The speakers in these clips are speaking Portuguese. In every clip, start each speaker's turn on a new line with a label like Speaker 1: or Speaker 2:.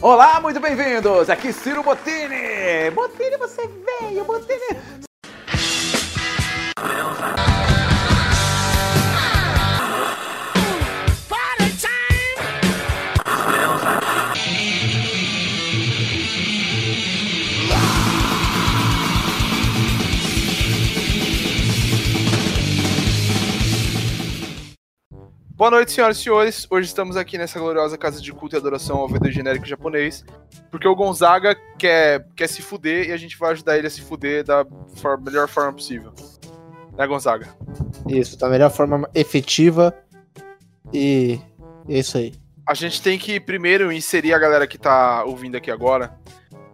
Speaker 1: Olá, muito bem-vindos! Aqui Ciro Bottini! Bottini, você veio, Bottini!
Speaker 2: Boa noite, senhoras e senhores. Hoje estamos aqui nessa gloriosa casa de culto e adoração ao vendedor genérico japonês, porque o Gonzaga quer, quer se fuder e a gente vai ajudar ele a se fuder da for- melhor forma possível. Né, Gonzaga?
Speaker 3: Isso, da melhor forma efetiva. E é isso aí.
Speaker 2: A gente tem que primeiro inserir a galera que tá ouvindo aqui agora.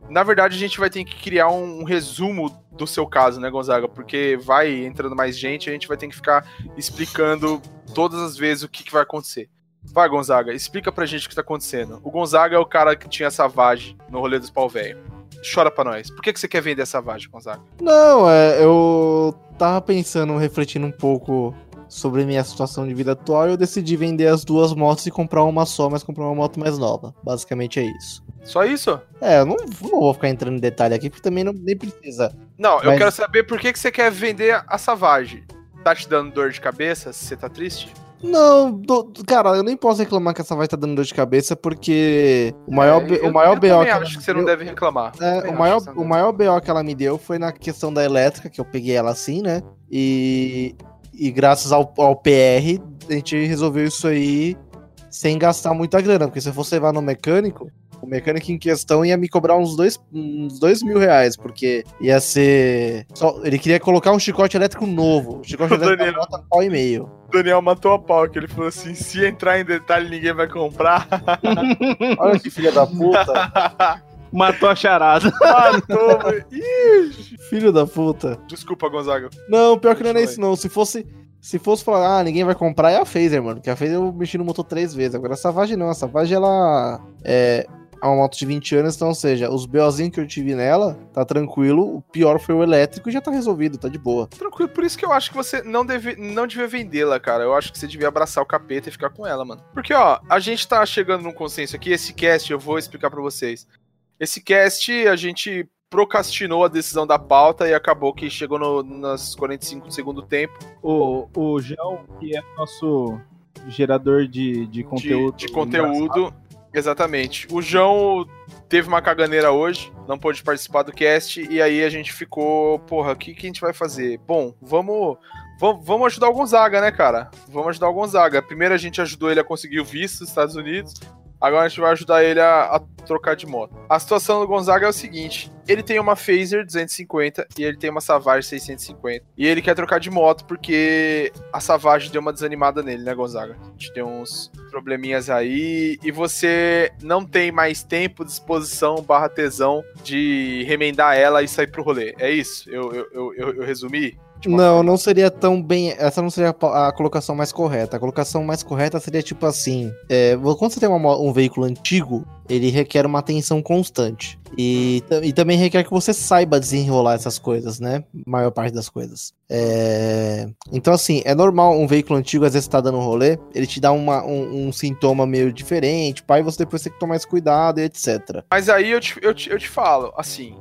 Speaker 2: Na verdade, a gente vai ter que criar um, um resumo do seu caso, né, Gonzaga? Porque vai entrando mais gente, a gente vai ter que ficar explicando todas as vezes o que, que vai acontecer. Vai, Gonzaga, explica pra gente o que tá acontecendo. O Gonzaga é o cara que tinha essa vagem no rolê dos pau velho. Chora pra nós. Por que, que você quer vender essa vagem, Gonzaga?
Speaker 3: Não, é, eu tava pensando, refletindo um pouco sobre minha situação de vida atual e eu decidi vender as duas motos e comprar uma só, mas comprar uma moto mais nova. Basicamente é isso.
Speaker 2: Só isso?
Speaker 3: É, eu não vou ficar entrando em detalhe aqui, porque também não, nem precisa.
Speaker 2: Não, eu
Speaker 3: Mas-
Speaker 2: quero saber por que, que você quer vender a Savage. Tá te dando dor de cabeça? Você tá triste?
Speaker 3: Não, do- do- cara, eu nem posso reclamar que essa vai tá dando dor de cabeça, porque o maior,
Speaker 2: É,
Speaker 3: B-
Speaker 2: eu-
Speaker 3: o maior
Speaker 2: eu
Speaker 3: BO que
Speaker 2: também
Speaker 3: ela
Speaker 2: acho que você
Speaker 3: deu-
Speaker 2: não deve reclamar. Também
Speaker 3: É, o,
Speaker 2: acho
Speaker 3: maior,
Speaker 2: que você não
Speaker 3: o
Speaker 2: deve.
Speaker 3: maior BO que ela me deu foi na questão da elétrica, que eu peguei ela assim, né? E, e graças ao, ao PR, a gente resolveu isso aí sem gastar muita grana. Porque se eu fosse levar no mecânico, o mecânico em questão ia me cobrar uns dois, uns dois mil reais, porque ia ser. só- ele queria colocar um chicote elétrico novo. O chicote
Speaker 2: O
Speaker 3: elétrico é
Speaker 2: Daniel.
Speaker 3: nota pau e meio.
Speaker 2: O Daniel matou a pau, que ele falou assim: se entrar em detalhe, ninguém vai comprar.
Speaker 3: Olha que filha da puta.
Speaker 4: Matou a charada.
Speaker 2: matou, mano. Ih,
Speaker 3: filho da puta.
Speaker 2: Desculpa, Gonzaga.
Speaker 3: Não, pior que não é
Speaker 2: Continua
Speaker 3: isso, não. Se fosse, se fosse falar, ah, ninguém vai comprar, é a Phaser, mano. Que a Phaser eu mexi no motor três vezes. Agora a Savage não. A Savage, ela é, é uma moto de 20 anos, então, ou seja, os BOzinhos que eu tive nela, tá tranquilo. O pior foi o elétrico e já tá resolvido, tá de boa.
Speaker 2: Tranquilo, por isso que eu acho que você não, deve, não devia vendê-la, cara. Eu acho que você devia abraçar o capeta e ficar com ela, mano. Porque, ó, a gente tá chegando num consenso aqui. Esse cast, eu vou explicar pra vocês. Esse cast, a gente procrastinou a decisão da pauta e acabou que chegou no, nas 45 do segundo tempo.
Speaker 4: O, o João, que é nosso gerador de, de conteúdo.
Speaker 2: de, de conteúdo. Exatamente. O João teve uma caganeira hoje, não pôde participar do cast, e aí a gente ficou, porra, o que, que a gente vai fazer? Bom, vamos, vamos, vamos ajudar o Gonzaga, né, cara? Vamos ajudar o Gonzaga. Primeiro a gente ajudou ele a conseguir o visto dos Estados Unidos, agora a gente vai ajudar ele a, a trocar de moto. A situação do Gonzaga é o seguinte, ele tem uma Phaser 250 e ele tem uma Savage 650, e ele quer trocar de moto porque a Savage deu uma desanimada nele, né, Gonzaga? A gente tem uns, probleminhas aí e você não tem mais tempo, disposição, barra tesão de remendar ela e sair pro rolê. É isso? Eu, eu, eu, eu- eu resumi? De uma
Speaker 3: Não,
Speaker 2: forma.
Speaker 3: não seria tão bem. Essa não seria a pa- a colocação mais correta. A colocação mais correta seria tipo assim: é, vo- quando você tem uma mo- um veículo antigo, ele requer uma atenção constante. E, ta- e também requer que você saiba desenrolar essas coisas, né? Maior parte das coisas. É, Então, assim, é normal um veículo antigo, às vezes, tá dando rolê, ele te dá uma- um, um sintoma meio diferente, pai, você depois tem que tomar mais cuidado e etc.
Speaker 2: Mas aí eu te, eu, te, eu te falo, assim.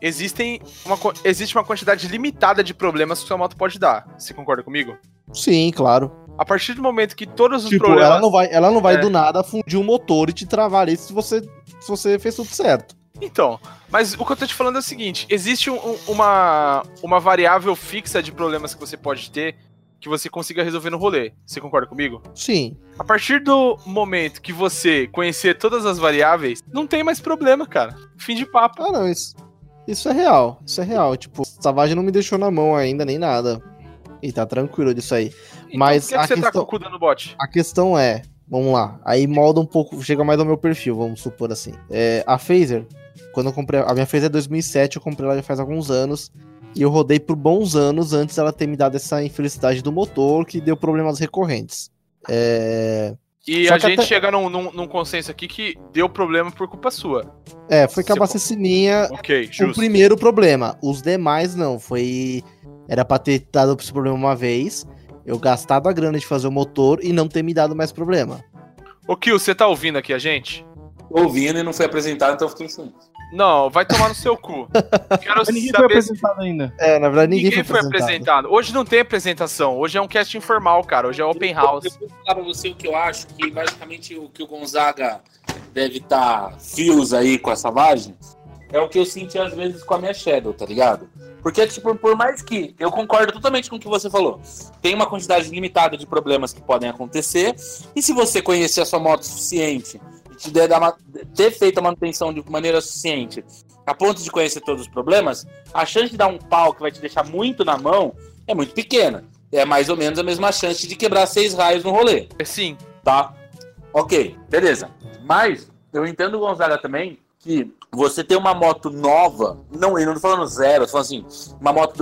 Speaker 2: Existem uma, co- existe uma quantidade limitada de problemas que sua moto pode dar. Você concorda comigo?
Speaker 3: Sim, claro.
Speaker 2: A partir do momento que todos os
Speaker 3: Tipo,
Speaker 2: problemas.
Speaker 3: ela não vai, ela não vai
Speaker 2: É.
Speaker 3: do nada fundir um motor e te travar ali se você, se você fez tudo certo.
Speaker 2: Então, mas o que eu tô te falando é o seguinte: existe um- um- uma, uma variável fixa de problemas que você pode ter que você consiga resolver no rolê. Você concorda comigo?
Speaker 3: Sim.
Speaker 2: A partir do momento que você conhecer todas as variáveis, não tem mais problema, cara. Fim de papo.
Speaker 3: Ah, não, isso, isso é real. Isso é real. Tipo, Savage não me deixou na mão ainda, nem nada. E tá tranquilo disso aí.
Speaker 2: Então,
Speaker 3: Mas
Speaker 2: por que, que
Speaker 3: a
Speaker 2: você tá com
Speaker 3: questão-
Speaker 2: o cu dando bote?
Speaker 3: A questão é, vamos lá, aí molda um pouco, chega mais ao meu perfil, vamos supor assim. É, a Phaser, quando eu comprei, a minha Phaser é 2007, eu comprei ela já faz alguns anos. E eu rodei por bons anos antes ela ter me dado essa infelicidade do motor que deu problemas recorrentes. É,
Speaker 2: E
Speaker 3: Só
Speaker 2: a
Speaker 3: que
Speaker 2: gente
Speaker 3: até-
Speaker 2: chega num, num- num consenso aqui que deu problema por culpa sua.
Speaker 3: é foi
Speaker 2: Você-
Speaker 3: cabacice minha
Speaker 2: Ok,
Speaker 3: o
Speaker 2: justo.
Speaker 3: primeiro problema. Os demais não. Foi. Era pra ter dado esse problema uma vez. Eu gastado a grana de fazer o motor e não ter me dado mais problema.
Speaker 2: Ô, Kill, você tá ouvindo aqui a gente?
Speaker 5: ouvindo e não foi apresentado, então ficou assim.
Speaker 2: Não, vai tomar no seu cu. Quero
Speaker 4: Mas ninguém foi
Speaker 2: saber se
Speaker 4: apresentado ainda.
Speaker 3: É, na verdade, ninguém,
Speaker 2: ninguém foi apresentado. Hoje não tem apresentação. Hoje é um cast informal, cara. Hoje é open house.
Speaker 5: Eu vou falar pra você o que eu acho, que basicamente o que o Gonzaga deve estar fios aí com a Savage, é o que eu senti às vezes com a minha Shadow, tá ligado? Porque, tipo, por mais que eu concordo totalmente com o que você falou, tem uma quantidade limitada de problemas que podem acontecer, e se você conhecer a sua moto o suficiente e te der da ma- ter feito a manutenção de maneira suficiente, a ponto de conhecer todos os problemas, a chance de dar um pau que vai te deixar muito na mão é muito pequena. É mais ou menos a mesma chance de quebrar seis raios no rolê
Speaker 2: É Sim.
Speaker 5: tá? Ok, beleza. Mas eu entendo, Gonzaga, também que você ter uma moto nova, não, eu não tô falando zero, eu tô falando assim, uma moto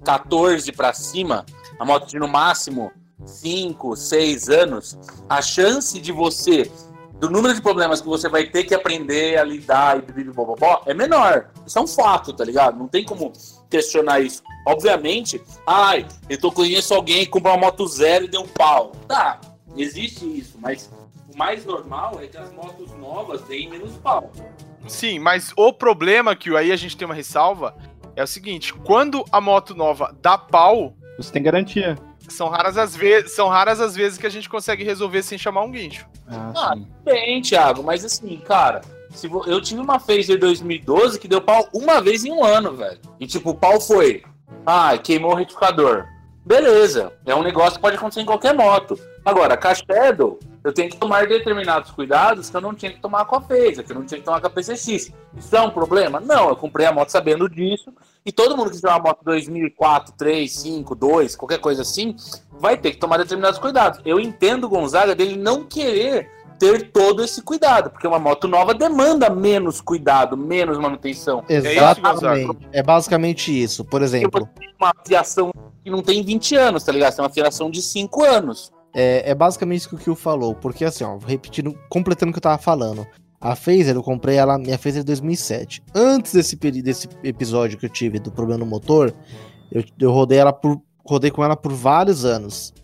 Speaker 5: 2014 pra cima, uma moto de no máximo 5, 6 anos, a chance de você, do número de problemas que você vai ter que aprender a lidar e bibibobobó, é menor. Isso é um fato, tá ligado? Não tem como questionar isso. Obviamente, ai, eu tô conheço alguém que comprou uma moto zero e deu um pau. Tá, Existe isso, mas o mais normal é que as motos novas têm menos pau.
Speaker 2: Sim, mas o problema que aí a gente tem uma ressalva é o seguinte: quando a moto nova dá pau,
Speaker 4: Você tem garantia.
Speaker 2: são raras as vezes, são raras as vezes que a gente consegue resolver sem chamar um guincho.
Speaker 5: Ah, Bem, Thiago, mas assim, cara, se vo- eu tive uma Phaser 2012 que deu pau uma vez em um ano, velho. E tipo, o pau foi. Ah, queimou o retificador. Beleza, é um negócio que pode acontecer em qualquer moto. Agora, com a Shadow, eu tenho que tomar determinados cuidados que eu não tinha que tomar com a Phaser, que eu não tinha que tomar com a PCX. Isso é um problema? Não, eu comprei a moto sabendo disso. E todo mundo que tiver uma moto 2004, 3, 5, 2, qualquer coisa assim, vai ter que tomar determinados cuidados. Eu entendo o Gonzaga dele não querer ter todo esse cuidado, porque uma moto nova demanda menos cuidado, menos manutenção.
Speaker 3: É Exatamente. É, basicamente isso. Por exemplo,
Speaker 5: Uma fiação que não tem 20 anos, tá ligado? Você tem uma fiação de 5 anos.
Speaker 3: é, é basicamente isso que o Kill falou. Porque assim, ó, repetindo, completando o que eu tava falando. A Phaser, eu comprei ela, minha Phaser é 2007. Antes desse, peri- desse episódio que eu tive do problema no motor, eu, eu rodei ela por. Rodei com ela por vários anos.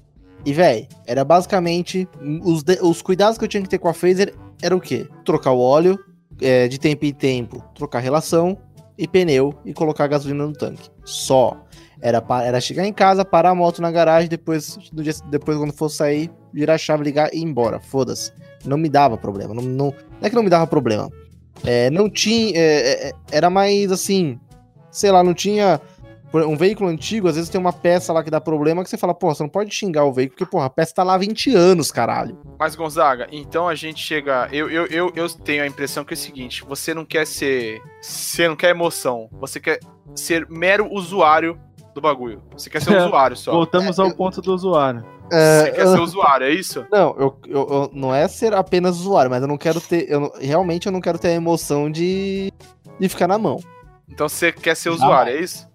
Speaker 3: E, véi, era basicamente. Os, de- os cuidados que eu tinha que ter com a Phaser era o quê? Trocar o óleo, é, de tempo em tempo, trocar relação e pneu e colocar gasolina no tanque. Só. Era, pa- era chegar em casa, parar a moto na garagem, depois, no dia, depois quando for sair, virar a chave, ligar e ir embora. Foda-se. Não me dava problema. Não, não, não é que não me dava problema. É, não tinha. é, é, era mais assim. Sei lá, não tinha. por- Um veículo antigo, às vezes tem uma peça lá que dá problema que você fala, porra, você não pode xingar o veículo, porque, porra, a peça tá lá há 20 anos, caralho.
Speaker 2: Mas, Gonzaga, então a gente chega. Eu, eu, eu, eu tenho a impressão que é o seguinte: você não quer ser. Você não quer emoção. Você quer ser mero usuário do bagulho. Você quer ser um
Speaker 4: É.
Speaker 2: usuário só.
Speaker 4: Voltamos ao ponto do usuário.
Speaker 2: Você quer ser usuário, é isso?
Speaker 3: Não, eu, eu- eu- não é ser apenas usuário, mas eu não quero ter. Eu não- realmente eu não quero ter a emoção de, de ficar na mão.
Speaker 2: Então você quer ser usuário, é isso?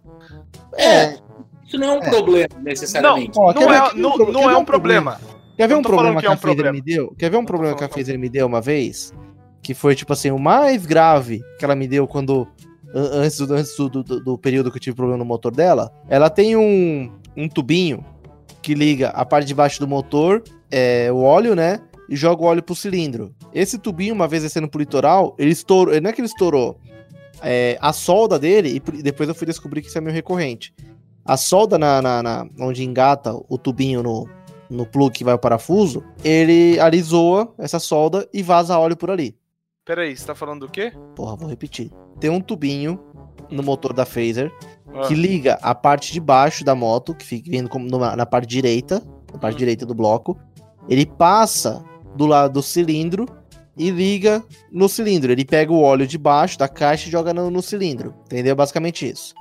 Speaker 3: É,
Speaker 5: Isso não é um problema, necessariamente.
Speaker 3: ó, quer
Speaker 2: Não
Speaker 3: ver
Speaker 2: é,
Speaker 3: aqui um
Speaker 2: não,
Speaker 3: pro- quer
Speaker 2: não
Speaker 3: ver
Speaker 2: é
Speaker 3: um
Speaker 2: um problema.
Speaker 3: Quer ver
Speaker 2: Eu
Speaker 3: um
Speaker 2: tô
Speaker 3: problema
Speaker 2: falando
Speaker 3: que
Speaker 2: que
Speaker 3: a
Speaker 2: é um
Speaker 3: Phaser
Speaker 2: problema.
Speaker 3: me deu? Quer ver um
Speaker 2: tô
Speaker 3: problema que a
Speaker 2: falando que é um
Speaker 3: Phaser me deu uma vez? Que foi, tipo assim, o mais grave que ela me deu quando. an- Antes, do, antes do, do- do período que eu tive problema no motor dela. Ela tem um, um tubinho que liga a parte de baixo do motor, é, o óleo, né? E joga o óleo pro cilindro. Esse tubinho, uma vez descendo pro litoral, ele estourou. Ele não é que ele estourou. é, a solda dele, e por- depois eu fui descobrir que isso é meio recorrente. A solda na, na- na- onde engata o tubinho no, no plug que vai o parafuso, ele alisoa essa solda e vaza óleo por ali.
Speaker 2: Peraí, você tá falando do quê?
Speaker 3: Porra, vou repetir. Tem um tubinho no motor da Phaser
Speaker 2: Ah,
Speaker 3: que liga a parte de baixo da moto, que fica vindo como numa- na parte direita, na parte direita do bloco. Ele passa do lado do cilindro e liga no cilindro. Ele pega o óleo de baixo da caixa e joga no, no cilindro. Entendeu? Basicamente isso.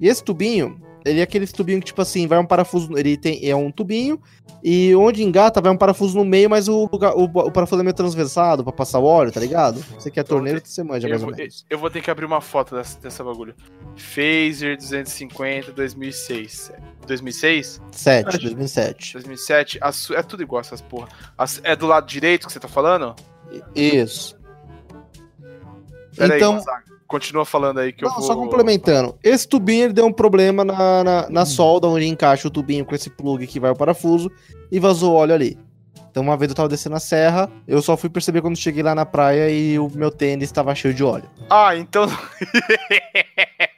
Speaker 3: E esse tubinho, ele é aquele tubinho que, tipo assim, vai um parafuso. Ele tem, é um tubinho. E onde engata, vai um parafuso no meio, mas o, lugar- o, o parafuso é meio transversado pra passar o óleo, tá ligado? Você que é torneiro, você manja
Speaker 2: eu,
Speaker 3: mais ou
Speaker 2: vou,
Speaker 3: menos.
Speaker 2: eu vou ter que abrir uma foto dessa, dessa bagulho. Phaser 250 2006. 2006?
Speaker 3: 7, 2007.
Speaker 2: 2007? A su- É tudo igual essas porra. As- É do lado direito que você tá falando?
Speaker 3: Isso.
Speaker 2: Peraí,
Speaker 3: então,
Speaker 2: Gonzaga, continua falando aí que eu
Speaker 3: Não,
Speaker 2: vou.
Speaker 3: só complementando. Esse tubinho ele deu um problema na, na, na solda onde encaixa o tubinho com esse plug que vai o parafuso e vazou óleo ali. Então, uma vez eu tava descendo a serra, eu só fui perceber quando cheguei lá na praia e o meu tênis tava cheio de óleo.
Speaker 2: Ah, então.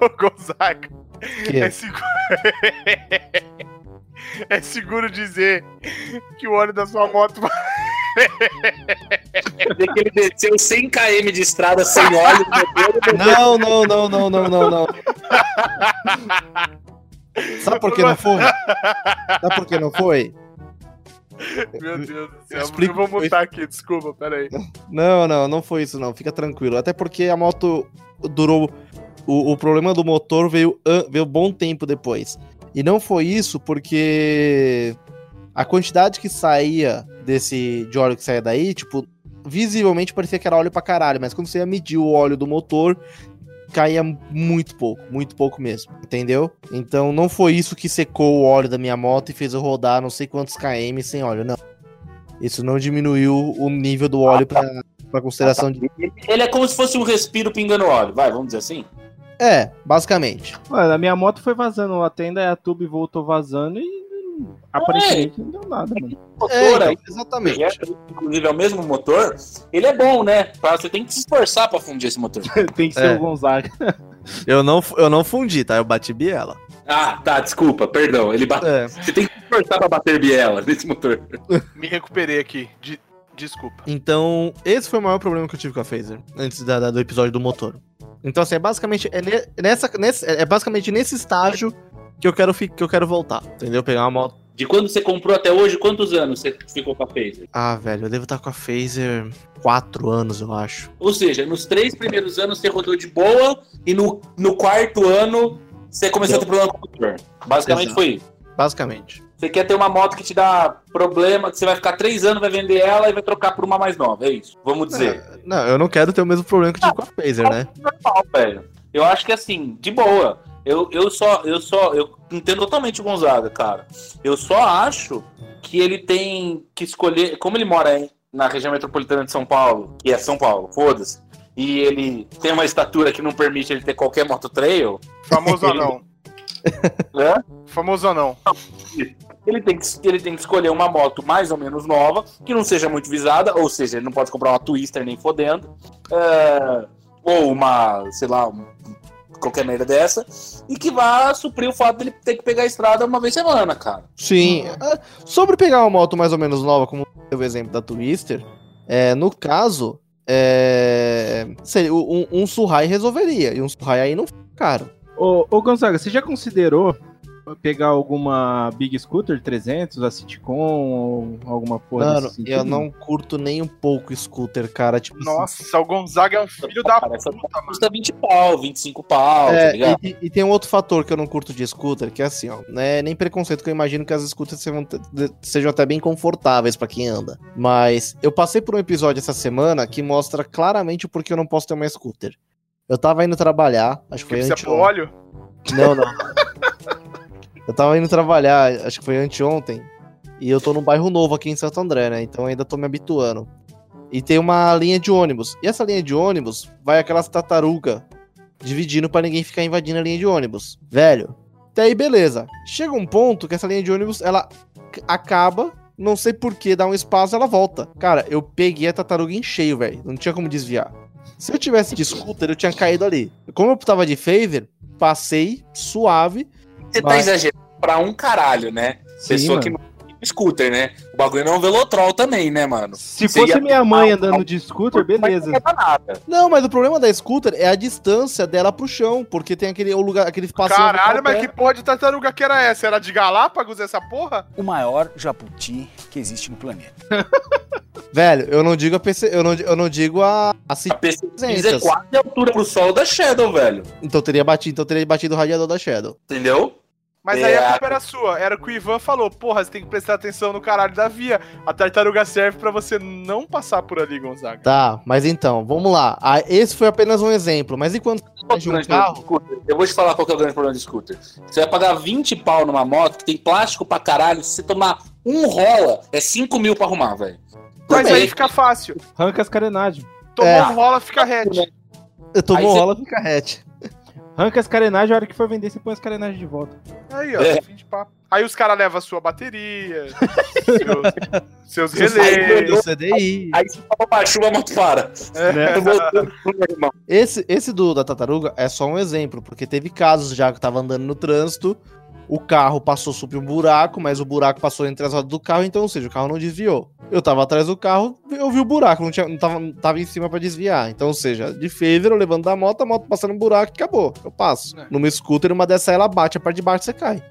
Speaker 2: Ô, Gonzaga,
Speaker 3: Que
Speaker 2: é seguro. é seguro dizer que o óleo da sua moto.
Speaker 5: Vê que ele desceu 100 km de estrada sem óleo, bebeu,
Speaker 3: Não, não, não, não, não, não, não. Sabe por que não foi? Sabe por que não foi?
Speaker 2: Meu Deus do céu,
Speaker 3: explico-
Speaker 2: eu vou mutar aqui, desculpa, peraí.
Speaker 3: Não, não, não foi isso não. Fica tranquilo. Até porque a moto durou. O, o problema do motor veio an- veio bom tempo depois. E não foi isso porque a quantidade que saía desse de óleo que saía daí, tipo, visivelmente parecia que era óleo pra caralho, mas quando você ia medir o óleo do motor, caía muito pouco, muito pouco mesmo, entendeu? Então não foi isso que secou o óleo da minha moto e fez eu rodar não sei quantos km sem óleo, não. Isso não diminuiu o nível do óleo pra, pra consideração de.
Speaker 5: Ele é como se fosse um respiro pingando óleo, vai, vamos dizer assim?
Speaker 3: É, basicamente.
Speaker 4: Mano, a minha moto foi vazando lá, tenda e a tube voltou vazando e. Aparentemente não deu nada, mano.
Speaker 3: É,
Speaker 5: Motor aí,
Speaker 3: então, exatamente.
Speaker 5: inclusive é o mesmo motor, ele é bom, né? Pra- Você tem que se esforçar pra fundir esse motor.
Speaker 4: Tem que ser
Speaker 3: É.
Speaker 4: o Gonzaga.
Speaker 6: Eu não, fu- eu não fundi, tá? Eu bati biela.
Speaker 5: Ah, tá, desculpa, perdão. Ele bate...
Speaker 3: É.
Speaker 5: Você tem que se esforçar pra bater biela nesse motor.
Speaker 2: Me recuperei aqui, de- desculpa.
Speaker 3: Então, esse foi o maior problema que eu tive com a Phaser, antes da- da- do episódio do motor. Então, assim, é basicamente, é ne- nessa, nesse, é basicamente nesse estágio que eu quero, fi- que eu quero voltar, entendeu? Pegar uma moto.
Speaker 5: De quando você comprou até hoje, quantos anos você ficou com a Phaser?
Speaker 3: Ah, velho, eu devo estar com a Phaser 4 anos, eu acho.
Speaker 5: Ou seja, nos três primeiros anos você rodou de boa e no, no quarto ano você começou a ter problema com o motor. Basicamente
Speaker 3: Exato.
Speaker 5: foi isso.
Speaker 3: Basicamente.
Speaker 5: Você quer ter uma moto que te dá problema, que você vai ficar três anos, vai vender ela e vai trocar por uma mais nova, é isso. Vamos dizer.
Speaker 3: Não, eu não quero ter o mesmo problema que eu tive com a Phaser, né?
Speaker 5: normal, velho. Eu acho que assim, de boa. Eu, eu só, eu só, eu entendo totalmente o Gonzaga, cara. Eu só acho que ele tem que escolher. Como ele mora em- na região metropolitana de São Paulo, que é São Paulo, foda-se. E ele tem uma estatura que não permite ele ter qualquer moto trail,
Speaker 2: Famoso anão.
Speaker 5: né?
Speaker 2: Famoso anão.
Speaker 5: Ele tem, que, ele tem que escolher uma moto mais ou menos nova, que não seja muito visada, ou seja, ele não pode comprar uma Twister nem fodendo, é, ou uma, sei lá, um- qualquer merda dessa, e que vá suprir o fato dele ter que pegar a estrada uma vez semana, cara.
Speaker 3: Sim. ah, Sobre pegar uma moto mais ou menos nova, como deu o exemplo da Twister, é, no caso, é, seria, um, um Surrai resolveria. E um Surrai aí não fica caro.
Speaker 4: Ô, ô, Gonzaga, você já considerou pegar alguma Big Scooter 300, a Citicon ou alguma porra
Speaker 3: Mano,
Speaker 4: desse sentido?
Speaker 3: eu não curto nem um pouco scooter, cara. Tipo, assim,
Speaker 2: Nossa, o Gonzaga é um filho da
Speaker 5: Cara, essa
Speaker 2: puta, mano.
Speaker 5: custa 20 pau, 25 pau, tá
Speaker 3: É,
Speaker 5: ligado?
Speaker 3: e, e tem um outro fator que eu não curto de scooter, que é assim, ó, né, nem preconceito que eu imagino que as scooters sejam, t- de- sejam até bem confortáveis pra quem anda. Mas eu passei por um episódio essa semana que mostra claramente o porquê eu não posso ter uma scooter. Eu tava indo trabalhar, acho que
Speaker 2: Que
Speaker 3: foi
Speaker 2: precisa
Speaker 3: antes.
Speaker 2: pôr óleo?
Speaker 3: Não, não. eu tava indo trabalhar, acho que foi anteontem, e eu tô num bairro novo aqui em Santo André, né? Então ainda tô me habituando. E tem uma linha de ônibus. E essa linha de ônibus vai aquelas tartaruga dividindo pra ninguém ficar invadindo a linha de ônibus. Velho. Até aí, beleza. Chega um ponto que essa linha de ônibus, ela c- acaba, não sei por que, dá um espaço ela volta. Cara, eu peguei a tartaruga em cheio, velho. Não tinha como desviar. Se eu tivesse de scooter, eu tinha caído ali. Como eu tava de favor, passei suave.
Speaker 5: Você tá
Speaker 3: Mas-
Speaker 5: exagerando pra um caralho, né?
Speaker 4: Sim,
Speaker 5: Pessoa
Speaker 4: mano.
Speaker 5: que não tem scooter, né? O bagulho não é um velotrol também, né, mano?
Speaker 4: Se
Speaker 5: Você ia-
Speaker 4: fosse minha mãe andando de scooter,
Speaker 5: Mas
Speaker 4: beleza.
Speaker 5: não leva nada.
Speaker 3: Não, mas o problema da scooter é a distância dela pro chão, porque tem aquele o lugar, aquele espaço.
Speaker 2: Caralho, mas que porra de tartaruga que era essa? Era de Galápagos essa porra?
Speaker 7: o maior jabuti que existe no planeta.
Speaker 3: Velho, eu não digo a PC, eu não, eu não digo a, a City
Speaker 5: A pesquisa é
Speaker 3: 300.
Speaker 5: quase a altura pro sol da Shadow, velho.
Speaker 3: Então teria batido, então teria batido o radiador da Shadow.
Speaker 5: Entendeu?
Speaker 2: Mas
Speaker 5: É,
Speaker 2: aí
Speaker 5: a-
Speaker 2: a culpa era sua. Era o que o Ivan falou. Porra, você tem que prestar atenção no caralho da via. A tartaruga serve pra você não passar por ali, Gonzaga.
Speaker 3: Tá, mas então, vamos lá. Ah, esse foi apenas um exemplo, mas enquanto de um
Speaker 5: é grande
Speaker 3: carro,
Speaker 5: scooter? Eu vou te falar qual que é o grande problema de scooter. Você vai pagar 20 pau numa moto que tem plástico pra caralho. Se você tomar um rola, é 5 mil pra arrumar, velho.
Speaker 2: Mas
Speaker 3: também.
Speaker 2: aí fica fácil.
Speaker 4: Arranca as carenagens.
Speaker 2: Tomou
Speaker 3: É.
Speaker 2: um rola, fica hatch.
Speaker 3: eu
Speaker 5: Aí
Speaker 3: tomou
Speaker 5: você-
Speaker 3: rola fica hatch.
Speaker 4: Hum. Arranca as carenagens, a hora que for vender, você põe as carenagens de volta.
Speaker 2: Aí, ó,
Speaker 5: É.
Speaker 2: fim de papo. Aí os caras levam a sua bateria, seus, seus relés.
Speaker 5: Beleza.
Speaker 6: O CDI.
Speaker 5: Aí se for pra chuva, a moto para. Eu vou- irmão.
Speaker 3: Esse, esse do da tartaruga é só um exemplo, porque teve casos já que tava andando no trânsito, o carro passou sobre um buraco, mas o buraco passou entre as rodas do carro, então, ou seja, o carro não desviou. Eu tava atrás do carro, eu vi o buraco, não, tinha, não, tava, não tava em cima pra desviar. Então, ou seja, de favor, eu levando da moto, a moto passando no buraco e acabou. Eu passo.
Speaker 2: É.
Speaker 3: Numa scooter, uma dessa ela bate, a parte de baixo você cai.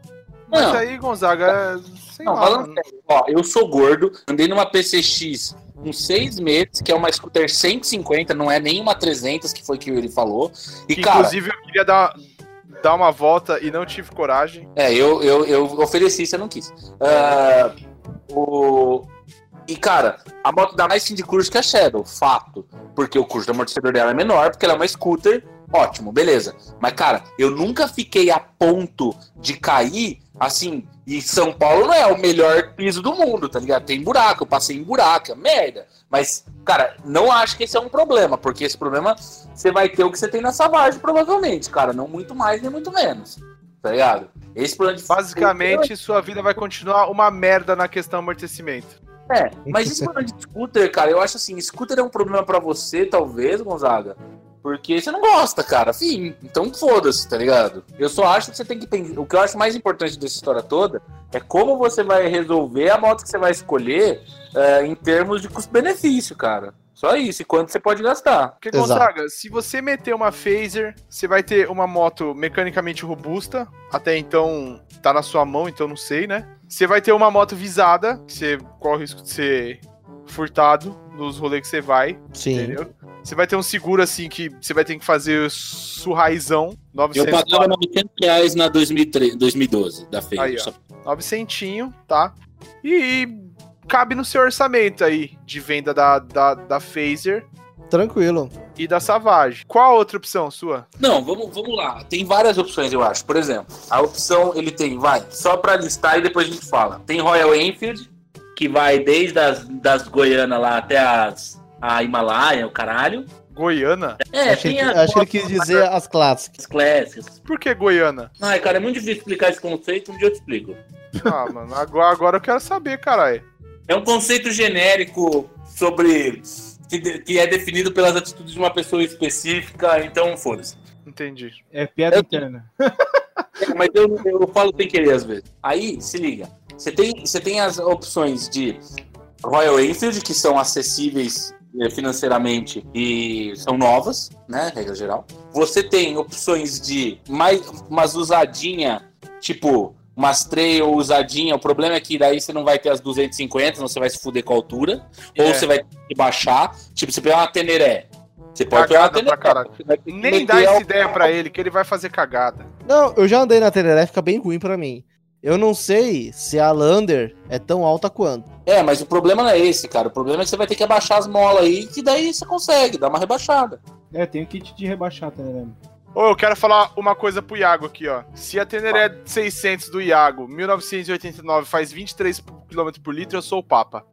Speaker 2: Mas
Speaker 5: Não.
Speaker 2: aí, né? Gonzaga, é, sei
Speaker 5: Não,
Speaker 2: lá.
Speaker 5: falando
Speaker 2: mano.
Speaker 5: sério, ó, eu sou gordo, andei numa PCX uns seis meses, que é uma scooter 150, não é nenhuma 300, que foi que ele falou. E,
Speaker 2: Que,
Speaker 5: cara,
Speaker 2: Inclusive, eu queria dar, dar uma volta e não tive coragem.
Speaker 5: É, eu, eu, eu ofereci, você não quis. Ah, o... E, cara, a moto dá mais fim de curso que a Shadow, fato. Porque o curso do amortecedor dela é menor, porque ela é uma scooter, ótimo, beleza. Mas, cara, eu nunca fiquei a ponto de cair, assim, e São Paulo não é o melhor piso do mundo, tá ligado? Tem buraco, eu passei em buraco, é merda. Mas, cara, não acho que esse é um problema, porque esse problema você vai ter o que você tem na Savage, provavelmente, cara. Não muito mais, nem muito menos. Tá ligado? Esse problema de
Speaker 2: Basicamente, sua vida vai continuar uma merda na questão amortecimento.
Speaker 5: É, mas esse problema de scooter, cara, eu acho assim, scooter é um problema pra você, talvez, Gonzaga. Porque você não gosta, cara. Fim. Então foda-se, tá ligado? Eu só acho que você tem que pensar. O que eu acho mais importante dessa história toda é como você vai resolver a moto que você vai escolher é, em termos de custo-benefício, cara. Só isso, e quanto você pode gastar.
Speaker 2: Porque,
Speaker 3: Exato.
Speaker 2: Gonzaga, se você meter uma phaser, você vai ter uma moto mecanicamente robusta. Até então, tá na sua mão, então não sei, né? Você vai ter uma moto visada, que você corre o risco de ser furtado nos rolês que você vai.
Speaker 3: Sim.
Speaker 2: Entendeu? Você vai ter um seguro assim que você vai ter que fazer surraizão, 900,
Speaker 5: 900 reais na 2012 da feira.
Speaker 2: Aí, ó. só- 900, tá? E, cabe no seu orçamento aí de venda da, da, da Phaser
Speaker 3: Tranquilo.
Speaker 2: e da Savage. Qual a outra opção sua?
Speaker 5: Não, vamos, vamos lá. Tem várias opções, eu acho. Por exemplo, a opção ele tem, vai, só pra listar e depois a gente fala. Tem Royal Enfield, que vai desde as das Goiânia lá até as, a Himalaia, o caralho.
Speaker 2: Goiana?
Speaker 5: É,
Speaker 3: acho, que,
Speaker 5: tem as
Speaker 3: acho que ele quis dizer as clássicas.
Speaker 5: as clássicas.
Speaker 2: Por que Goiana?
Speaker 5: Ai, cara, é muito difícil explicar esse conceito, um dia eu te explico.
Speaker 2: Ah, mano, agora, agora eu quero saber, caralho.
Speaker 5: É um conceito genérico sobre. que, de- que é definido pelas atitudes de uma pessoa específica, então foda-se.
Speaker 2: Entendi.
Speaker 4: É piada
Speaker 5: Eu-
Speaker 4: interna.
Speaker 5: É, mas eu, eu falo sem querer às vezes. Aí, se liga. Você tem, você tem as opções de Royal Enfield, que são acessíveis eh, financeiramente e são novas, né? Regra geral. Você tem opções de mais umas usadinha, tipo umas trail usadinha. O problema é que daí você não vai ter as 250, senão você vai se fuder com a altura. Ou
Speaker 2: É.
Speaker 5: você vai ter que baixar. Tipo, você pegar uma Teneré. Você pode pegar uma
Speaker 2: Cagada pra
Speaker 5: Teneré.
Speaker 2: caralho.
Speaker 5: você vai ter que
Speaker 2: Nem
Speaker 5: meter
Speaker 2: dá
Speaker 5: a-
Speaker 2: essa ideia pra ele, que ele vai fazer cagada.
Speaker 3: Não, eu já andei na Teneré, fica bem ruim pra mim. Eu não sei se a Lander é tão alta quanto.
Speaker 5: É, mas o problema não é esse, cara. O problema é que você vai ter que abaixar as molas aí, que daí você consegue, dá uma rebaixada.
Speaker 4: É, tem o kit de rebaixar, tá ligado?
Speaker 2: Ô, eu quero falar uma coisa pro Iago aqui, ó. Se a Teneré 600 do Iago, 1989, faz 23 km por litro, eu sou o Papa.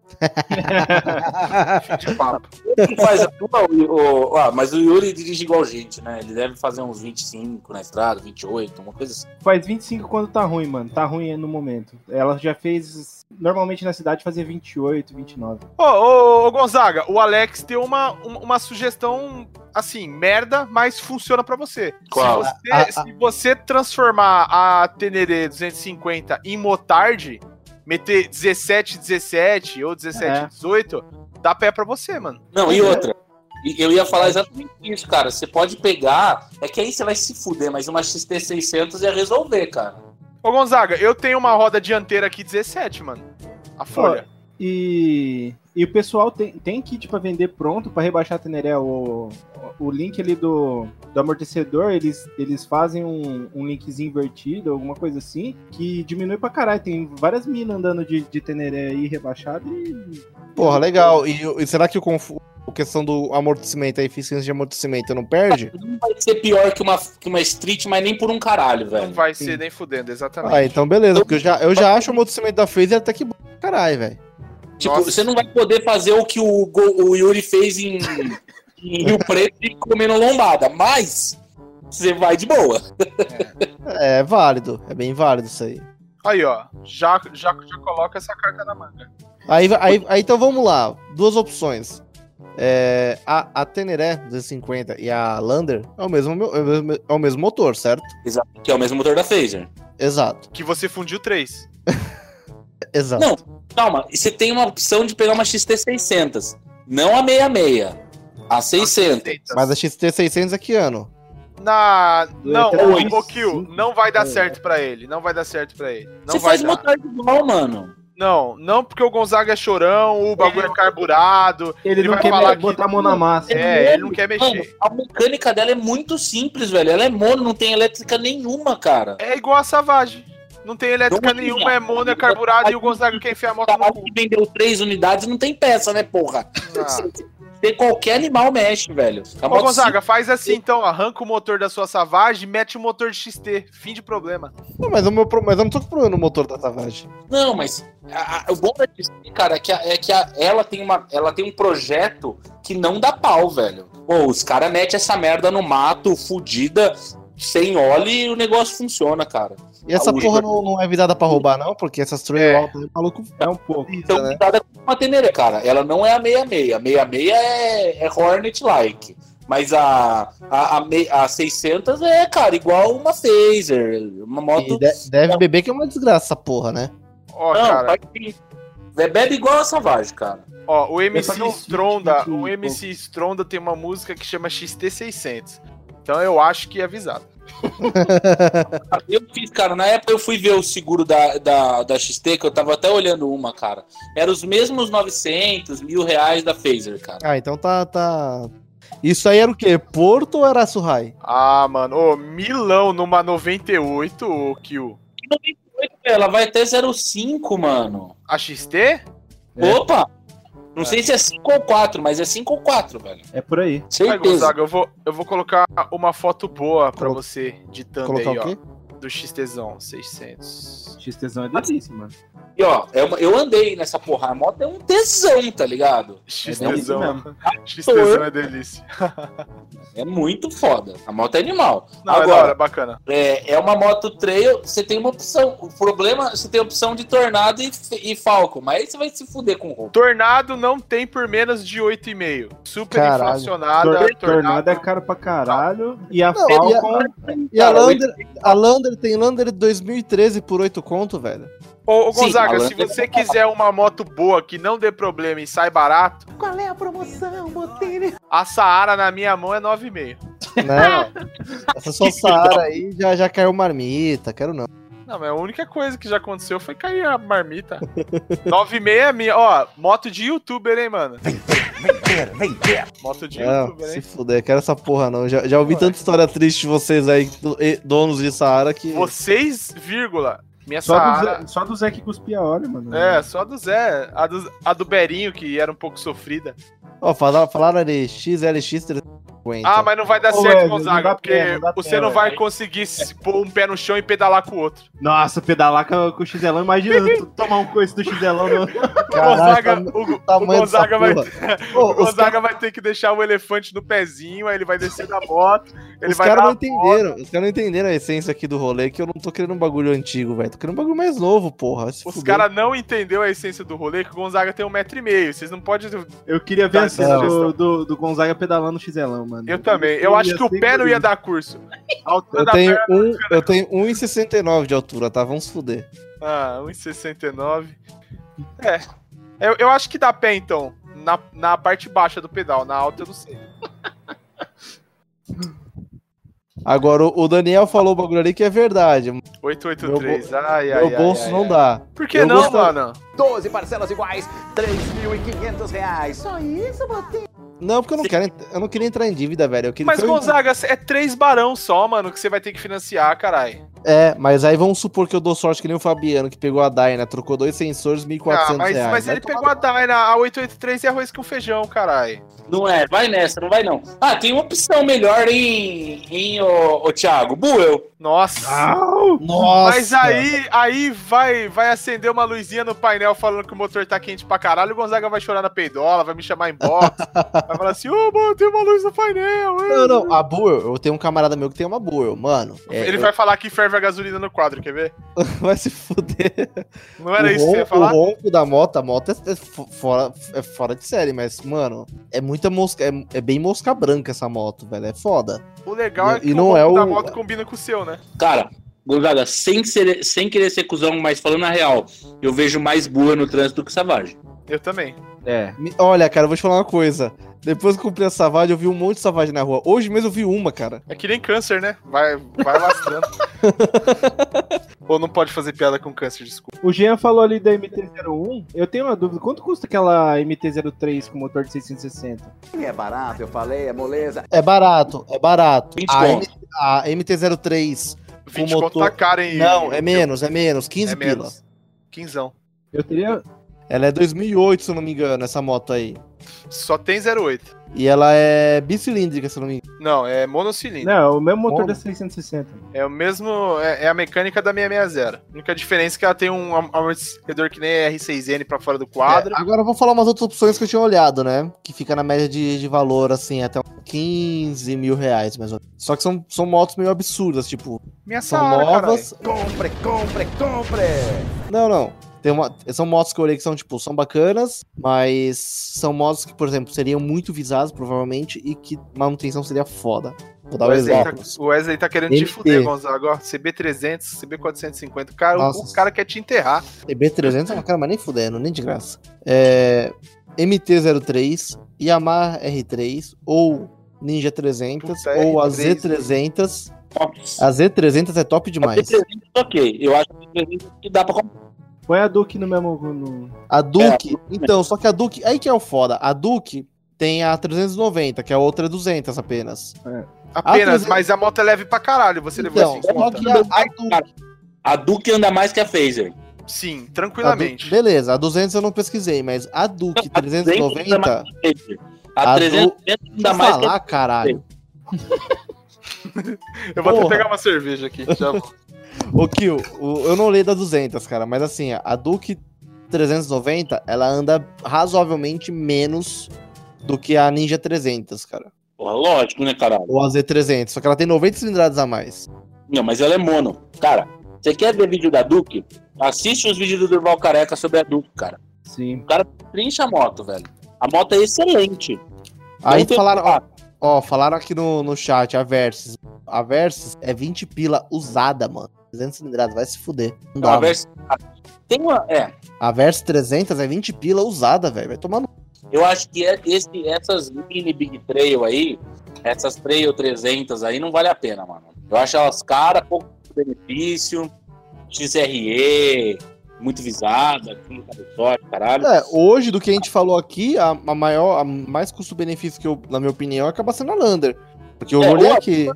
Speaker 2: Fim de papo.
Speaker 5: Quem faz a tua, o- o- ah, mas o Yuri dirige igual gente, né? Ele deve fazer uns 25 na estrada, 28, uma coisa assim.
Speaker 4: Faz 25 quando tá ruim, mano. Tá ruim no momento. Ela já fez. Normalmente na cidade fazia 28, 29.
Speaker 2: Ô, ô, ô, Gonzaga, o Alex deu uma, um- uma sugestão, assim, merda, mas funciona pra você.
Speaker 5: Qual?
Speaker 2: Se você,
Speaker 3: A- a-
Speaker 2: se você transformar a Teneré 250 em Motard, meter 17, 17 ou 17,
Speaker 4: É.
Speaker 2: 18, dá pé pra você, mano.
Speaker 5: Não, e outra. E Eu ia falar exatamente isso, cara. Você pode pegar, é que aí você vai se fuder, mas uma XT600 ia resolver, cara.
Speaker 2: Ô Gonzaga, eu tenho uma roda dianteira aqui 17, mano. A folha.
Speaker 4: E. E o pessoal tem, tem kit pra vender pronto pra rebaixar a Teneré. O, o link ali do, do amortecedor, eles, eles fazem um, um linkzinho invertido, alguma coisa assim, que diminui pra caralho. Tem várias minas andando de, de Teneré aí rebaixado e.
Speaker 3: Porra, legal. E, e será que o confu- a questão do amortecimento, a eficiência de amortecimento não perde?
Speaker 5: Não vai ser pior que uma, que uma street, mas nem por um caralho,
Speaker 2: Não
Speaker 5: velho.
Speaker 2: vai
Speaker 3: sim.
Speaker 2: ser nem fudendo, exatamente.
Speaker 3: Ah, então beleza, porque eu já, eu já acho o amortecimento da Phaser até que bom pra caralho, velho.
Speaker 5: Tipo,
Speaker 2: Nossa.
Speaker 5: você não vai poder fazer o que o, Go- o Yuri fez em, em Rio Preto e comer no lombada, mas você vai de boa.
Speaker 3: É válido, é bem válido isso aí.
Speaker 2: Aí, ó. Já, já, já coloca essa carta na manga.
Speaker 3: Aí, aí, aí, então vamos lá, duas opções. É, a, a Teneré 250 e a Lander é o mesmo, mo- é o mesmo- é o mesmo motor, certo?
Speaker 5: Exato. Que é o mesmo motor da Phaser.
Speaker 3: Exato,
Speaker 2: Que você fundiu três.
Speaker 3: exato.
Speaker 5: Não. Calma, e você tem uma opção de pegar uma XT600. Não a 66. A 600.
Speaker 3: Mas a XT600 é que ano?
Speaker 2: Na. Não,
Speaker 4: Dois,
Speaker 2: o
Speaker 4: três,
Speaker 2: Ibokyu
Speaker 4: cinco. É.
Speaker 2: não vai dar
Speaker 4: Dois,
Speaker 2: certo pra ele. Não vai dar certo pra ele. Não
Speaker 5: Você
Speaker 2: vai
Speaker 5: faz
Speaker 2: dar.
Speaker 5: motor igual, mano.
Speaker 2: Não, não porque o Gonzaga é chorão, o bagulho é carburado.
Speaker 4: Ele,
Speaker 2: Ele
Speaker 4: não
Speaker 2: vai
Speaker 4: quer
Speaker 2: falar que-
Speaker 4: botar a mão na massa.
Speaker 2: É, ele não quer
Speaker 5: Mano,
Speaker 2: mexer.
Speaker 5: a mecânica dela é muito simples, velho. Ela é mono, não tem elétrica nenhuma, cara.
Speaker 2: É igual a Savage. Não tem elétrica
Speaker 5: Não,
Speaker 2: nenhuma, é mono, é carburado e o Gonzaga quer enfiar a moto no
Speaker 5: Caralho
Speaker 2: cu.
Speaker 5: que vendeu três unidades não tem peça, né, porra?
Speaker 2: Ah.
Speaker 5: Tem qualquer animal mexe, velho. A
Speaker 2: Ô,
Speaker 5: moto
Speaker 2: Gonzaga, faz assim então, arranca o motor da sua Savage e mete o motor de XT. Fim de problema.
Speaker 3: Não, mas, o meu, pro- mas eu não tô com problema no motor da Savage.
Speaker 5: Não, mas a- a- o bom da Disney, cara, é que, a- é que a- ela, tem uma, ela tem um projeto que não dá pau, velho. Pô, os caras metem essa merda no mato, fudida, sem óleo e o negócio funciona, cara.
Speaker 3: E essa
Speaker 5: Ah, o
Speaker 3: porra
Speaker 5: Igor-
Speaker 3: não, não é virada pra roubar, não? Porque essas trail
Speaker 2: né? É.
Speaker 3: altas aí, o maluco
Speaker 4: É um pouco.
Speaker 5: Então,
Speaker 3: né?
Speaker 5: cuidado com a Teneré, cara. Ela não é a 66. A 66 é, é Hornet-like. Mas a, a, a, mei- a 600 é, cara, igual uma Phaser. Uma moto.
Speaker 3: E de-
Speaker 2: então-
Speaker 3: deve beber que é uma desgraça essa porra, né?
Speaker 2: Ó,
Speaker 5: Não,
Speaker 2: cara.
Speaker 5: vai que- bebe igual a Savage, cara.
Speaker 2: Ó, o
Speaker 4: Deve
Speaker 2: MC
Speaker 4: fazer um feat
Speaker 2: Stronda,
Speaker 4: muito
Speaker 2: o MC Stronda tem uma música que chama XT600. Então eu acho que é avisado.
Speaker 5: Eu fiz, cara, na época eu fui ver o seguro da, da, da XT, que eu tava até olhando uma, cara. Era os mesmos 900, mil reais da Phaser, cara.
Speaker 3: Ah, então tá, tá. Isso aí era o quê? Porto ou era Surrai?
Speaker 2: Ah, mano, ô, Milão numa 98, ô, Kill.
Speaker 5: E 98, ela vai até 05, mano.
Speaker 2: A XT?
Speaker 4: É.
Speaker 5: Opa! Não sei se é 5 ou 4, mas é 5 ou 4, velho.
Speaker 4: É por aí.
Speaker 2: Vai,
Speaker 5: Certeza.
Speaker 2: Gonzaga, eu vou, eu vou colocar uma foto boa pra
Speaker 3: Colo-
Speaker 2: você de tanto aí,
Speaker 3: Colocar o
Speaker 2: ó.
Speaker 3: quê?
Speaker 2: Do XTzão 600.
Speaker 4: XTzão é delícia, mano.
Speaker 5: E ó, é uma- eu andei nessa porra. A moto é um tesão, tá ligado?
Speaker 4: É
Speaker 2: XTzão.
Speaker 4: delícia mesmo.
Speaker 2: XTzão é delícia.
Speaker 5: É muito foda. A moto é animal.
Speaker 2: Não, é da hora,
Speaker 5: Agora,
Speaker 2: é bacana.
Speaker 5: é, é uma moto trail, você tem uma opção. O problema, você tem a opção de Tornado e, e Falcon. Mas aí você vai se fuder com roupa.
Speaker 2: Tornado não tem por menos de 8,5. Super
Speaker 3: Caralho.
Speaker 2: inflacionada.
Speaker 4: Tor-
Speaker 2: tornado
Speaker 4: Tornado é caro pra caralho. E a
Speaker 3: Não, e a-
Speaker 4: Falcon.
Speaker 3: E a
Speaker 5: Cara,
Speaker 3: Lander, a Lander tem Lander 2013 por 8 conto, velho.
Speaker 2: Ô, ô,
Speaker 5: Sim,
Speaker 2: Gonzaga,
Speaker 5: Alan,
Speaker 2: se você quiser uma moto boa que não dê problema e sai barato,
Speaker 1: Qual é a promoção, Botini?
Speaker 2: a Saara na minha mão é 9,5.
Speaker 3: Não. Né? Essa sua Saara aí já, já caiu marmita, quero não.
Speaker 2: Não, mas a única coisa que já aconteceu foi cair a marmita. 9,5 é minha. Ó, moto de youtuber, hein, mano? Vem ter, vem ter, vem ter. Moto de
Speaker 3: Não,
Speaker 2: youtuber,
Speaker 3: Ah, se
Speaker 2: hein?
Speaker 3: fuder, quero essa porra não. Já, já ouvi tanta história triste de vocês aí, do- e- donos de Saara, que.
Speaker 2: Vocês, vírgula. Minha
Speaker 4: Só do,
Speaker 2: Saara.
Speaker 4: Zé, só do Zé que cuspia óleo, mano.
Speaker 2: É, só a do Zé. A do, a do Berinho, que era um pouco sofrida.
Speaker 3: Ó, falaram, falaram ali XLX 350.
Speaker 2: Ah, mas não vai dar
Speaker 4: Ô,
Speaker 2: certo,
Speaker 4: Wesley, não
Speaker 2: Gonzaga,
Speaker 4: dá
Speaker 2: porque
Speaker 4: pena, não dá
Speaker 2: você
Speaker 4: pena,
Speaker 2: não vai
Speaker 4: velho.
Speaker 2: conseguir se pôr um pé no chão e pedalar com o outro.
Speaker 4: Nossa, pedalar com, com o Xelão. Imagina eu tomar um coice do Xelão. No...
Speaker 3: Caralho,
Speaker 2: Gonzaga-
Speaker 3: tá-
Speaker 2: o- o
Speaker 3: tamanho dessa
Speaker 2: Gonzaga vai-
Speaker 3: porra.
Speaker 2: O
Speaker 3: Ô, os
Speaker 2: Gonzaga vai ter que deixar o elefante no pezinho, aí ele vai descer da moto, ele
Speaker 3: os
Speaker 2: vai dar
Speaker 3: caras não
Speaker 2: a volta.
Speaker 3: entenderam, os caras não entenderam a essência aqui do rolê, que eu não tô querendo um bagulho antigo, velho. Tô querendo um bagulho mais novo, porra. Se
Speaker 2: Os
Speaker 3: fuder.
Speaker 2: caras não entenderam a essência do rolê, que o Gonzaga tem um metro e meio. Vocês não podem.
Speaker 4: Eu queria ver
Speaker 2: Tá,
Speaker 4: a cena
Speaker 3: não.
Speaker 4: do, do, do Gonzaga pedalando o Xelão, mano. assim,
Speaker 2: Eu também. Eu acho que o pé não ia dar curso. A altura
Speaker 3: Eu
Speaker 2: da
Speaker 3: tenho,
Speaker 2: perna.
Speaker 3: um, eu tenho 1,69 de altura, tá? Vamos fuder.
Speaker 2: Ah, 1,69. É. Eu, eu acho que dá pé, então. Na, na parte baixa do pedal, na alta eu não sei.
Speaker 3: Agora, o o Daniel falou o bagulho ali que é verdade.
Speaker 2: 883. ai, ai,
Speaker 3: Meu
Speaker 2: ai,
Speaker 3: bolso
Speaker 2: ai,
Speaker 3: não
Speaker 2: ai.
Speaker 3: dá.
Speaker 2: Por que
Speaker 3: Eu
Speaker 2: não,
Speaker 3: gosto-
Speaker 2: mano?
Speaker 1: 12 parcelas iguais, 3.500 reais. Só isso, Botini?
Speaker 3: Não, porque eu não quero. ent- Eu não queria entrar em dívida, velho. Eu queria
Speaker 2: Mas,
Speaker 3: foi-
Speaker 2: Gonzaga, é três barão só, mano, que você vai ter que financiar, caralho.
Speaker 3: É, mas aí vamos supor que eu dou sorte que nem o Fabiano, que pegou a Dyna, trocou dois sensores, 1.400
Speaker 2: Ah, mas,
Speaker 3: reais.
Speaker 2: mas
Speaker 3: Vai
Speaker 2: ele
Speaker 3: tomar
Speaker 2: pegou a Dyna, a 883 e arroz com feijão, caralho.
Speaker 5: Não é, vai nessa, não vai não. Ah, tem uma opção melhor em, em ô, ô, Thiago, Buel.
Speaker 2: Nossa.
Speaker 4: Ah,
Speaker 3: Nossa!
Speaker 2: Mas aí, aí vai, vai acender uma luzinha no painel falando que o motor tá quente pra caralho. O Gonzaga vai chorar na peidola, vai me chamar em box. vai falar assim: Ô, mano, tem uma luz no painel. hein?"
Speaker 3: Não, não, a Burl, eu tenho um camarada meu que tem uma Burl, mano. É,
Speaker 2: Ele
Speaker 3: eu-
Speaker 2: vai falar que ferve a gasolina no quadro, quer ver?
Speaker 3: vai se fuder.
Speaker 2: Não era
Speaker 3: o,
Speaker 2: isso que você ia
Speaker 3: ronco, o
Speaker 2: falar?
Speaker 3: ronco da moto, a moto é, é fo- fora, é fora de série, mas, mano, é muita mosca, é, é bem mosca branca essa moto, velho, é foda.
Speaker 2: O legal é
Speaker 3: E
Speaker 2: que
Speaker 3: não
Speaker 2: o
Speaker 3: é
Speaker 2: ronco da
Speaker 3: o-
Speaker 2: moto combina com o seu, né?
Speaker 5: Cara, Gonzaga, sem, ser- sem querer ser cuzão, mas falando a real, eu vejo mais burra no trânsito que Savage.
Speaker 2: Eu também.
Speaker 4: É.
Speaker 3: Me- olha, cara, eu vou te falar uma coisa. Depois que eu comprei a Savage, eu vi um monte de Savage na rua. Hoje mesmo eu vi uma, cara.
Speaker 2: É que nem câncer, né? Vai, vai lastrando. Ou não pode fazer piada com câncer, desculpa.
Speaker 4: O Jean falou ali da MT-01. Eu tenho uma dúvida. Quanto custa aquela MT-03 com motor de 660?
Speaker 1: É barato, eu falei, é moleza.
Speaker 3: É barato, é barato.
Speaker 5: 20
Speaker 3: A,
Speaker 5: conto.
Speaker 3: M- a MT-03.
Speaker 2: 20
Speaker 3: motor-
Speaker 2: conto tá caro, hein?
Speaker 3: Não, é menos, é menos. 15
Speaker 2: É
Speaker 3: pila.
Speaker 2: menos. Quinzão.
Speaker 4: Eu teria...
Speaker 3: Ela é 2008, se eu não me engano, essa moto aí.
Speaker 2: Só tem 08.
Speaker 3: E ela é bicilíndrica, se eu não me engano.
Speaker 2: Não, é monocilíndrico.
Speaker 4: Não, é o mesmo motor
Speaker 3: Como?
Speaker 4: da 660.
Speaker 2: É o mesmo. É, é a mecânica da 660. A única diferença é que ela tem um am- amortecedor que nem R6N pra fora do quadro.
Speaker 3: É, agora eu vou falar umas outras opções que eu tinha olhado, né? Que fica na média de, de valor, assim, até uns 15 mil reais, mais ou menos. Só que são, são motos meio absurdas, tipo,
Speaker 2: Minha
Speaker 3: são
Speaker 2: Saara,
Speaker 3: novas.
Speaker 1: Compre, compre, compre.
Speaker 3: Não, não. Tem uma- são motos que eu olhei que são, tipo, são bacanas, mas são motos que, por exemplo, seriam muito visadas, provavelmente, e que manutenção seria foda. Vou dar
Speaker 2: O
Speaker 3: um
Speaker 2: Wesley,
Speaker 3: exemplo.
Speaker 2: tá, o Wesley tá querendo te
Speaker 3: MT.
Speaker 2: fuder, Gonzaga. ó. CB300, CB450. O cara, o
Speaker 3: Nossa.
Speaker 2: cara quer te enterrar.
Speaker 3: EB300 é uma cara, mas nem fudendo, nem de graça. É, MT-03, Yamaha R3, ou Ninja 300,
Speaker 2: Puta,
Speaker 3: ou a
Speaker 2: R3,
Speaker 3: Z300.
Speaker 5: Nossa.
Speaker 3: A Z300 é top demais.
Speaker 5: P300, ok. Eu acho que P300 que dá pra comprar.
Speaker 4: Põe a Duke no mesmo... no-
Speaker 3: A
Speaker 5: É,
Speaker 3: Duke, então, só que a Duke, aí que é o foda. A Duke tem a 390, que a outra é 200 apenas.
Speaker 2: Apenas,
Speaker 3: A 300.
Speaker 2: mas a moto é leve pra caralho. Você levou
Speaker 3: Ah, Então,
Speaker 2: isso em
Speaker 3: só
Speaker 2: conta.
Speaker 3: que a, a Duke...
Speaker 5: A Duke anda mais que a Phaser.
Speaker 3: Tá
Speaker 2: Sim,
Speaker 3: a Du-
Speaker 2: tranquilamente.
Speaker 3: beleza, a 200 eu não pesquisei, mas a Duke
Speaker 5: A 200 anda
Speaker 3: 390...
Speaker 5: mais que a Phaser. A
Speaker 3: A
Speaker 5: 300
Speaker 3: Deixa
Speaker 5: anda
Speaker 3: eu
Speaker 5: mais que a
Speaker 3: falar, caralho.
Speaker 2: Eu vou até
Speaker 3: Porra.
Speaker 2: pegar uma cerveja aqui. Já volto.
Speaker 3: Ô, Kill, o- eu não leio da 200, cara, mas assim, a Duke 390, ela anda razoavelmente menos do que a Ninja 300, cara.
Speaker 5: Porra, lógico, né, caralho?
Speaker 3: Ou a Z300, só que ela tem 90 cilindradas a mais.
Speaker 5: Não, mas ela é mono. Cara, você quer ver vídeo da Duke? Assiste os vídeos do Durval Careca sobre a Duke, cara.
Speaker 4: Sim.
Speaker 5: Trincha a moto, velho. A moto é excelente.
Speaker 3: Aí
Speaker 5: Não tem-
Speaker 3: falaram, ó, ó, falaram aqui no, no chat, a Versys. A Versys é 20 pila usada, mano. 300 cilindradas, vai se fuder. Não dá,
Speaker 5: Não, a
Speaker 3: mano.
Speaker 5: Vers- Tem uma. É,
Speaker 3: a Versys 300 é 20 pila usada, velho. Vai tomar no...
Speaker 5: eu acho que é- esse, essas mini Big Trail aí, essas Trail 300 aí, não vale a pena, mano. Eu acho elas caras, pouco benefício, XRE, muito visada, aqui, cabeçote, caralho.
Speaker 3: É, hoje, do que a gente falou aqui, a, a maior, a mais custo-benefício que eu, na minha opinião, acaba sendo a Lander. Porque eu
Speaker 5: É,
Speaker 3: olhei
Speaker 5: ó,
Speaker 3: aqui.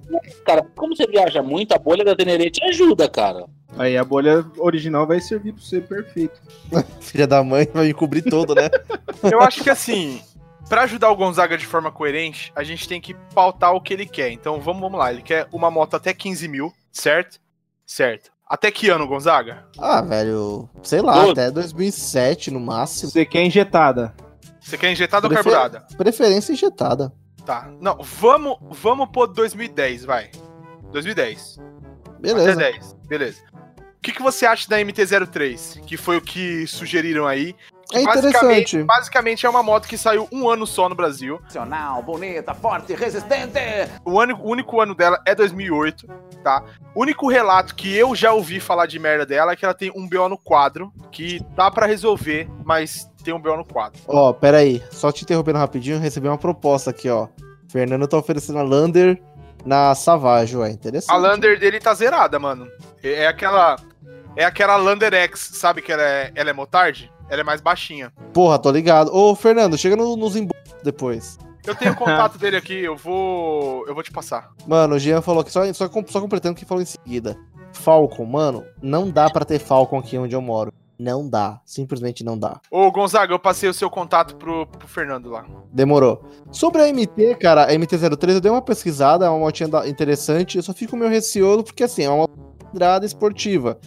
Speaker 5: Cara, como você viaja muito, a bolha da Tenerê te ajuda, cara.
Speaker 4: Aí a bolha original vai servir pra você perfeito.
Speaker 3: Filha da mãe vai me cobrir todo, né?
Speaker 2: Eu acho que assim, pra ajudar o Gonzaga de forma coerente, a gente tem que pautar o que ele quer. Então vamos, vamos lá. Ele quer uma moto até 15 mil, certo? Certo. Até que ano, Gonzaga?
Speaker 3: Ah, velho, sei lá,
Speaker 5: Doze.
Speaker 3: até 2007 no máximo.
Speaker 4: Você quer injetada.
Speaker 2: Você quer injetada ou
Speaker 3: Prefer-
Speaker 2: carburada?
Speaker 3: Preferência injetada.
Speaker 2: Tá. Não, vamos, vamos pôr 2010, vai. 2010.
Speaker 3: Beleza.
Speaker 2: Até 10. Beleza. O que, que você acha da MT-03? Que foi o que sugeriram aí.
Speaker 3: É
Speaker 2: Basicamente-
Speaker 3: interessante.
Speaker 2: Basicamente é uma moto que saiu um ano só no Brasil.
Speaker 1: Funcional, bonita, forte, resistente.
Speaker 2: O, ano- o único ano dela é 2008, tá? O único relato que eu já ouvi falar de merda dela é que ela tem um BO no quadro, que dá pra resolver, mas tem um BO no quadro.
Speaker 3: Ó, pera aí, só te interrompendo rapidinho, recebi uma proposta aqui, ó. Fernando tá oferecendo a Lander na Savage, ué, interessante.
Speaker 2: A Lander dele tá zerada, mano. É é aquela é aquela Lander X, sabe que ela é, ela é motard? Ela é mais baixinha.
Speaker 3: Porra, tô ligado. Ô, Fernando, chega no- nos embudos depois.
Speaker 2: Eu tenho o contato dele aqui, eu vou eu vou te passar.
Speaker 3: Mano, o Jean falou que só, só, com- só completando o que falou em seguida. Falcon, mano, não dá pra ter Falcon aqui onde eu moro. Não dá. Simplesmente não dá.
Speaker 2: Ô, Gonzaga, eu passei o seu contato pro, pro Fernando lá.
Speaker 3: Demorou. Sobre a MT, cara, a MT-03, eu dei uma pesquisada, é uma motinha da- interessante, eu só fico meio receoso porque, assim, é uma estrada esportiva.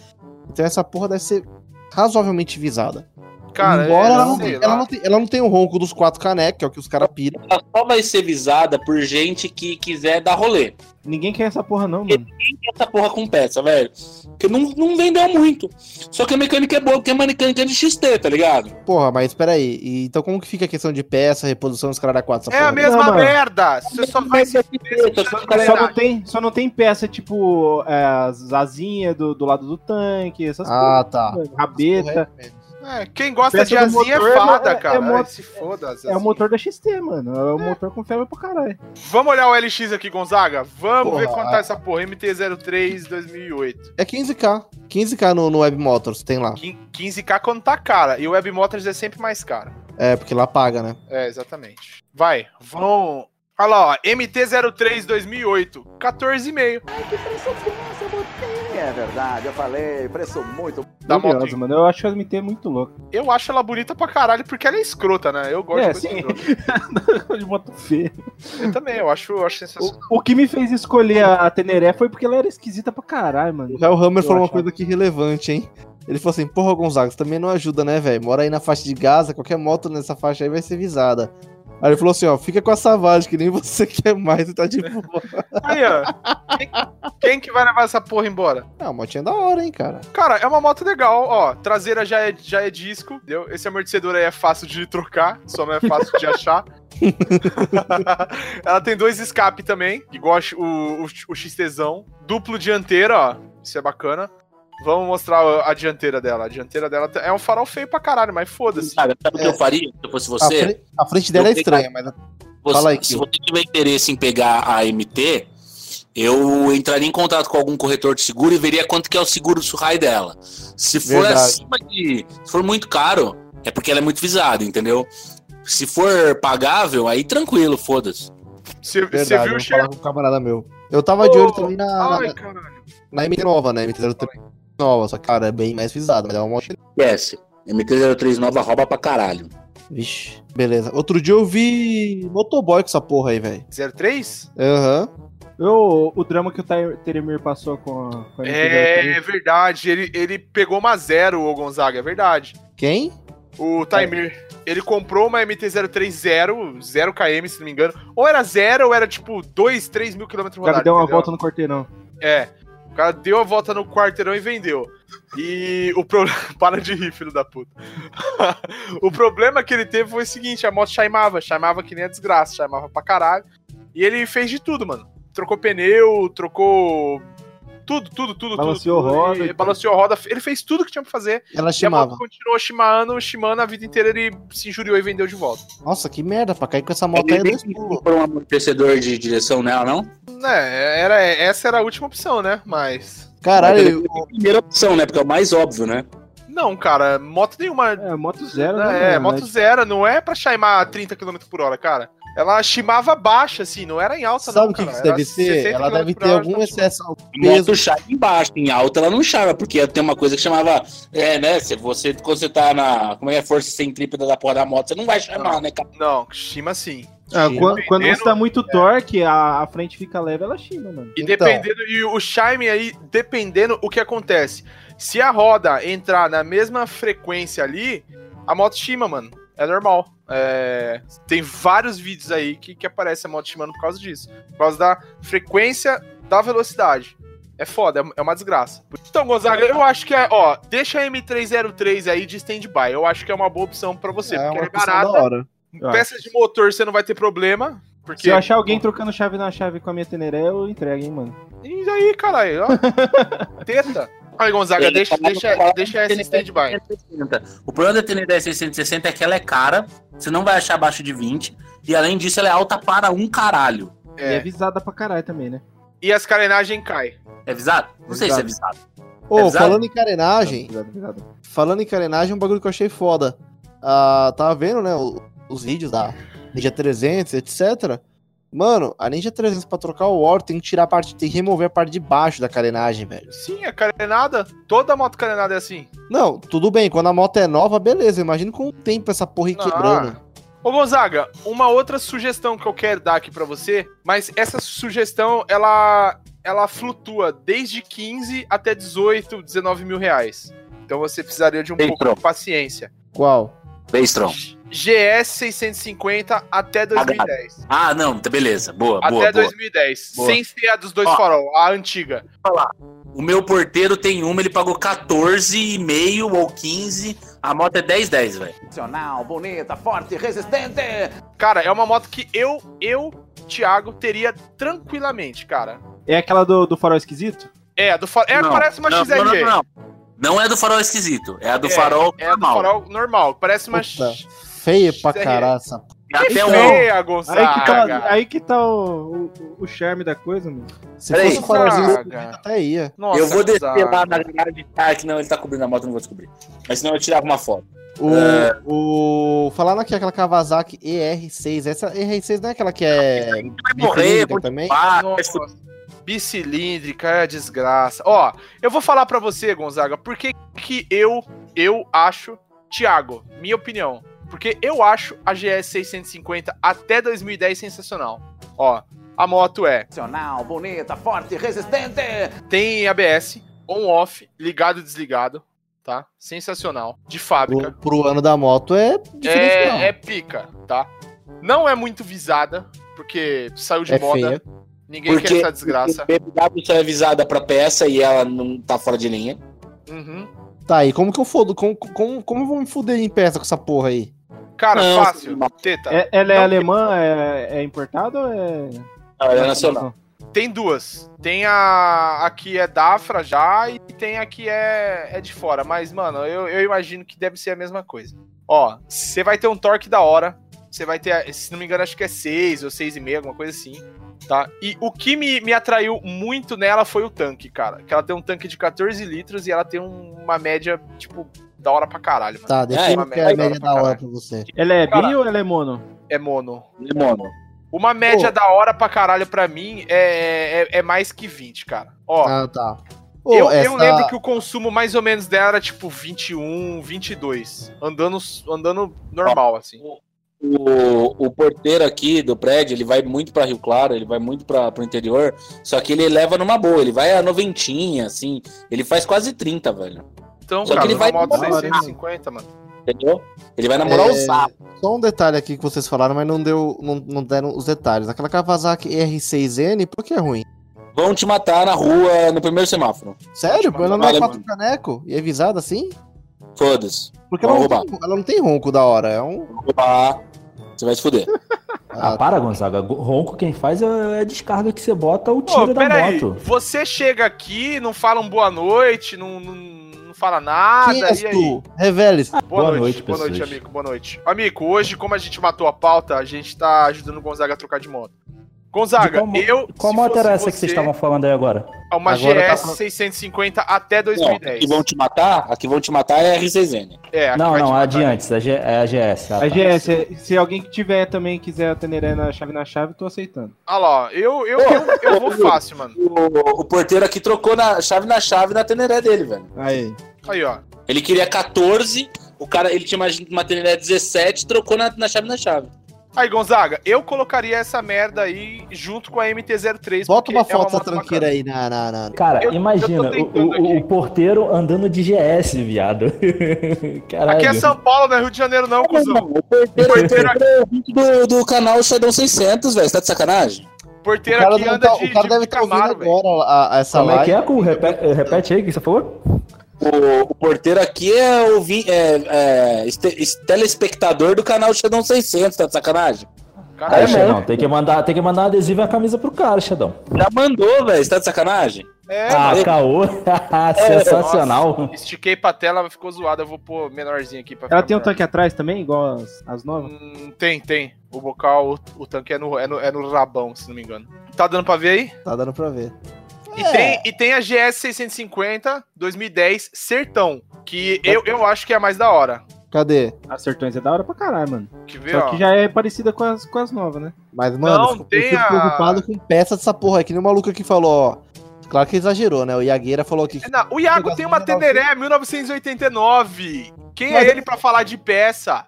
Speaker 3: Então essa porra deve ser razoavelmente visada.
Speaker 2: Cara,
Speaker 3: Embora
Speaker 2: é,
Speaker 3: ela, não,
Speaker 2: sei
Speaker 3: ela
Speaker 2: lá.
Speaker 3: não tem, ela não tem o ronco dos quatro canecas, que é o que os caras piram.
Speaker 5: Ela só vai ser visada por gente que quiser dar rolê.
Speaker 4: Ninguém quer essa porra, não, mano.
Speaker 5: Quem quer essa porra com peça, velho? Porque não, não vendeu muito. Só que a mecânica é boa, porque a mecânica é de XT, tá ligado?
Speaker 3: Porra, mas peraí, e então como que fica a questão de peça, reposição dos caras da quatro? essa
Speaker 2: É a
Speaker 3: porra?
Speaker 2: mesma
Speaker 4: Não, mano.
Speaker 2: merda! Você só vai se
Speaker 5: Só que o
Speaker 3: tá
Speaker 5: cara
Speaker 4: Só
Speaker 2: verdade.
Speaker 4: não, tem, só não tem peça tipo é, as asinhas do, do lado do tanque, essas
Speaker 3: Ah, tá.
Speaker 4: coisas. Rabeta.
Speaker 2: É, quem gosta
Speaker 4: Peça
Speaker 2: de
Speaker 4: do
Speaker 2: asinha
Speaker 4: motor
Speaker 2: é
Speaker 4: é mo-
Speaker 2: fada,
Speaker 4: é- é
Speaker 2: cara.
Speaker 4: mo-
Speaker 2: Ai, se foda, as
Speaker 4: É o
Speaker 2: asinhas.
Speaker 4: motor da XT, mano. É o motor com ferro pra caralho.
Speaker 2: Vamos olhar o LX aqui, Gonzaga? Vamos ver
Speaker 3: Porra.
Speaker 2: quanto tá essa porra. MT-03 2008.
Speaker 3: É 15k. 15k no, no Web Motors, tem lá.
Speaker 2: Quin- 15k quando tá cara. E o Web Motors é sempre mais cara.
Speaker 3: É, porque lá paga, né?
Speaker 2: É, exatamente. Vai, vão... Olha lá, ó. MT-03 2008. 14,5.
Speaker 1: É verdade, eu falei, preço muito.
Speaker 2: Da moto.
Speaker 4: Curioso, mano. Eu acho que a MT é muito louco.
Speaker 2: Eu acho ela bonita pra caralho porque ela é escrota, né? Eu gosto
Speaker 4: É,
Speaker 2: de coisa
Speaker 4: sim.
Speaker 2: escrota.
Speaker 4: de moto feia.
Speaker 2: Eu também, eu acho, eu acho sensacional.
Speaker 4: O, o que me fez escolher a Teneré foi porque ela era esquisita pra caralho, mano.
Speaker 3: O Hell Hammer
Speaker 4: Eu
Speaker 3: falou uma
Speaker 4: achava.
Speaker 3: coisa aqui relevante, hein? Ele falou assim: Porra, Gonzaga, você também não ajuda, né, velho? Mora aí na faixa de Gaza, qualquer moto nessa faixa aí vai ser visada. Aí ele falou assim: Ó, fica com a Savage, que nem você quer mais, e tá de boa.
Speaker 2: Aí, ó. Quem, quem que vai levar essa porra embora?
Speaker 3: É uma motinha da hora, hein, cara.
Speaker 2: Cara, é uma moto legal, ó. Traseira já é, já é disco, entendeu? Esse amortecedor aí é fácil de trocar, só não é fácil de achar. Ela tem dois escape também, igual a X- o, o, o XTzão. Duplo dianteira, ó. Isso é bacana. Vamos mostrar a dianteira dela. A dianteira dela é um farol feio pra caralho, mas foda-se.
Speaker 5: Cara, assim, sabe o que
Speaker 3: É.
Speaker 5: eu faria se eu fosse
Speaker 3: A,
Speaker 5: você?
Speaker 3: fre- a frente dela é
Speaker 5: Eu pegar-
Speaker 3: estranha, mas.
Speaker 5: Você-
Speaker 3: Fala aí,
Speaker 5: se
Speaker 3: Kio.
Speaker 5: você tiver interesse em pegar a MT, eu entraria em contato com algum corretor de seguro e veria quanto que é o seguro do surrai dela. Se for
Speaker 3: Verdade.
Speaker 5: acima de. Se for muito caro, é porque ela é muito visada, entendeu? Se for pagável, aí tranquilo, foda-se.
Speaker 2: Você você
Speaker 3: Verdade,
Speaker 2: viu
Speaker 3: eu
Speaker 2: o
Speaker 3: vou
Speaker 2: cheiro?
Speaker 3: falar com o camarada meu. Eu tava de
Speaker 2: Ô,
Speaker 3: olho também na,
Speaker 2: Ai,
Speaker 3: na,
Speaker 2: caralho.
Speaker 3: na MT nova, né? MT-03 nova, só que, cara, é bem mais visada, mas é uma moto
Speaker 5: Esquece. MT-03 nova rouba pra caralho.
Speaker 3: Vixe, beleza. Outro dia eu vi motoboy com essa porra aí, velho.
Speaker 2: 03?
Speaker 3: Aham.
Speaker 4: Eu, o drama que o Ty- Teremir passou com a, com a
Speaker 2: É, é verdade, ele, ele pegou uma zero, o Gonzaga, é verdade.
Speaker 3: Quem?
Speaker 2: O Timer,
Speaker 4: É.
Speaker 2: ele comprou uma MT-030, 0 km, se não me engano. Ou era zero, ou era tipo 2, 3 mil quilômetros
Speaker 4: O cara
Speaker 2: rodados.
Speaker 4: deu uma
Speaker 2: entendeu?
Speaker 4: volta no quarteirão.
Speaker 2: É, o cara deu a volta no quarteirão e vendeu. E o problema... Para de rir, filho da puta. o problema que ele teve foi o seguinte, a moto chamava, chamava que nem a desgraça, chamava pra caralho. E ele fez de tudo, mano. Trocou pneu, trocou... Tudo, tudo, tudo,
Speaker 4: Balanceou
Speaker 2: tudo.
Speaker 4: roda
Speaker 2: Ele
Speaker 4: e-
Speaker 2: balanceou roda. Ele fez tudo que tinha pra fazer. E
Speaker 3: Ela
Speaker 2: a moto
Speaker 3: chamava.
Speaker 2: continuou chimando, chimando a vida inteira, ele se injuriou e vendeu de volta.
Speaker 3: Nossa, que merda, pra cair com essa moto aí é
Speaker 5: Ele
Speaker 3: dois
Speaker 5: nem
Speaker 3: pulos.
Speaker 5: comprou um amortecedor de direção nela, não?
Speaker 2: É, era, essa era a última opção, né? Mas.
Speaker 5: Mas
Speaker 3: Caralho,
Speaker 5: ele-
Speaker 3: eu-
Speaker 5: Primeira opção, né? Porque é o mais óbvio, né?
Speaker 2: Não, cara, moto nenhuma.
Speaker 4: É, moto zero, né?
Speaker 2: É,
Speaker 4: mano?
Speaker 2: moto zero, não é pra chimar a 30 km por hora, cara. Ela chimava baixa, assim, não era em alta,
Speaker 3: sabe o
Speaker 2: não.
Speaker 3: que, que
Speaker 2: cara,
Speaker 3: isso
Speaker 2: era
Speaker 3: deve ser?
Speaker 2: 60
Speaker 3: Ela
Speaker 2: km
Speaker 3: deve
Speaker 2: por
Speaker 3: ter
Speaker 2: hora, tá
Speaker 3: algum
Speaker 2: ela chimava.
Speaker 3: excesso ao
Speaker 5: A
Speaker 3: peso.
Speaker 5: moto chave embaixo, em alta ela não chava, porque tem uma coisa que chamava. É, né? Se você, quando você tá na. Como é que é? Força centrípeta da porra da moto, você não vai chamar, né, cara?
Speaker 2: Não, chima sim.
Speaker 4: Ah,
Speaker 3: Sim.
Speaker 4: quando, quando
Speaker 2: Dependendo-
Speaker 4: você dá muito torque, a, a frente fica leve, ela chima, mano.
Speaker 2: E
Speaker 3: Então.
Speaker 2: dependendo, e o chime aí, dependendo o que acontece. Se a roda entrar na mesma frequência ali, a moto chima, mano. É normal. É, tem vários vídeos aí que, que aparece a moto chimando por causa disso. Por causa da frequência da velocidade. É foda, é- é uma desgraça. Então, Gonzaga, eu acho que é, ó, deixa a M303 aí de stand-by. Eu acho que é uma boa opção pra você,
Speaker 3: É
Speaker 2: porque
Speaker 3: uma
Speaker 2: ela é
Speaker 3: opção da
Speaker 2: barata.
Speaker 3: hora.
Speaker 4: Eu acho.
Speaker 2: Peças de motor você não vai ter problema. Porque...
Speaker 4: Se eu achar alguém trocando chave na chave com a minha Teneré, eu entrego, hein, mano.
Speaker 2: E aí, caralho, ó. Teta. Aí, Gonzaga,
Speaker 5: Ele
Speaker 2: deixa,
Speaker 5: tá
Speaker 2: deixa,
Speaker 5: falando
Speaker 2: deixa essa em stand-by.
Speaker 5: 660. O problema da TND 660 é que ela é cara, você não vai achar abaixo de 20, e além disso ela é alta para um caralho.
Speaker 4: E é
Speaker 2: É.
Speaker 4: visada pra caralho também, né?
Speaker 2: E as carenagens caem.
Speaker 5: É visado? Não sei se é visado.
Speaker 3: Ô,
Speaker 5: É bizarro?
Speaker 3: falando em carenagem,
Speaker 4: Visada, visada.
Speaker 3: falando em carenagem, um bagulho que eu achei foda. Ah, tava vendo, né, o- os vídeos da Ninja 300, etc. Mano, a Ninja 300 pra trocar o óleo tem que tirar a parte, tem que remover a parte de baixo da carenagem, velho.
Speaker 2: Sim, a carenada. Toda moto carenada é assim.
Speaker 3: Não, tudo bem, quando a moto é nova, beleza. Imagina com o tempo essa porra ir
Speaker 2: Não.
Speaker 3: quebrando.
Speaker 2: Ô Gonzaga, uma outra sugestão que eu quero dar aqui pra você, mas essa sugestão ela ela flutua desde 15 até 18, 19 mil reais. Então você precisaria de um
Speaker 5: Ei,
Speaker 2: pouco
Speaker 5: troca.
Speaker 2: de paciência.
Speaker 3: Qual?
Speaker 5: Bem strong.
Speaker 2: GS 650 até 2010.
Speaker 5: Ah, não, tá beleza. Boa, boa,
Speaker 2: até
Speaker 5: boa.
Speaker 2: 2010.
Speaker 5: Boa.
Speaker 2: Sem ser a dos dois
Speaker 5: Ó.
Speaker 2: farol, a antiga.
Speaker 5: O meu porteiro tem uma, ele pagou 14,5 ou 15. A moto é 10, 10, velho.
Speaker 1: Funcional, bonita, forte, resistente.
Speaker 2: Cara, é uma moto que eu, eu, Thiago, teria tranquilamente, cara.
Speaker 4: É aquela do, do farol esquisito?
Speaker 2: É, a do farol. É,
Speaker 5: Não,
Speaker 2: parece uma
Speaker 5: não,
Speaker 2: XRG.
Speaker 5: não, não, não. Não é do farol esquisito, é a do
Speaker 2: É,
Speaker 5: farol
Speaker 2: É a do
Speaker 5: normal.
Speaker 2: farol normal. Parece uma.
Speaker 3: Puta, feia pra
Speaker 2: XRE.
Speaker 3: caralho essa
Speaker 5: E até um
Speaker 2: Que
Speaker 5: o
Speaker 2: feia,
Speaker 4: Aí que
Speaker 2: Gonzaga.
Speaker 4: tá, aí que tá o, o, o charme da coisa, mano.
Speaker 3: Se
Speaker 5: Peraí.
Speaker 4: tá
Speaker 3: fosse um farolzinho,
Speaker 2: Saga.
Speaker 3: escondido, até ia.
Speaker 2: Nossa,
Speaker 5: eu vou descer
Speaker 2: Gonzaga.
Speaker 5: lá na garagem. Ah, que não, ele tá cobrindo a moto, eu não vou descobrir. Mas senão eu tirava uma foto.
Speaker 3: O,
Speaker 5: É.
Speaker 3: o, falando aqui, aquela Kawasaki ER6, essa ER6 não é aquela que é
Speaker 5: Vai morrer,
Speaker 3: bicilíndrica também?
Speaker 5: Ah, vai
Speaker 2: Nossa.
Speaker 5: escutar.
Speaker 2: Bicilíndrica é a desgraça. Ó, eu vou falar pra você, Gonzaga, por que que eu, eu acho, Thiago, minha opinião, porque eu acho a GS 650 até 2010 sensacional. Ó, a moto é,
Speaker 1: Funcional, bonita, forte, resistente. É
Speaker 2: tem ABS, on-off, ligado e desligado, tá? Sensacional, de fábrica.
Speaker 3: Pro, pro ano da moto é diferencial.
Speaker 2: É,
Speaker 3: É,
Speaker 2: é pica, tá? Não é muito visada, porque saiu de moda,
Speaker 3: É feia.
Speaker 2: ninguém quer
Speaker 5: Porque
Speaker 2: essa desgraça.
Speaker 5: porque BMW só é avisada pra peça e ela não tá fora de linha.
Speaker 2: Uhum.
Speaker 3: Tá, e como que eu fodo? Como, como, como eu vou me fuder em peça com essa porra aí?
Speaker 2: Cara,
Speaker 5: Não,
Speaker 2: fácil.
Speaker 5: não.
Speaker 2: Teta.
Speaker 4: É- ela é
Speaker 2: Não,
Speaker 4: alemã? É, é importada ou é.
Speaker 5: Ela é nacional.
Speaker 2: Tem duas. Tem a, a que é da Afra já e tem a que é, é de fora. Mas, mano, eu, eu imagino que deve ser a mesma coisa. Ó, você vai ter um torque da hora. Você vai ter, se não me engano, acho que é 6 ou 6,5, alguma coisa assim. Tá? E o que me, me atraiu muito nela foi o tanque, cara. Que ela tem um tanque de 14 litros e ela tem um- uma média, tipo, da hora pra caralho, mano.
Speaker 3: Tá, define
Speaker 2: uma
Speaker 3: o que é a
Speaker 2: merda
Speaker 3: média
Speaker 2: pra
Speaker 3: da hora
Speaker 2: caralho.
Speaker 3: pra você.
Speaker 4: Ela é
Speaker 2: Cara.
Speaker 4: bi ou ela é mono?
Speaker 2: É mono.
Speaker 5: Demônio.
Speaker 2: Uma média da hora pra caralho pra mim é, é, é mais que 20, cara. Ó,
Speaker 3: Ah, tá.
Speaker 2: eu,
Speaker 3: Ô,
Speaker 2: eu lembro que o consumo mais ou menos dela era tipo 21, 22. Andando, andando normal, assim.
Speaker 5: O, o porteiro aqui do prédio, ele vai muito pra Rio Claro, ele vai muito pra, pro interior, só que ele leva numa boa, ele vai a noventinha, assim, ele faz quase 30, velho.
Speaker 2: Então,
Speaker 5: Só
Speaker 2: cara,
Speaker 5: que ele
Speaker 2: uma
Speaker 5: vai
Speaker 2: moto
Speaker 8: né?
Speaker 4: demorar,
Speaker 2: 650, mano.
Speaker 5: Entendeu? Ele vai namorar o sapo.
Speaker 3: Só um detalhe aqui que vocês falaram, mas não, deu, não, não deram os detalhes. Aquela Kawasaki R6N, por que é ruim?
Speaker 5: Vão te matar na rua no primeiro semáforo.
Speaker 3: Sério?
Speaker 2: Ótima,
Speaker 3: Ela não é
Speaker 5: vale-
Speaker 3: quatro caneco e é visada assim?
Speaker 5: Foda-se.
Speaker 3: Porque ela
Speaker 5: Vou
Speaker 3: não, tem, ela não tem ronco da hora. É um.
Speaker 5: Opa, Você vai se fuder.
Speaker 8: Ah, para, Gonzaga. Go- Ronco quem faz é a descarga que você bota ou tira
Speaker 2: Pô,
Speaker 8: da
Speaker 2: peraí.
Speaker 8: moto.
Speaker 2: Você chega aqui, não fala um boa noite, não, não, não fala nada.
Speaker 3: Quem
Speaker 2: e
Speaker 3: és
Speaker 2: aí?
Speaker 3: tu? Revele-se.
Speaker 2: Boa,
Speaker 8: Boa
Speaker 2: noite,
Speaker 8: noite,
Speaker 2: boa noite,
Speaker 8: pessoas.
Speaker 2: amigo, boa noite. Amigo, hoje, como a gente matou a pauta, a gente tá ajudando o Gonzaga a trocar de moto.
Speaker 8: De
Speaker 2: Gonzaga,
Speaker 8: qual mo-
Speaker 2: eu.
Speaker 8: Qual
Speaker 2: se
Speaker 8: moto era
Speaker 2: fosse
Speaker 8: essa que vocês
Speaker 2: você,
Speaker 8: estavam falando aí agora?
Speaker 2: é Uma
Speaker 3: Agora tá
Speaker 2: GS
Speaker 3: falando-
Speaker 2: 650 até
Speaker 5: Não, a
Speaker 2: 2010.
Speaker 5: que vão te matar, a que vão te matar é a R6N.
Speaker 2: É, a que
Speaker 8: não,
Speaker 2: vai te
Speaker 8: não,
Speaker 2: matar.
Speaker 8: adiante. A G- É a GS. ah,
Speaker 4: A
Speaker 8: tá.
Speaker 4: GS, é- se alguém que tiver também quiser a Teneré na chave na chave, tô aceitando.
Speaker 2: Olha lá, ó, eu, eu, eu, eu vou fácil, mano.
Speaker 5: O, o porteiro aqui trocou na chave na chave na teneré dele, velho.
Speaker 4: Aí.
Speaker 2: Aí, ó.
Speaker 5: Ele queria 14, o cara, ele tinha uma, uma teneré 17, trocou na, na chave na chave.
Speaker 2: Aí, Gonzaga, eu colocaria essa merda aí junto com a MT-03.
Speaker 3: Bota
Speaker 2: porque
Speaker 3: uma
Speaker 2: é
Speaker 3: foto dessa
Speaker 2: moto
Speaker 3: tranqueira
Speaker 2: bacana.
Speaker 3: aí na. na, na-
Speaker 8: Cara,
Speaker 2: Eu- eu tô
Speaker 8: imagina o-
Speaker 2: tentando
Speaker 8: o, o
Speaker 2: aqui.
Speaker 8: porteiro andando de GS, viado. Caralho.
Speaker 2: Aqui é São Paulo, não é Rio de Janeiro, não, cuzão.
Speaker 5: o porteiro, é
Speaker 2: Porteiro aqui,
Speaker 5: do, do canal Shadow 600, velho. Você tá de sacanagem?
Speaker 3: O
Speaker 2: porteiro
Speaker 3: cara,
Speaker 2: aqui
Speaker 3: não
Speaker 2: anda
Speaker 3: tá,
Speaker 2: de,
Speaker 3: o cara
Speaker 2: de
Speaker 3: deve estar ouvindo
Speaker 2: Camaro, velho.
Speaker 3: agora a, a essa
Speaker 8: Como é que
Speaker 3: live.
Speaker 8: é, Cu? Repete, repete aí o que você falou?
Speaker 5: O, o porteiro aqui é o vi- é, é, este- este- telespectador do canal Shadow 600, tá de sacanagem?
Speaker 2: Cara,
Speaker 8: Aí,
Speaker 5: é mesmo.
Speaker 8: Ah, Xandão, tem que mandar, tem que mandar um adesivo e uma camisa pro cara, Xandão.
Speaker 5: Já mandou, velho. Você tá de sacanagem?
Speaker 2: é,
Speaker 8: ah,
Speaker 5: mano.
Speaker 8: caô. Sensacional.
Speaker 2: nossa, Estiquei pra tela, ficou zoado. Eu vou pôr menorzinho aqui pra
Speaker 4: Ela
Speaker 2: ficar
Speaker 4: tem um
Speaker 2: melhor.
Speaker 4: tanque atrás também, igual as, as novas?
Speaker 2: Hum, tem, tem. O bocal, o, o tanque é no, é, no, é no rabão, se não me engano. Tá dando pra ver aí?
Speaker 8: é?
Speaker 3: Tá dando pra ver.
Speaker 2: E, tem, e tem a GS 650 2010 Sertão, que eu, eu acho que é a mais da hora.
Speaker 3: Cadê?
Speaker 4: As sertões é da hora pra caralho, mano.
Speaker 2: Que vê,
Speaker 4: Só
Speaker 2: ó.
Speaker 4: que já é parecida com as, com as novas, né?
Speaker 3: Mas, mano,
Speaker 2: Não,
Speaker 3: eu
Speaker 2: tem
Speaker 3: fico
Speaker 2: a-
Speaker 3: preocupado com peça dessa porra. É que nem o maluco aqui falou, ó. Claro que exagerou, né? O Iagueira falou que.
Speaker 2: É, não, o Iago tem uma Tenderé 1989. Quem
Speaker 3: Mas-
Speaker 2: é ele pra falar de peça?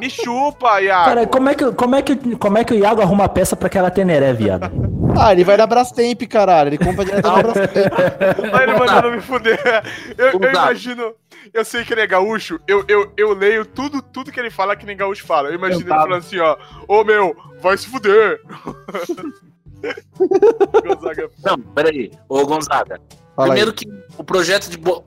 Speaker 2: Me chupa, Iago.
Speaker 8: Cara, como é, que, como, é que, como é que o Iago arruma peça pra aquela Teneré, viado?
Speaker 3: Ah, ele vai dar Brastemp, caralho. Ele compra direto da Brastemp.
Speaker 2: Ai, ele mandando me fuder. Eu, eu
Speaker 5: Não dá.
Speaker 2: imagino. Eu sei que ele é gaúcho. Eu, eu, eu leio tudo, tudo que ele fala que nem gaúcho fala. Eu imagino ele
Speaker 4: Cantado.
Speaker 2: falando assim, ó. Ô meu, vai se fuder. Gonzaga.
Speaker 5: Não, peraí. Ô, Gonzaga.
Speaker 3: Fala aí.
Speaker 5: Primeiro que o projeto de. bo-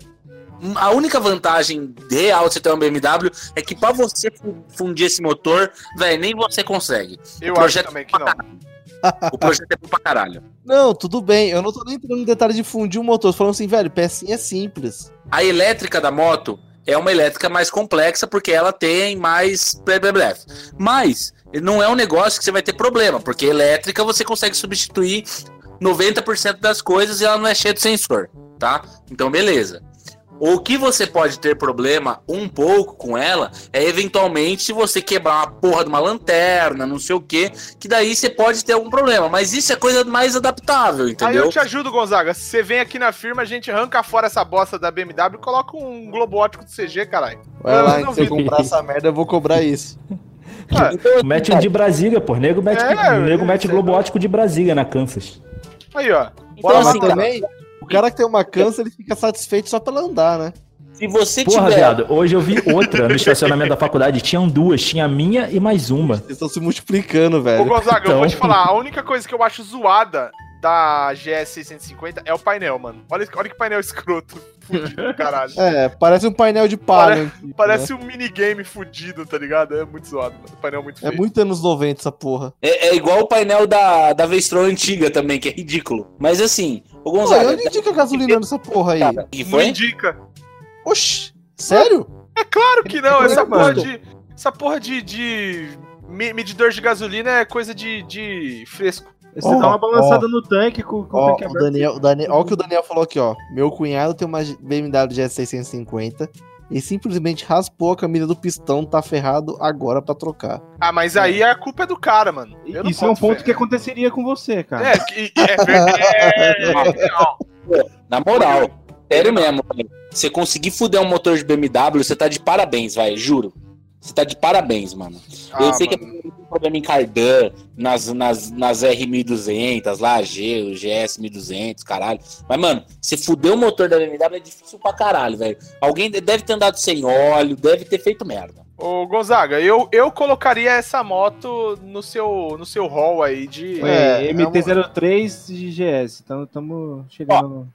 Speaker 5: A única vantagem real de você ter uma BMW é que pra você fu- fundir esse motor, velho, nem você consegue.
Speaker 2: Eu acho
Speaker 5: projeto- é
Speaker 2: também que não.
Speaker 5: O projeto é bom pra caralho.
Speaker 3: Não, tudo bem. Eu não tô nem entrando no detalhe de fundir o motor. Tô falando assim, velho, pecinha é simples.
Speaker 5: A elétrica da moto é uma elétrica mais complexa porque ela tem mais. blé, blé, blé. Mas não é um negócio que você vai ter problema, porque elétrica você consegue substituir 90% das coisas e ela não é cheia de sensor, tá? Então, beleza. O que você pode ter problema um pouco com ela é eventualmente se você quebrar uma porra de uma lanterna, não sei o que, que daí você pode ter algum problema. Mas isso é coisa mais adaptável,
Speaker 2: Aí
Speaker 5: entendeu?
Speaker 2: eu te ajudo, Gonzaga. Você vem aqui na firma, a gente arranca fora essa bosta da BMW e coloca um globo ótico do CG, caralho.
Speaker 3: Vai
Speaker 2: Não,
Speaker 3: lá,
Speaker 2: não
Speaker 3: se eu
Speaker 2: vi.
Speaker 3: comprar essa merda, eu vou cobrar isso.
Speaker 5: Então,
Speaker 8: Mete um de Brasília, pô. Nego mete,
Speaker 2: É,
Speaker 8: nego mete
Speaker 2: sei
Speaker 8: globo ótico de Brasília na Kansas.
Speaker 2: Aí, ó.
Speaker 5: então,
Speaker 3: mas
Speaker 5: assim, cara,
Speaker 3: também, o cara que tem uma câncer, ele fica satisfeito só pela andar, né?
Speaker 5: se você
Speaker 8: Porra,
Speaker 5: tiver
Speaker 8: viado, hoje eu vi outra no estacionamento da faculdade. Tinham duas, tinha a minha e mais uma.
Speaker 3: Eles estão se multiplicando,
Speaker 2: Ô,
Speaker 3: velho.
Speaker 2: Gonzaga, eu vou
Speaker 8: Então.
Speaker 2: te falar, a única coisa que eu acho zoada da GS650 é o painel, mano. Olha, olha que painel escroto, fudido, caralho.
Speaker 3: É, parece um painel de palha. antigo, né?
Speaker 2: Parece um minigame fudido, tá ligado? É muito zoado, mano. O painel é muito
Speaker 3: É
Speaker 2: feio.
Speaker 3: muito anos 90 essa porra.
Speaker 5: É, é igual o painel da, da Vestron antiga também, que é ridículo. Mas assim,
Speaker 3: Pô,
Speaker 5: o Gonzaga.
Speaker 3: eu nem indico a gasolina nessa porra aí.
Speaker 5: Cara, que
Speaker 2: Não
Speaker 5: foi?
Speaker 2: indica.
Speaker 3: Oxi, sério?
Speaker 2: É claro que não,
Speaker 3: É,
Speaker 2: essa porra
Speaker 3: mano.
Speaker 2: de... Essa porra de... de me- medidor de gasolina é coisa de, de fresco.
Speaker 4: Você
Speaker 3: Ó,
Speaker 4: dá uma balançada no tanque com, com
Speaker 3: Ó,
Speaker 4: tanque
Speaker 3: o
Speaker 4: aberto.
Speaker 3: Daniel, o Daniel, ó o que o Daniel falou aqui, ó. Meu cunhado tem uma BMW GS650 e simplesmente raspou a camisa do pistão, tá ferrado agora pra trocar.
Speaker 2: Ah, mas aí a culpa é do cara, mano. Eu não
Speaker 4: Isso é um
Speaker 2: boto
Speaker 4: ponto
Speaker 2: fé.
Speaker 4: que aconteceria com você, cara.
Speaker 2: É, que- é verdade. Não,
Speaker 5: Na moral, sério mesmo. velho. Você conseguir fuder um motor de BMW, você tá de parabéns, vai, juro. Você tá de parabéns, mano. eu
Speaker 2: Ah,
Speaker 5: sei
Speaker 2: mano.
Speaker 5: que é problema em cardan, nas, nas, nas R1200, lá, G, o GS1200, caralho. Mas, mano, você fudeu o motor da BMW é difícil pra caralho, velho. Alguém deve ter andado sem óleo, deve ter feito merda.
Speaker 2: Ô, Gonzaga, eu, eu colocaria essa moto no seu, no seu hall aí de.
Speaker 4: É,
Speaker 3: É,
Speaker 4: MT-03 e GS. Então estamos chegando no.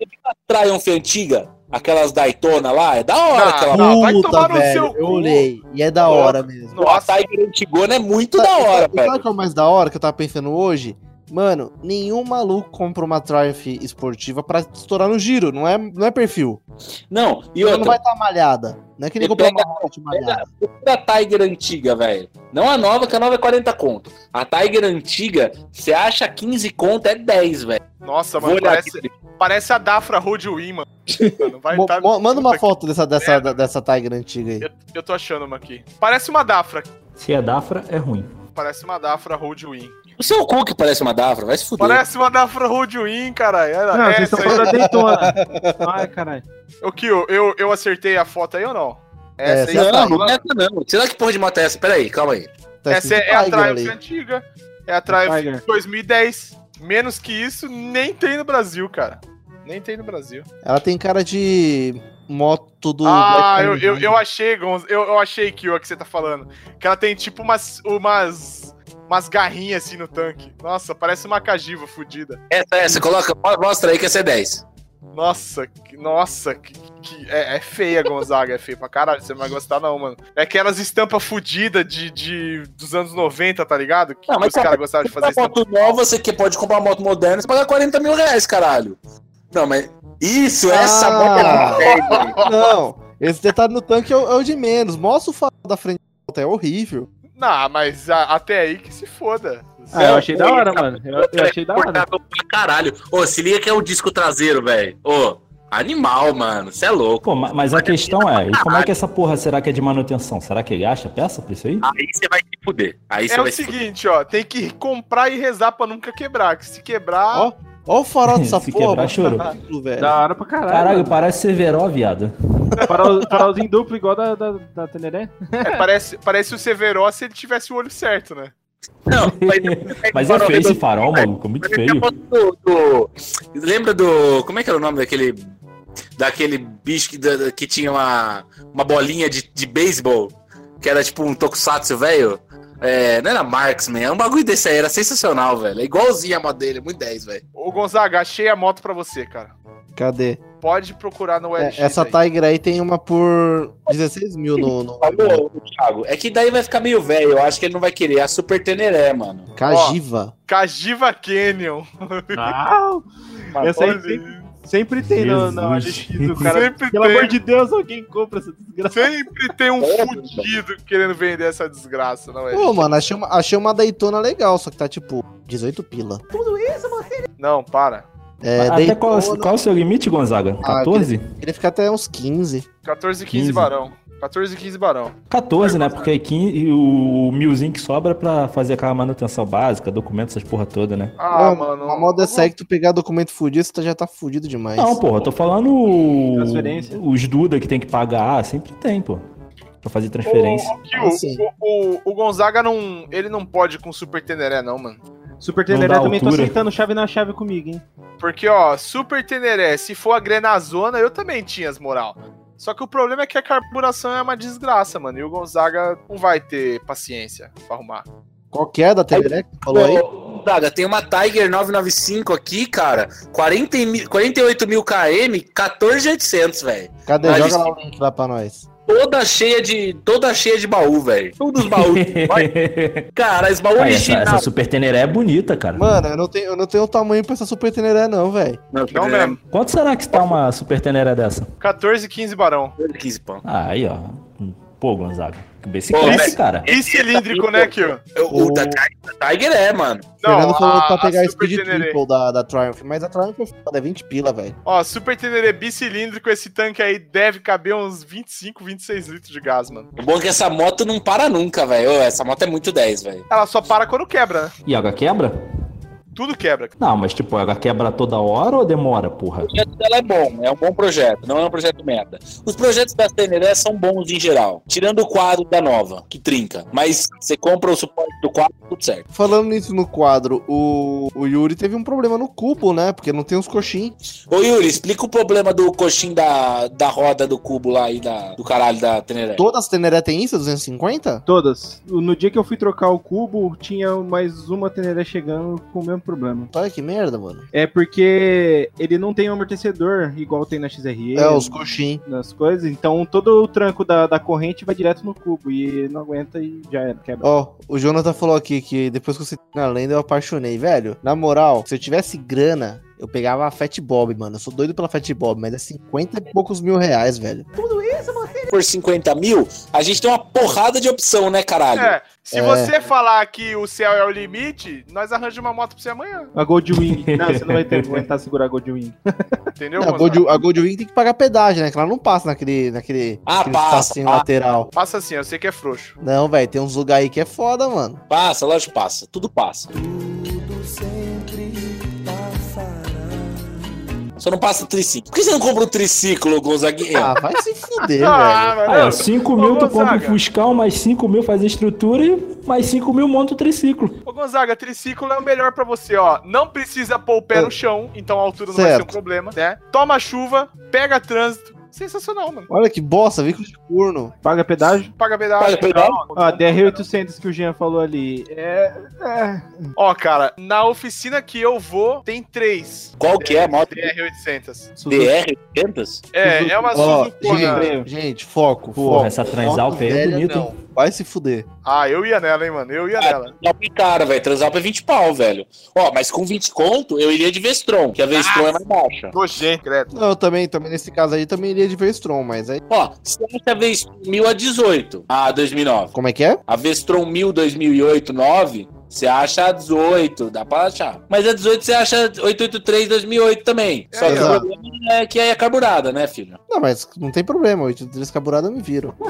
Speaker 5: Triumph antiga, aquelas Daytona lá, é da hora
Speaker 2: Não,
Speaker 5: aquela.
Speaker 2: não. vai tomar no seu
Speaker 3: eu
Speaker 2: cu.
Speaker 3: olhei. E é da
Speaker 2: Nossa.
Speaker 3: hora mesmo.
Speaker 2: Nossa,
Speaker 5: A Tiger Antigona é muito
Speaker 3: Sabe-
Speaker 5: da hora,
Speaker 3: sabe, sabe
Speaker 5: velho.
Speaker 3: o que é o mais da hora que eu tava pensando hoje? Mano, nenhum maluco compra uma Triumph esportiva pra estourar no giro, não é, não é perfil.
Speaker 5: Não, e
Speaker 3: Ela não vai
Speaker 5: outra,
Speaker 3: estar malhada. Não é que nem
Speaker 5: Você
Speaker 3: comprar
Speaker 5: pega-
Speaker 3: uma Hornet malhada.
Speaker 5: é a Tiger antiga, velho. Não a nova, que a nova é 40 conto. A Tiger antiga, você acha 15 conto, é 10, velho.
Speaker 2: nossa,
Speaker 5: Vou
Speaker 2: mano,
Speaker 5: olhar aqui.
Speaker 2: Então, parece, parece a Dafra Roadway, mano. Mano, vai
Speaker 3: Mo-
Speaker 2: tá-
Speaker 3: mo- Manda uma
Speaker 2: puta
Speaker 3: foto dessa, dessa, da- dessa Tiger antiga aí.
Speaker 2: Eu, eu tô achando uma aqui. Parece uma Dafra.
Speaker 8: Se é Dafra, é ruim.
Speaker 2: Parece uma Dafra Roadway.
Speaker 5: O seu cu que parece uma Dafra, vai se fuder.
Speaker 2: Parece uma Dafra Roadway, caralho. Olha,
Speaker 4: Não, vocês
Speaker 2: é, essa
Speaker 4: estão
Speaker 2: aí.
Speaker 4: falando da Daytona. Ai, caralho.
Speaker 2: O que? Eu, eu, eu acertei a foto aí ou não? Essa,
Speaker 3: Essa
Speaker 2: aí,
Speaker 3: é a
Speaker 5: Não,
Speaker 2: essa, né?
Speaker 5: não é essa não. Será que porra de moto é essa? Pera aí, calma aí.
Speaker 3: Tá escrito
Speaker 2: é a
Speaker 3: Tiger
Speaker 2: Triumph
Speaker 3: ali.
Speaker 2: antiga. É a Triumph
Speaker 4: Tiger.
Speaker 2: 2010. Menos que isso, nem tem no Brasil, cara. Nem tem no Brasil.
Speaker 3: Ela tem cara de moto do.
Speaker 2: Ah,
Speaker 3: Black
Speaker 2: eu, eu,
Speaker 3: Diamond.
Speaker 2: eu achei, Gonz, eu, eu achei que o que você tá falando. Que ela tem tipo umas, umas, umas garrinhas assim no tanque. Nossa, parece uma cajiva fudida.
Speaker 5: Essa, essa, coloca, mostra aí que essa é 10.
Speaker 2: Nossa, que- nossa, que, que- é, é feia, Gonzaga, é feia pra caralho. Você não vai gostar não, mano. É aquelas estampas fudidas de, de, dos anos 90, tá ligado? Que
Speaker 5: Não, mas
Speaker 2: os caras
Speaker 5: cara, tá
Speaker 2: gostavam de fazer
Speaker 5: comprar
Speaker 2: estampa.
Speaker 5: moto nova, você que pode comprar uma moto moderna, você paga 40 mil reais, caralho. Não, mas. Isso, essa
Speaker 3: Ah.
Speaker 5: moto é velho.
Speaker 3: Não, esse detalhe no tanque é o, é o de menos. Mostra o farol da frente da moto, é horrível.
Speaker 2: Não, mas a- até aí que se foda. É,
Speaker 4: Ah, eu achei da hora, mano. Eu, eu achei da hora.
Speaker 5: Portável pra caralho. Ô, se liga que é o disco traseiro, velho. Ô, Animal, mano. Você é louco.
Speaker 8: Pô, ma- mas a questão é, e como é que essa porra será que é de manutenção? Será que ele acha peça pra isso aí?
Speaker 2: Ah,
Speaker 5: Aí você vai se fuder. Aí você
Speaker 2: é
Speaker 5: vai
Speaker 2: o
Speaker 5: se fuder.
Speaker 2: seguinte, ó, tem que comprar e rezar pra nunca quebrar, que se quebrar...
Speaker 3: Ó, Ó o farol dessa
Speaker 8: Se
Speaker 3: porra,
Speaker 8: quebrar, chorou.
Speaker 3: mano, Tá
Speaker 2: É.
Speaker 3: velho.
Speaker 4: Da hora pra caralho.
Speaker 8: Caralho, parece Severo, viado.
Speaker 4: mano. Farol- farolzinho duplo igual da, da, da Teneré.
Speaker 2: É, parece, parece o Severo se ele tivesse o olho certo, né?
Speaker 5: Não,
Speaker 8: Mas é
Speaker 5: farol
Speaker 8: feio esse
Speaker 5: redondo.
Speaker 8: farol, maluco,
Speaker 2: É,
Speaker 8: muito
Speaker 5: Parece a
Speaker 8: feio.
Speaker 5: foto Do, do- Lembra do. Como é que era o nome daquele. Daquele bicho que, da- da- que tinha uma, uma bolinha de, de beisebol? Que era tipo um tokusatsu, velho? É, não era Marksman, era um bagulho desse aí, era sensacional, velho. É igualzinho a moto dele, muito 10, velho.
Speaker 2: Ô, Gonzaga, achei a moto pra você, cara.
Speaker 3: Cadê?
Speaker 2: Pode procurar no
Speaker 3: É,
Speaker 2: LX.
Speaker 3: essa
Speaker 2: aí. Tá
Speaker 3: Tiger aí tem uma por 16 mil no. no...
Speaker 5: Falou, Thiago. É que daí vai ficar meio velho, eu acho que ele não vai querer. É a Super Teneré, mano.
Speaker 3: Cagiva.
Speaker 2: Cajiva Canyon.
Speaker 4: Ah, essa aí
Speaker 2: Olha
Speaker 4: sempre, sempre tem no, na
Speaker 8: Jesus.
Speaker 4: OLX do cara.
Speaker 2: Sempre
Speaker 4: Pelo
Speaker 2: tem.
Speaker 4: amor de Deus, alguém compra essa desgraça.
Speaker 2: Sempre tem um
Speaker 5: É,
Speaker 2: fudido querendo vender essa desgraça, não é?
Speaker 3: Pô, mano, achei uma, achei uma Daytona legal, só que tá tipo 18 pila.
Speaker 2: Não, para.
Speaker 3: É,
Speaker 8: Até
Speaker 3: Daytona.
Speaker 8: qual, qual é o seu limite, Gonzaga?
Speaker 3: Ah,
Speaker 8: 14?
Speaker 3: Ele fica até uns 15.
Speaker 2: 14 15,
Speaker 8: 15.
Speaker 2: barão. 14 15 barão.
Speaker 8: 14, né? Porque aí 15, e o, o milzinho que sobra pra fazer aquela manutenção básica, documento, essas porra toda, né?
Speaker 2: Ah,
Speaker 3: Pô,
Speaker 2: mano.
Speaker 3: Uma moda é segue, tu pegar documento fudido, você tá- já tá fudido demais.
Speaker 8: Não, porra, eu tô falando o-
Speaker 4: Transferência.
Speaker 8: os Duda que tem que pagar, sempre tem, pô. Pra fazer transferência.
Speaker 2: O, Gil,
Speaker 3: Assim.
Speaker 2: o, o- o Gonzaga não. Ele não pode com o Super Teneré, não, mano.
Speaker 4: Super
Speaker 8: Não
Speaker 4: Teneré
Speaker 8: dá
Speaker 4: também tô
Speaker 8: altura.
Speaker 4: sentando chave na chave comigo, hein?
Speaker 2: Porque, ó, Super Teneré, se for a Grenazona, eu também tinha as moral. Só que o problema é que a carburação é uma desgraça, mano. E o Gonzaga não vai ter paciência pra arrumar.
Speaker 3: Qual que é da Teleré que tu falou aí?
Speaker 5: Ô, Daga, tem uma Tiger 995 aqui, cara. 40 mil, 48 mil KM, 14,800, velho.
Speaker 3: Cadê?
Speaker 5: Mas-
Speaker 3: Joga lá o link lá pra nós.
Speaker 5: Toda cheia de, toda cheia de baú, velho. Todos os baús. Vai, cara, os baús
Speaker 8: Aí, essa,
Speaker 5: originais.
Speaker 8: essa super teneré é bonita, cara.
Speaker 3: Mano, eu não tenho, eu não tenho tamanho pra essa super Teneré, não, velho.
Speaker 2: Não mesmo.
Speaker 8: Quanto será que está uma super teneré dessa?
Speaker 2: 14 15 barão.
Speaker 5: 15 pão.
Speaker 8: Ah, aí, ó. Pô, Gonzaga. Esse
Speaker 5: Pô,
Speaker 8: classe,
Speaker 5: mas-
Speaker 8: cara.
Speaker 2: E cilíndrico, né, Kio?
Speaker 5: Eu-
Speaker 3: O-
Speaker 5: O da Tiger, da Tiger é, mano.
Speaker 3: Fernando falou pra pegar a
Speaker 2: Super
Speaker 3: Speed
Speaker 2: Teneré.
Speaker 3: Triple da, da Triumph, mas a Triumph é foda, é 20 pila, velho.
Speaker 2: Ó, Super Teneré bicilíndrico, esse tanque aí deve caber uns 25, 26 litros de gás, mano.
Speaker 5: O bom é que essa moto não para nunca, velho. Ô, Essa moto é muito 10, velho.
Speaker 2: Ela só para quando quebra, né?
Speaker 8: E ela quebra?
Speaker 2: Tudo quebra.
Speaker 8: Não, mas tipo, ela quebra toda hora ou demora, porra?
Speaker 5: O projeto dela é bom, é um bom projeto, não é um projeto merda. Os projetos da Teneré são bons em geral, tirando o quadro da nova, que trinca. Mas você compra o suporte do quadro, tudo certo.
Speaker 3: Falando nisso no quadro, o, o Yuri teve um problema no cubo, né? Porque não tem uns coxins.
Speaker 5: Ô Yuri, explica o problema do coxim da, da roda do cubo lá e da, do caralho da Teneré.
Speaker 3: Todas as Teneré tem isso, 250?
Speaker 4: Todas. No dia que eu fui trocar o cubo, tinha mais uma Teneré chegando com o mesmo problema.
Speaker 3: Olha que merda, mano.
Speaker 4: É porque ele não tem um amortecedor igual tem na XRE.
Speaker 3: É, os coxins.
Speaker 4: nas coisas, então todo o tranco da, da corrente vai direto no cubo e não aguenta e já era, quebra.
Speaker 3: Ó, o Jonathan falou aqui que depois que você na lenda eu apaixonei, velho. Na moral, se eu tivesse grana, eu pegava a Fat Bob, mano. Eu sou doido pela Fat Bob, mas é 50 e poucos mil reais, velho.
Speaker 5: Por 50 mil, a gente tem uma porrada de opção, né, caralho?
Speaker 2: É, se
Speaker 3: É.
Speaker 2: você falar que o céu é o limite, nós arranjamos uma moto pra você amanhã,
Speaker 4: A Goldwing. não, você não vai ter, aguentar segurar a Goldwing.
Speaker 2: entendeu?
Speaker 3: A
Speaker 2: Gonzaga?
Speaker 3: Gold, a Goldwing tem que pagar pedágio, né? Que ela não passa naquele, naquele,
Speaker 5: Ah,
Speaker 3: naquele
Speaker 5: passa,
Speaker 3: espacinho
Speaker 5: passa.
Speaker 3: lateral.
Speaker 2: Passa assim, eu sei que é frouxo.
Speaker 3: Não, velho, tem uns lugares aí que é foda, mano.
Speaker 5: Passa, lógico, passa. Tudo passa. Só não passa o triciclo. Por que você não compra um triciclo, Gonzaguinha?
Speaker 3: Ah, vai se fuder, velho.
Speaker 2: Ah,
Speaker 8: Aí, ó,
Speaker 2: mas
Speaker 8: 5 mil tu compra um
Speaker 2: Gonzaga.
Speaker 8: Fuscão, mais 5 mil faz a estrutura e mais 5 mil monta o triciclo.
Speaker 2: Ô, Gonzaga, triciclo é o melhor pra você, ó. Não precisa pôr o pé no chão, então a altura não vai
Speaker 3: Certo.
Speaker 2: ser um problema, né? Toma chuva, pega trânsito. Sensacional, mano.
Speaker 3: Olha que bosta, veículo de corno.
Speaker 4: Paga pedágio. Ah,
Speaker 2: Paga
Speaker 5: Paga
Speaker 2: pedágio.
Speaker 5: pedágio?
Speaker 2: Não,
Speaker 4: Ó, DR800 que o Jean falou ali. É. é.
Speaker 2: Ó, cara, na oficina que eu vou, tem três
Speaker 5: Qual que é a moto?
Speaker 2: DR800.
Speaker 4: Suzuki.
Speaker 5: DR-800?
Speaker 2: É,
Speaker 4: Suzuki.
Speaker 2: é uma
Speaker 3: Ó,
Speaker 2: Suzukona.
Speaker 3: gente, gente, foco,
Speaker 8: Porra,
Speaker 3: foco.
Speaker 8: essa Transalp aí é
Speaker 3: Velha,
Speaker 8: bonita.
Speaker 3: não.
Speaker 8: hein?
Speaker 3: Vai se fuder.
Speaker 2: Ah, eu ia nela, hein, mano. Eu ia nela.
Speaker 5: Transalp é cara, velho. Transalp é 20 pau, velho. Ó, mas com 20 conto, eu iria de Vestron, que a Vestron é mais baixa.
Speaker 2: Nojento, credo.
Speaker 3: Não, eu também, também nesse caso aí, também iria de Vestron, mas aí.
Speaker 5: Ó, você acha a Ah, Vestron 1000 a 18, a 2009.
Speaker 3: Como é que é?
Speaker 5: A Vestron 1000 2008, 9, Você acha a 18, dá pra achar. Mas a 18 você acha 883 2008 também. Só que o
Speaker 3: exato.
Speaker 5: problema é que aí é carburada, né, filho?
Speaker 3: Não, mas não tem problema, 83 caburada eu me viro.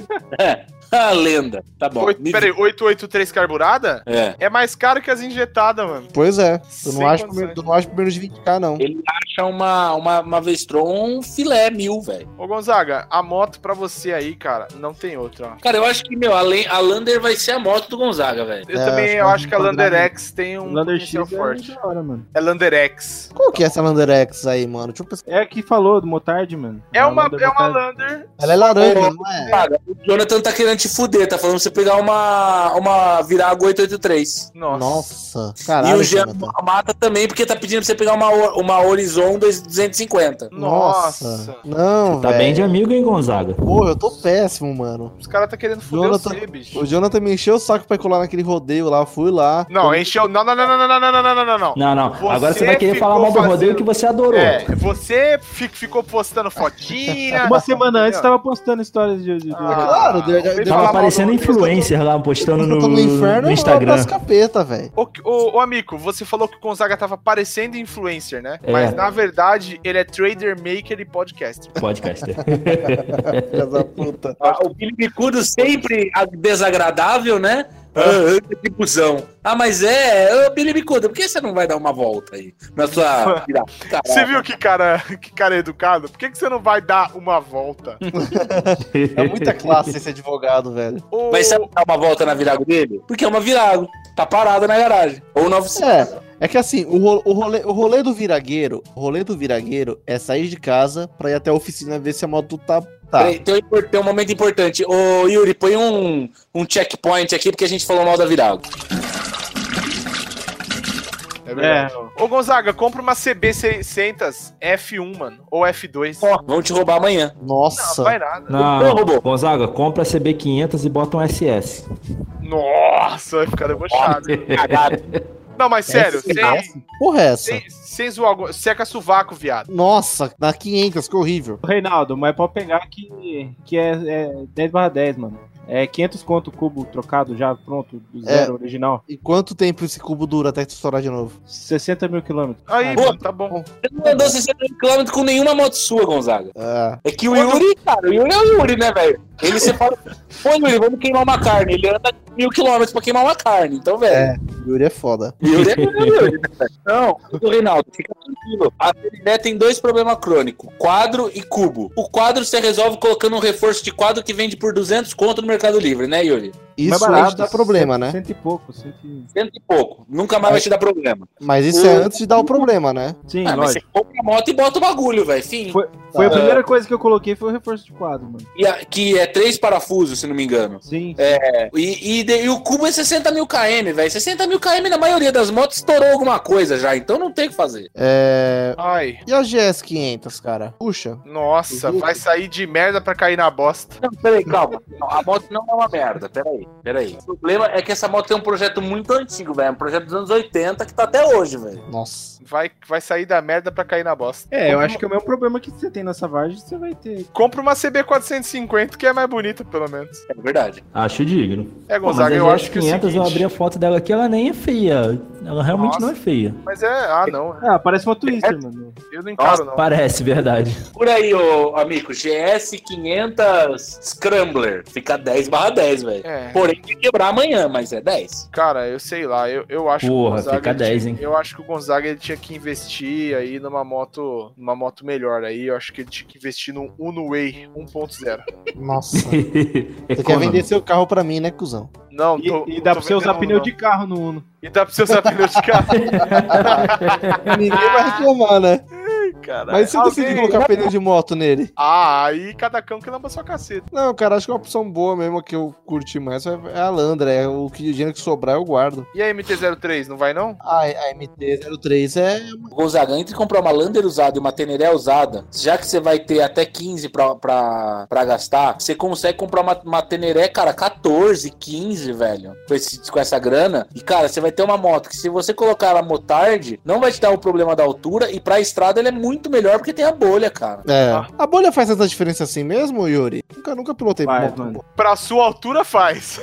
Speaker 5: Ah, lenda. Tá bom.
Speaker 2: Oito,
Speaker 5: me-
Speaker 2: peraí, 883 carburada?
Speaker 5: É.
Speaker 2: É mais caro que as injetadas, mano.
Speaker 3: Pois é, eu
Speaker 2: Sem
Speaker 3: não, acho,
Speaker 2: condições.
Speaker 3: primeiro- eu não acho primeiro de 20k, não.
Speaker 5: Ele acha uma, uma, uma Vestron filé mil, velho.
Speaker 2: Ô, Gonzaga, a moto pra você aí, cara, não tem outra, ó.
Speaker 5: Cara, eu acho que, meu, a, Lan- a Lander vai ser a moto do Gonzaga, velho.
Speaker 2: Eu
Speaker 3: É,
Speaker 2: também
Speaker 3: acho
Speaker 2: eu
Speaker 3: que
Speaker 2: acho que a
Speaker 3: não
Speaker 2: Lander
Speaker 3: dá,
Speaker 2: X tem um
Speaker 4: Lander X
Speaker 2: potencial
Speaker 4: é
Speaker 2: forte.
Speaker 4: da hora, mano.
Speaker 2: É Lander X.
Speaker 3: Qual que é essa Lander X aí, mano? Deixa eu pensar.
Speaker 4: É a que falou do Motard, mano.
Speaker 2: É uma,
Speaker 4: Ah, Lander
Speaker 2: é uma
Speaker 4: Motard.
Speaker 2: Lander.
Speaker 3: Ela é laranja,
Speaker 5: Ô,
Speaker 3: não é?
Speaker 5: Cara, o Jonathan tá querendo te fuder, tá falando pra você pegar uma, uma Virago 883.
Speaker 2: Nossa.
Speaker 3: Nossa,
Speaker 5: e
Speaker 3: caralho.
Speaker 5: o Jean
Speaker 3: Jonathan.
Speaker 5: mata também, porque tá pedindo pra você pegar uma, Ho- uma Horizon 250.
Speaker 3: Nossa. Não,
Speaker 8: Tá bem de
Speaker 3: velho.
Speaker 8: amigo, hein, Gonzaga?
Speaker 3: Porra, eu tô péssimo, mano.
Speaker 2: Os caras tá querendo foder
Speaker 3: Jonathan-
Speaker 2: você, bicho.
Speaker 3: O Jonathan me encheu o saco pra ir colar naquele rodeio lá, eu fui lá.
Speaker 2: Não, encheu. Não, não, não, não, não, não, não, não, não, não, não.
Speaker 8: Não, não. Agora
Speaker 2: Você
Speaker 8: você vai querer falar
Speaker 2: ficou
Speaker 8: mal do rodeio
Speaker 2: fazendo-
Speaker 8: que você adorou.
Speaker 2: É, você fi- ficou postando fotinha. tá Ah,
Speaker 4: Uma semana antes
Speaker 2: entendeu?
Speaker 4: tava postando histórias de. de- de-
Speaker 3: Claro, deu- deu-
Speaker 2: vem
Speaker 3: deu-
Speaker 2: falar
Speaker 8: Tava
Speaker 2: mal
Speaker 8: aparecendo
Speaker 2: do-
Speaker 8: influencer lá, postando
Speaker 3: Eu
Speaker 8: no,
Speaker 3: tô no inferno,
Speaker 8: no
Speaker 3: eu
Speaker 8: Instagram.
Speaker 3: passo capeta, velho.
Speaker 2: Ô, ô, ô, amigo, você falou que o Gonzaga tava parecendo influencer, né?
Speaker 8: É.
Speaker 2: Mas na verdade, ele é trader, maker e podcaster.
Speaker 8: Podcaster.
Speaker 3: Filha da puta.
Speaker 5: Ah, o Bicudo sempre a- desagradável, né? Ah, ah, que busão. Ah, mas é, ô Billy Bicudo, por que você não vai dar uma volta aí na sua pirata?
Speaker 2: Você viu que cara, que cara é educado? Por que, que você não vai dar uma volta?
Speaker 3: É muita classe esse advogado, velho.
Speaker 2: Ô,
Speaker 5: Vai saber dar uma volta na Virago dele? Porque é uma Virago, tá parada na garagem. Ou na oficina.
Speaker 3: É, é que assim, o, ro- o rolê, o rolê do viragueiro, o rolê do viragueiro é sair de casa pra ir até a oficina ver se a moto tá. tá.
Speaker 5: Peraí, Tem, um, impor- tem um momento importante. Ô, Yuri, põe um, um checkpoint aqui, porque a gente falou mal da Virago.
Speaker 2: É
Speaker 4: É,
Speaker 2: verdade. Ô, Gonzaga, compra uma CB600 F1, mano. Ou F2.
Speaker 5: Ó, vão te roubar amanhã.
Speaker 2: Não,
Speaker 3: Nossa.
Speaker 2: não vai nada.
Speaker 8: Não,
Speaker 5: robô.
Speaker 8: Gonzaga, compra a CB500 e bota um SS.
Speaker 2: Nossa, vai ficar debochado.
Speaker 5: Cagado.
Speaker 2: Não, mas sério,
Speaker 3: Essa-
Speaker 2: sem,
Speaker 3: essa? Porra, é essa?
Speaker 2: sem, sem zoar, Gon- seca sovaco, viado.
Speaker 3: Nossa, na 500, que horrível.
Speaker 4: Ô, Reinaldo, mas pode pegar que, que é, é 10 barra 10, mano. É 500 conto o cubo trocado já, pronto, do zero, original.
Speaker 3: E quanto tempo esse cubo dura até tu estourar de novo?
Speaker 4: 60 mil quilômetros. é
Speaker 2: Aí,
Speaker 5: Pô,
Speaker 2: mano, tá bom.
Speaker 5: Você não andou 60 km com nenhuma moto sua, Gonzaga.
Speaker 3: Ah,
Speaker 5: É que o Yuri, cara, o Yuri é o Yuri, né, velho? Ele separa. Pô, Yuri, vamos queimar uma carne. Ele anda mil quilômetros pra queimar uma carne. Então, velho.
Speaker 3: É. Yuri é foda.
Speaker 5: Yuri é o Yuri, né, velho? Não, o Reinaldo, fica tranquilo. A Periné tem dois problemas crônicos: quadro e cubo. O quadro você resolve colocando um reforço de quadro que vende por 200 conto no Mercado Livre, né, Yuri?
Speaker 3: Isso
Speaker 4: barato,
Speaker 3: antes dá problema,
Speaker 4: cento-
Speaker 3: né?
Speaker 4: Cento e pouco, cento e...
Speaker 5: Cento e pouco. Nunca mais vai te dar problema.
Speaker 3: Mas isso é antes de dar o problema, né?
Speaker 4: Sim,
Speaker 5: Ah, mas você
Speaker 4: lógico.
Speaker 5: compra a moto e bota o bagulho, velho. Fim.
Speaker 4: Foi a
Speaker 5: tá.
Speaker 4: primeira coisa que eu coloquei, foi o reforço de quadro, mano.
Speaker 5: E a- que é três parafusos, se não me engano.
Speaker 4: Sim,
Speaker 5: É. E, e de- e o cubo é 60 mil km, velho. 60 mil km na maioria das motos estourou alguma coisa já, então não tem o que fazer.
Speaker 3: É...
Speaker 2: Ai,
Speaker 3: E a GS 500, cara? Puxa.
Speaker 2: nossa, vai sair de merda pra cair na bosta.
Speaker 5: Não, peraí, calma. Não, a moto não é uma merda, peraí, peraí. O problema é que essa moto tem um projeto muito antigo, velho. Um projeto dos anos 80 que tá até hoje, velho.
Speaker 3: Nossa.
Speaker 2: Vai, vai sair da merda pra cair na bosta.
Speaker 4: É, eu acho que é o mesmo problema que você tem na Savage, você vai ter.
Speaker 2: Compra uma CB450 que é mais bonita, pelo menos.
Speaker 5: É verdade.
Speaker 8: Acho digno.
Speaker 2: É,
Speaker 8: Pô,
Speaker 2: Gonzaga,
Speaker 8: mas
Speaker 2: eu
Speaker 8: a
Speaker 2: acho que o
Speaker 8: 500 eu
Speaker 2: seguinte-
Speaker 8: abri a foto dela aqui, ela nem é feia. Ela realmente
Speaker 2: Nossa.
Speaker 8: não é feia.
Speaker 2: Mas é... Ah, não.
Speaker 4: Ah, parece uma Twister,
Speaker 2: É.
Speaker 4: mano.
Speaker 2: Eu não encaro, não.
Speaker 8: Parece, verdade.
Speaker 5: Por aí, ô amigo, GS500 Scrambler. Fica 10 barra 10, velho.
Speaker 2: É,
Speaker 5: Porém, tem que quebrar amanhã, mas é 10.
Speaker 2: cara, eu sei lá. Eu, eu acho
Speaker 8: Porra, fica
Speaker 2: ele
Speaker 8: 10,
Speaker 2: tinha-
Speaker 8: hein?
Speaker 2: Eu acho que o Gonzaga ele tinha que investir aí numa moto, numa moto melhor. Aí eu acho que ele tinha que investir num um Uno Way 1.0.
Speaker 3: Nossa. Você quer
Speaker 8: Econômico.
Speaker 3: vender seu carro pra mim, né, cuzão?
Speaker 2: Não,
Speaker 4: E,
Speaker 2: tô-
Speaker 4: e dá
Speaker 2: tô
Speaker 4: pra você usar
Speaker 2: vendendo um,
Speaker 4: pneu
Speaker 2: não.
Speaker 4: de carro no Uno.
Speaker 2: E dá pra você usar pneu de carro.
Speaker 3: Ninguém vai reclamar, né?
Speaker 2: Caralho.
Speaker 3: Mas e se eu
Speaker 2: Alguém-
Speaker 3: decidir colocar pneu de moto nele?
Speaker 2: Ah, aí cada cão que lamba sua caceta.
Speaker 3: Não, cara, acho que é uma opção boa mesmo que eu curti mais é é a Landra. É o que o dinheiro que sobrar eu guardo.
Speaker 2: E a MT-03, não vai não?
Speaker 3: A, a MT-03 é.
Speaker 5: Gonzaga, entre comprar uma Lander usada e uma Teneré usada, já que você vai ter até 15 pra, pra, pra gastar, você consegue comprar uma, uma Teneré, cara, 14, 15, velho, com, esse- com essa grana. E, cara, você vai ter uma moto que se você colocar ela motard, não vai te dar o problema da altura e pra estrada ela é muito melhor porque tem a bolha, cara.
Speaker 3: É.
Speaker 2: Ah.
Speaker 3: A bolha faz tanta diferença assim mesmo, Yuri? Nunca, nunca pilotei
Speaker 4: Faz,
Speaker 3: moto,
Speaker 4: mano.
Speaker 2: Pra sua altura faz.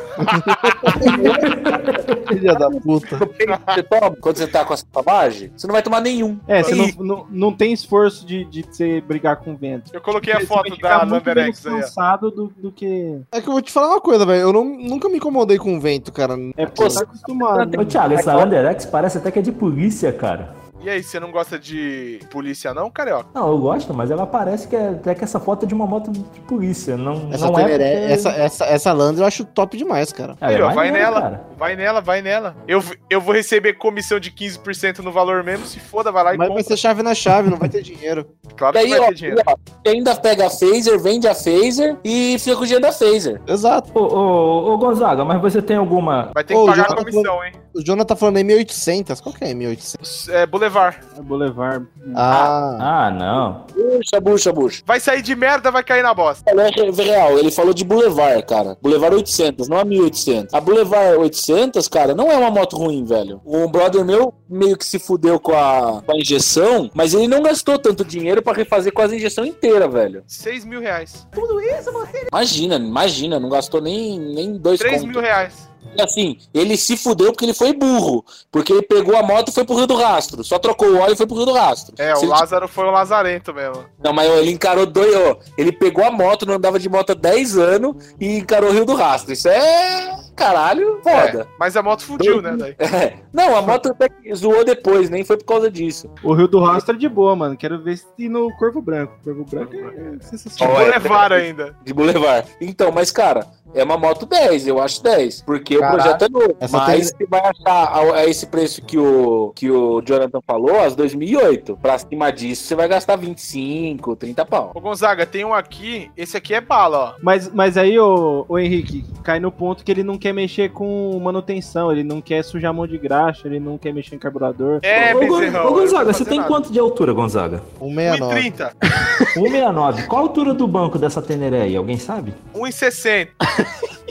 Speaker 3: filha da puta.
Speaker 5: Você toma quando você tá com essa lavagem, você não vai tomar nenhum.
Speaker 4: É, você não, não, não tem esforço de, de você brigar com o vento.
Speaker 2: Eu coloquei é a
Speaker 4: Você
Speaker 2: foto
Speaker 4: vai
Speaker 2: da
Speaker 4: ficar muito menos
Speaker 2: Lumberex aí. ó.
Speaker 4: cansado do, do que.
Speaker 3: É que eu vou te falar uma coisa, velho. Eu não- nunca me incomodei com o vento, cara.
Speaker 4: É porque você
Speaker 5: Pô,
Speaker 4: tá acostumado.
Speaker 8: Ô, Thiago, essa Underex parece até que é de polícia, cara.
Speaker 2: E aí, você não gosta de polícia não, carioca?
Speaker 8: Não, eu gosto, mas ela parece que é, até que essa foto é de uma moto de polícia. Não,
Speaker 3: Essa,
Speaker 8: não é
Speaker 3: Teneré-
Speaker 8: porque-
Speaker 3: essa, essa, essa Landra eu acho top demais, cara.
Speaker 8: Ela é
Speaker 2: Filho, ó, vai
Speaker 8: maneira,
Speaker 2: nela.
Speaker 8: cara.
Speaker 2: Vai nela, vai nela. Eu, v- eu vou receber comissão de 15% no valor mesmo, se foda, vai lá e
Speaker 3: Mas vai
Speaker 2: compra.
Speaker 3: ser chave na chave, não vai ter dinheiro.
Speaker 2: Claro que
Speaker 5: Daí,
Speaker 2: vai
Speaker 5: ó,
Speaker 2: ter dinheiro.
Speaker 5: ó, você ainda pega a phaser, vende a phaser e fica com o dinheiro da phaser.
Speaker 3: Exato.
Speaker 8: Ô, ô, ô, Gonzaga, mas você tem alguma.
Speaker 2: Vai ter que
Speaker 3: Ô,
Speaker 2: pagar a
Speaker 3: Jonathan,
Speaker 2: comissão, hein?
Speaker 3: O Jonathan tá falando M800. Qual que é M800?
Speaker 2: É, Boulevard.
Speaker 4: É Boulevard.
Speaker 3: Ah,
Speaker 8: Ah, não.
Speaker 5: Bucha, bucha, bucha.
Speaker 2: Vai sair de merda, vai cair na bosta.
Speaker 5: Não, é re- real, ele falou de Boulevard, cara. Boulevard 800, não a 1800. A Boulevard 800, cara, não é uma moto ruim, velho. Um brother meu meio que se fudeu com a, com a injeção, mas ele não gastou tanto dinheiro pra refazer quase a injeção inteira, velho.
Speaker 2: 6 mil reais.
Speaker 5: Imagina, imagina, não gastou nem, nem dois
Speaker 2: 3
Speaker 5: conto.
Speaker 2: mil reais.
Speaker 5: E assim, ele se fudeu porque ele foi burro. Porque ele pegou a moto e foi pro Rio do Rastro. Só trocou o óleo e foi pro Rio do Rastro.
Speaker 2: É,
Speaker 5: Se
Speaker 2: o
Speaker 5: ele
Speaker 2: Lázaro foi o Lazarento mesmo.
Speaker 5: Não, mas ó, ele encarou dois. ó, ele pegou a moto, não andava de moto há 10 anos e encarou o Rio do Rastro. Isso é. Caralho, foda.
Speaker 2: É, mas a moto fudiu, né? Daí.
Speaker 5: É. Não, a moto até que zoou depois, nem foi por causa disso.
Speaker 4: O Rio do Rastro é de boa, mano. Quero ver se tem no Corvo Branco. Corvo Branco é
Speaker 2: De
Speaker 4: sensacional.
Speaker 2: Boulevard ainda.
Speaker 5: De Boulevard. Então, mas, cara, é uma moto 10, eu acho 10. Porque
Speaker 3: Caralho.
Speaker 5: o projeto é novo.
Speaker 3: Essa
Speaker 5: mas você vai achar a, a esse preço que o, que o Jonathan falou, as 2008. Pra cima disso, você vai gastar 25, 30 pau.
Speaker 2: Ô, Gonzaga, tem um aqui. Esse aqui é bala, ó.
Speaker 4: Mas, mas aí, ô, ô Henrique, cai no ponto que ele não quer mexer com manutenção, ele não quer sujar a mão de graxa, ele não quer mexer em carburador.
Speaker 2: É,
Speaker 8: ô, Gon-
Speaker 2: Bezerrão.
Speaker 8: ô,
Speaker 2: eu não
Speaker 8: Gonzaga,
Speaker 2: vou
Speaker 8: você
Speaker 2: fazer
Speaker 8: tem
Speaker 2: nada.
Speaker 8: quanto de altura, Gonzaga?
Speaker 3: 169.
Speaker 2: 1,30.
Speaker 8: 1,69. Qual a altura do banco dessa Teneré aí? Alguém sabe?
Speaker 2: 1,60.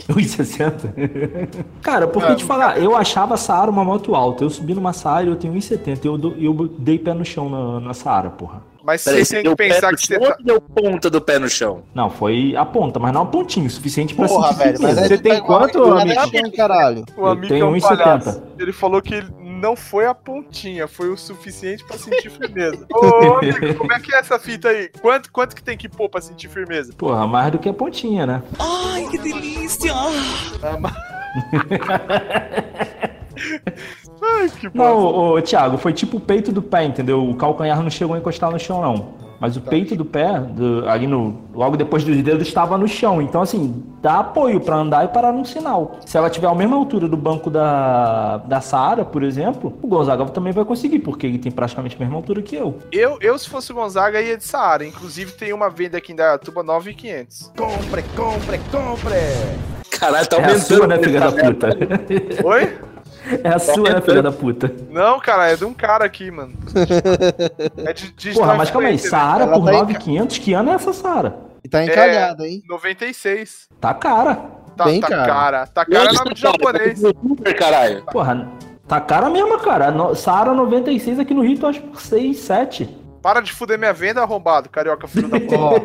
Speaker 8: 1,60? Cara, porque te falar, eu achava a Saara uma moto alta. Eu subi numa Saara e eu tenho 1,70. Eu, dou- eu dei pé no chão na, na Saara, porra.
Speaker 2: Mas
Speaker 5: Peraí, um
Speaker 2: você tem que pensar que você
Speaker 5: chão
Speaker 2: tá.
Speaker 5: ou deu ponta do pé no chão?
Speaker 8: Não, foi a ponta, mas não a pontinha, o suficiente pra
Speaker 3: Porra,
Speaker 8: sentir
Speaker 3: velho. Mas
Speaker 8: firmeza.
Speaker 2: é
Speaker 3: aí
Speaker 4: Você
Speaker 3: tu
Speaker 4: tem
Speaker 3: tá igual
Speaker 4: quanto,
Speaker 3: a-
Speaker 4: amigo?
Speaker 3: Não, caralho.
Speaker 2: O
Speaker 8: Eu
Speaker 2: amigo é
Speaker 8: tenho
Speaker 2: um
Speaker 8: 1,70.
Speaker 2: palhaço. Ele falou que não foi a pontinha, foi o suficiente pra sentir firmeza. Ô, amigo, como é que é essa fita aí? Quanto, quanto que tem que pôr pra sentir firmeza?
Speaker 8: Porra, mais do que a pontinha, né?
Speaker 2: Ai, que
Speaker 8: Não,
Speaker 2: bom.
Speaker 8: ô, ô, Thiago, foi tipo o peito do pé, entendeu? O calcanhar não chegou a encostar no chão, não. Mas o peito do pé, do- ali no, logo depois dos dedos, estava no chão. Então, assim, dá apoio pra andar e parar num sinal. Se ela tiver a mesma altura do banco da, da Saara, por exemplo, o Gonzaga também vai conseguir, porque ele tem praticamente a mesma altura que eu.
Speaker 2: Eu, eu, se fosse o Gonzaga, ia de Saara. Inclusive, tem uma venda aqui em Dayatuba 9,500.
Speaker 1: Compre, compre, compre!
Speaker 5: Caralho, tá
Speaker 8: é a
Speaker 5: aumentando.
Speaker 8: sua, né,
Speaker 5: essa
Speaker 8: filha da
Speaker 5: merda.
Speaker 8: puta?
Speaker 2: Oi?
Speaker 8: É a sua, né, filha da puta?
Speaker 2: Não, cara, é de um cara aqui, mano. É de digital
Speaker 8: Porra, mas calma aí,
Speaker 2: influencer, né?
Speaker 8: Saara
Speaker 3: Ela
Speaker 8: por
Speaker 3: tá em
Speaker 8: 9,500, que ano é essa Saara?
Speaker 3: E tá encalhada, hein?
Speaker 2: 96.
Speaker 8: Tá cara.
Speaker 2: Tá,
Speaker 3: Bem
Speaker 2: tá
Speaker 3: cara.
Speaker 2: cara. Tá
Speaker 5: Onde
Speaker 2: cara é
Speaker 5: você
Speaker 2: nome de
Speaker 5: tá? Tá
Speaker 2: japonês.
Speaker 5: com youtuber, caralho.
Speaker 8: Porra, tá cara mesmo, cara. No, Saara 96 aqui no Rio, tu acha por 6, 7.
Speaker 2: Para de fuder minha venda, arrombado, carioca, filho da porra.
Speaker 3: Ó,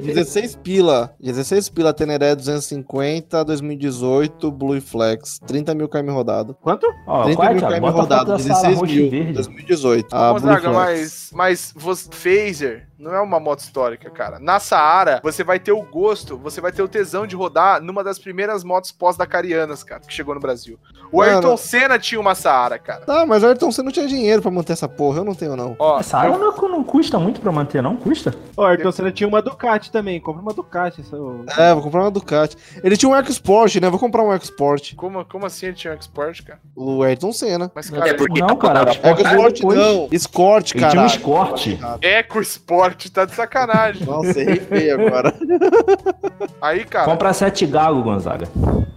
Speaker 3: 16 pila. 16 pila Teneré 250, 2018, Blue Flex. 30 mil km rodado.
Speaker 4: Quanto?
Speaker 8: Ó,
Speaker 3: 30
Speaker 8: qual é,
Speaker 3: mil
Speaker 8: Thiago?
Speaker 3: km
Speaker 8: Bota a foto
Speaker 3: rodado.
Speaker 8: da Saara
Speaker 3: 16
Speaker 8: roxa
Speaker 3: mil.
Speaker 8: e verde.
Speaker 3: 2018.
Speaker 4: Ah,
Speaker 3: A Blue
Speaker 2: Gonzaga,
Speaker 3: Flex.
Speaker 2: mas, mas você, Phaser não é uma moto histórica, cara. Na Saara, você vai ter o gosto, você vai ter o tesão de rodar numa das primeiras motos pós-dacarianas, cara, que chegou no Brasil. O
Speaker 3: Mano.
Speaker 2: Ayrton Senna tinha uma Saara, cara.
Speaker 3: Tá, mas Ayrton, você não tinha dinheiro pra manter essa porra. Eu não tenho, não.
Speaker 2: Ó,
Speaker 8: Essa água não, não custa muito pra manter, não? Custa?
Speaker 4: Ó, Ayrton Senna tinha uma Ducati também, compra uma Ducati. Essa...
Speaker 3: É, vou comprar uma Ducati. Ele tinha um EcoSport, né? Vou comprar um EcoSport.
Speaker 2: como, como assim ele tinha um Export, cara?
Speaker 3: O Ayrton Senna.
Speaker 2: Mas, cara,
Speaker 5: É porque-
Speaker 8: não, cara. tipo,
Speaker 3: EcoSport
Speaker 8: depois-
Speaker 3: não. Escort,
Speaker 8: Ele tinha um
Speaker 3: caralho.
Speaker 8: escorte.
Speaker 2: Eco Sport é tá de sacanagem.
Speaker 3: Nossa, errei feio agora.
Speaker 2: Aí, cara,
Speaker 8: Compra sete galo, Gonzaga.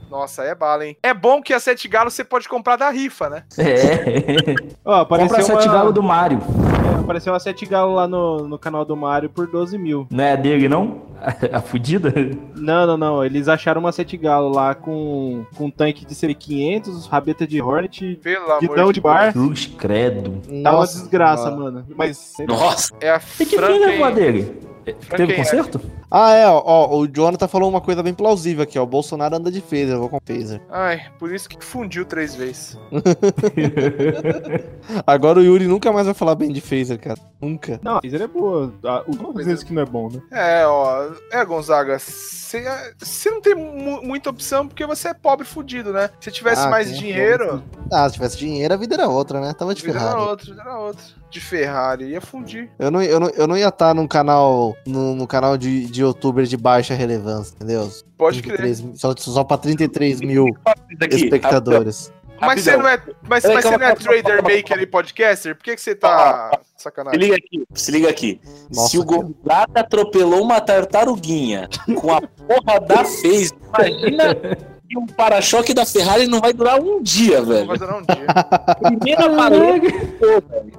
Speaker 2: nossa, é bala, hein? É bom que a Sete Galo você pode comprar da rifa, né?
Speaker 8: É.
Speaker 4: Ó,
Speaker 8: Compra
Speaker 4: apareceu
Speaker 8: sete
Speaker 4: uma...
Speaker 8: galo do Mario.
Speaker 4: é, Apareceu uma sete galo lá no, no canal do Mario por 12 mil.
Speaker 8: Não é a dele, não? A fudida?
Speaker 4: Não, não, não. Eles acharam uma sete galo lá com, com um tanque de CB500, rabeta de Hornet,
Speaker 2: Pelo amor
Speaker 4: guidão de bar.
Speaker 8: Cruz credo.
Speaker 4: Tá uma
Speaker 3: Nossa
Speaker 4: desgraça,
Speaker 3: senhora.
Speaker 4: mano. Mas sei lá.
Speaker 5: Nossa,
Speaker 2: É a
Speaker 8: E que né, fim levou a
Speaker 2: Franken.
Speaker 8: dele? Teve
Speaker 2: Franken,
Speaker 8: conserto?
Speaker 3: Ah, é, ó, ó, o Jonathan falou uma coisa bem plausível aqui, ó. O Bolsonaro anda de phaser, eu vou com phaser.
Speaker 2: Ai, por isso que fundiu três vezes.
Speaker 3: Agora o Yuri nunca mais vai falar bem de phaser, cara. Nunca.
Speaker 4: Não, a Phaser é boa. A última vezes que não é bom, né?
Speaker 2: É, ó. É, Gonzaga, você você não tem mu- muita opção porque você é pobre fudido, né? Se tivesse
Speaker 3: Ah,
Speaker 2: mais
Speaker 3: tem,
Speaker 2: dinheiro,
Speaker 3: Ah, se tivesse dinheiro, a vida era outra, né? Tava de
Speaker 2: vida era
Speaker 3: Ferrari.
Speaker 2: outro, vida era outro. De Ferrari, ia fundir.
Speaker 3: Eu não, eu, não, eu não ia estar num canal num, num canal de, de youtuber de baixa relevância, entendeu?
Speaker 2: Pode crer.
Speaker 3: 33 só, só pra 33 mil
Speaker 5: isso aqui.
Speaker 3: espectadores.
Speaker 2: Mas você não é, mas, mas
Speaker 5: Peraí,
Speaker 2: você não
Speaker 5: calma,
Speaker 2: é
Speaker 5: calma, calma,
Speaker 2: trader,
Speaker 5: calma,
Speaker 2: maker e podcaster? Por que, que você tá
Speaker 5: Se
Speaker 2: sacanagem?
Speaker 5: liga aqui, se liga aqui.
Speaker 3: Nossa,
Speaker 5: se o
Speaker 3: cara.
Speaker 5: Gonzaga atropelou uma tartaruguinha com a porra da fez, imagina que um para-choque da Ferrari não vai durar um dia,
Speaker 2: Não
Speaker 5: velho.
Speaker 2: vai durar um dia.
Speaker 5: Primeira parede,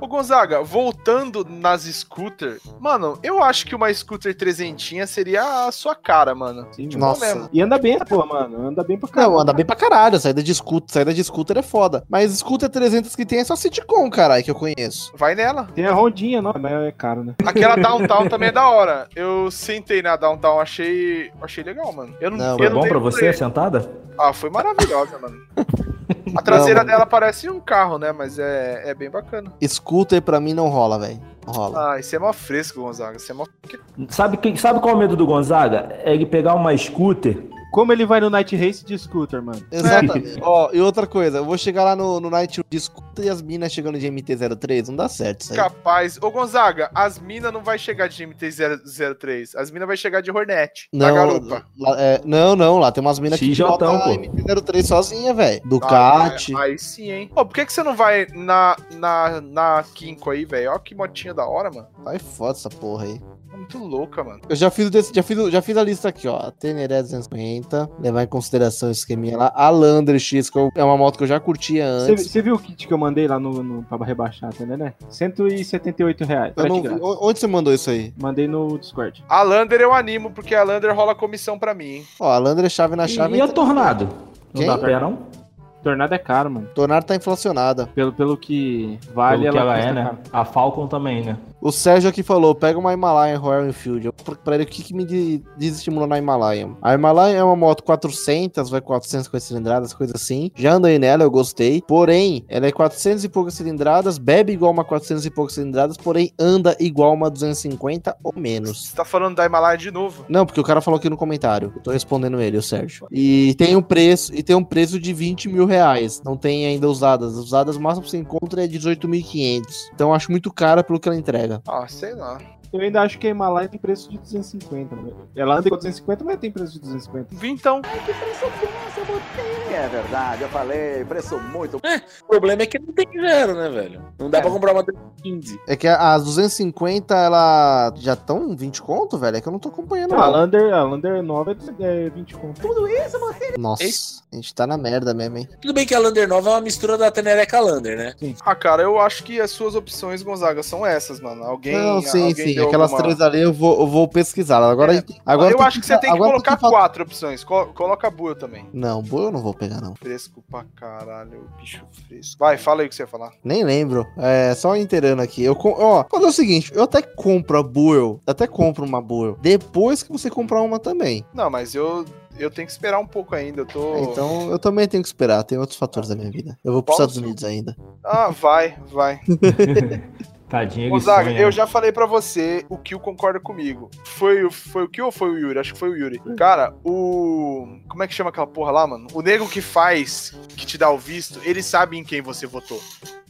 Speaker 2: Ô Gonzaga, voltando nas scooter, mano, eu acho que uma scooter trezentinha seria a sua cara, mano.
Speaker 4: Sim, mano.
Speaker 3: Nossa.
Speaker 2: mesmo.
Speaker 4: E anda bem, pô, mano. Anda bem pra
Speaker 3: Não,
Speaker 4: caramba.
Speaker 3: anda bem pra caralho. Saída de scooter, saída de scooter é foda. Mas scooter 300 que tem é só sitcom, caralho, que eu conheço.
Speaker 2: Vai nela.
Speaker 4: Tem a rondinha, não. Mas é caro, né?
Speaker 2: Aquela downtown também é da hora. Eu sentei na downtown, achei, achei legal, mano. Eu não,
Speaker 3: Não,
Speaker 2: eu
Speaker 8: Foi
Speaker 2: não
Speaker 8: é bom pra
Speaker 2: dei
Speaker 8: você,
Speaker 2: play.
Speaker 8: sentada?
Speaker 2: Ah, foi maravilhosa, mano. A traseira
Speaker 3: Não, mano.
Speaker 2: dela parece um carro, né? Mas é, é bem bacana.
Speaker 3: Scooter pra mim não rola, velho. Não rola.
Speaker 2: Ah, isso é mó fresco, Gonzaga. Isso é mó...
Speaker 8: Sabe, quem- sabe qual é o medo do Gonzaga? É ele pegar uma scooter.
Speaker 4: Como ele vai no Night Race de scooter, mano?
Speaker 2: é.
Speaker 3: Exatamente. Ó, e outra coisa, eu vou chegar lá no, no Night de scooter e as minas chegando de MT-03, não dá certo isso aí.
Speaker 2: Capaz. Ô, Gonzaga, as minas não vai chegar de MT-03. As minas vai chegar de Hornet. Na
Speaker 3: Não,
Speaker 2: garupa.
Speaker 3: lá- é, não, não, lá tem umas minas que
Speaker 8: XJ,
Speaker 3: pilotam
Speaker 8: um, pô.
Speaker 3: a MT-03 sozinha, velho. Ducati.
Speaker 2: Ah, Aí, aí sim, hein? Ô, por que, que você não vai na, na, na Kinko aí, velho? Ó que motinha da hora, mano.
Speaker 3: Sai foda essa porra aí.
Speaker 2: Tá muito louca, mano.
Speaker 3: Eu já fiz, o desse- já fiz, o- já fiz a lista aqui, ó. Teneré 250, levar em consideração o esqueminha lá. A Landra X, que eu- é uma moto que eu já curtia
Speaker 4: Você
Speaker 3: antes.
Speaker 4: você viu o kit que eu mandei lá no, no pra rebaixar, tá entendendo, né? 178 reais.
Speaker 3: Eu
Speaker 4: frete
Speaker 3: não vi.
Speaker 4: grátis.
Speaker 3: O- Onde você mandou isso aí?
Speaker 4: Mandei no Discord.
Speaker 2: A Lander eu animo, porque a Lander rola comissão pra mim, hein?
Speaker 3: Ó, a Landra é chave na chave.
Speaker 8: E, e a Tornado? Não
Speaker 3: Quem?
Speaker 8: dá pé, não?
Speaker 4: Tornado é caro, mano.
Speaker 3: Tornado tá inflacionada.
Speaker 4: Pelo, pelo que vale,
Speaker 8: Pelo que ela
Speaker 4: custa
Speaker 8: é, né?
Speaker 4: caro.
Speaker 8: A Falcon também, né?
Speaker 3: O Sérgio aqui falou: pega uma Himalayan Royal Enfield. Eu falei pra ele o que, que me de- desestimulou na Himalayan. A Himalayan é uma moto 400, vai 400 com as cilindradas, coisa assim. Já andei nela, eu gostei. Porém, ela é 400 e poucas cilindradas, bebe igual uma 400 e poucas cilindradas, porém anda igual uma 250 ou menos.
Speaker 2: Você tá falando da Himalaia de novo.
Speaker 3: Não, porque o cara falou aqui no comentário. Eu tô respondendo ele, o Sérgio. E tem um preço, e tem um preço de 20 mil reais. Não tem ainda usadas. As usadas, o máximo que você encontra é 18.500. Então eu acho muito cara pelo que ela entrega.
Speaker 2: Ah, sei lá.
Speaker 4: Eu ainda acho que a Himalaia tem preço de 250, mano. né? Ela anda com 250, mas tem preço de 250.
Speaker 2: Vim então.
Speaker 1: É verdade, eu falei, preço muito.
Speaker 5: o problema é que não tem zero, né, velho? Não dá pra comprar uma 15.
Speaker 3: É que a- as 250, ela já estão 20 conto, velho? É que eu não tô acompanhando.
Speaker 4: Não, a
Speaker 3: Não.
Speaker 4: Lander, a Lander 9 é 20 conto.
Speaker 3: Nossa, a gente tá na merda mesmo, hein?
Speaker 5: Tudo bem que a Lander nova é uma mistura da Tenereca Lander, né?
Speaker 2: Ah, cara, eu acho que as suas opções, Gonzaga, são essas, mano. Alguém.
Speaker 3: não, sim,
Speaker 2: alguém
Speaker 3: sim.
Speaker 2: deu
Speaker 3: Aquelas
Speaker 2: alguma-
Speaker 3: três ali eu vou, eu vou pesquisar. Agora,
Speaker 2: É.
Speaker 3: a gente- agora
Speaker 2: eu
Speaker 3: tem
Speaker 2: acho que você tem que
Speaker 3: agora
Speaker 2: colocar
Speaker 3: falar-
Speaker 2: quatro opções. Co- coloca a Bull também.
Speaker 3: Não, boa eu não vou pegar, não.
Speaker 2: Fresco pra caralho, bicho fresco. Vai, fala aí o que você ia falar.
Speaker 3: Nem lembro. É, só inteirando aqui. Eu, com- ó, fazer o seguinte, eu até compro a Buell, até compro uma Buell, depois que você comprar uma também.
Speaker 2: Não, mas eu, eu tenho que esperar um pouco ainda. Eu tô.
Speaker 3: Então, eu também tenho que esperar, tem outros fatores da minha vida. Eu vou pros
Speaker 2: Posso?
Speaker 3: Estados Unidos ainda.
Speaker 2: Ah, vai, vai.
Speaker 8: Tadinha ele
Speaker 2: Gonzaga,
Speaker 8: sonha. né?
Speaker 2: eu já falei pra você o Kill concorda comigo. Foi, o- foi o Kill ou foi o Yuri? Acho que foi o Yuri.
Speaker 3: Hum.
Speaker 2: Cara, o. Como é que chama aquela porra lá, mano? O nego que faz, que te dá o visto, ele sabe em quem você votou.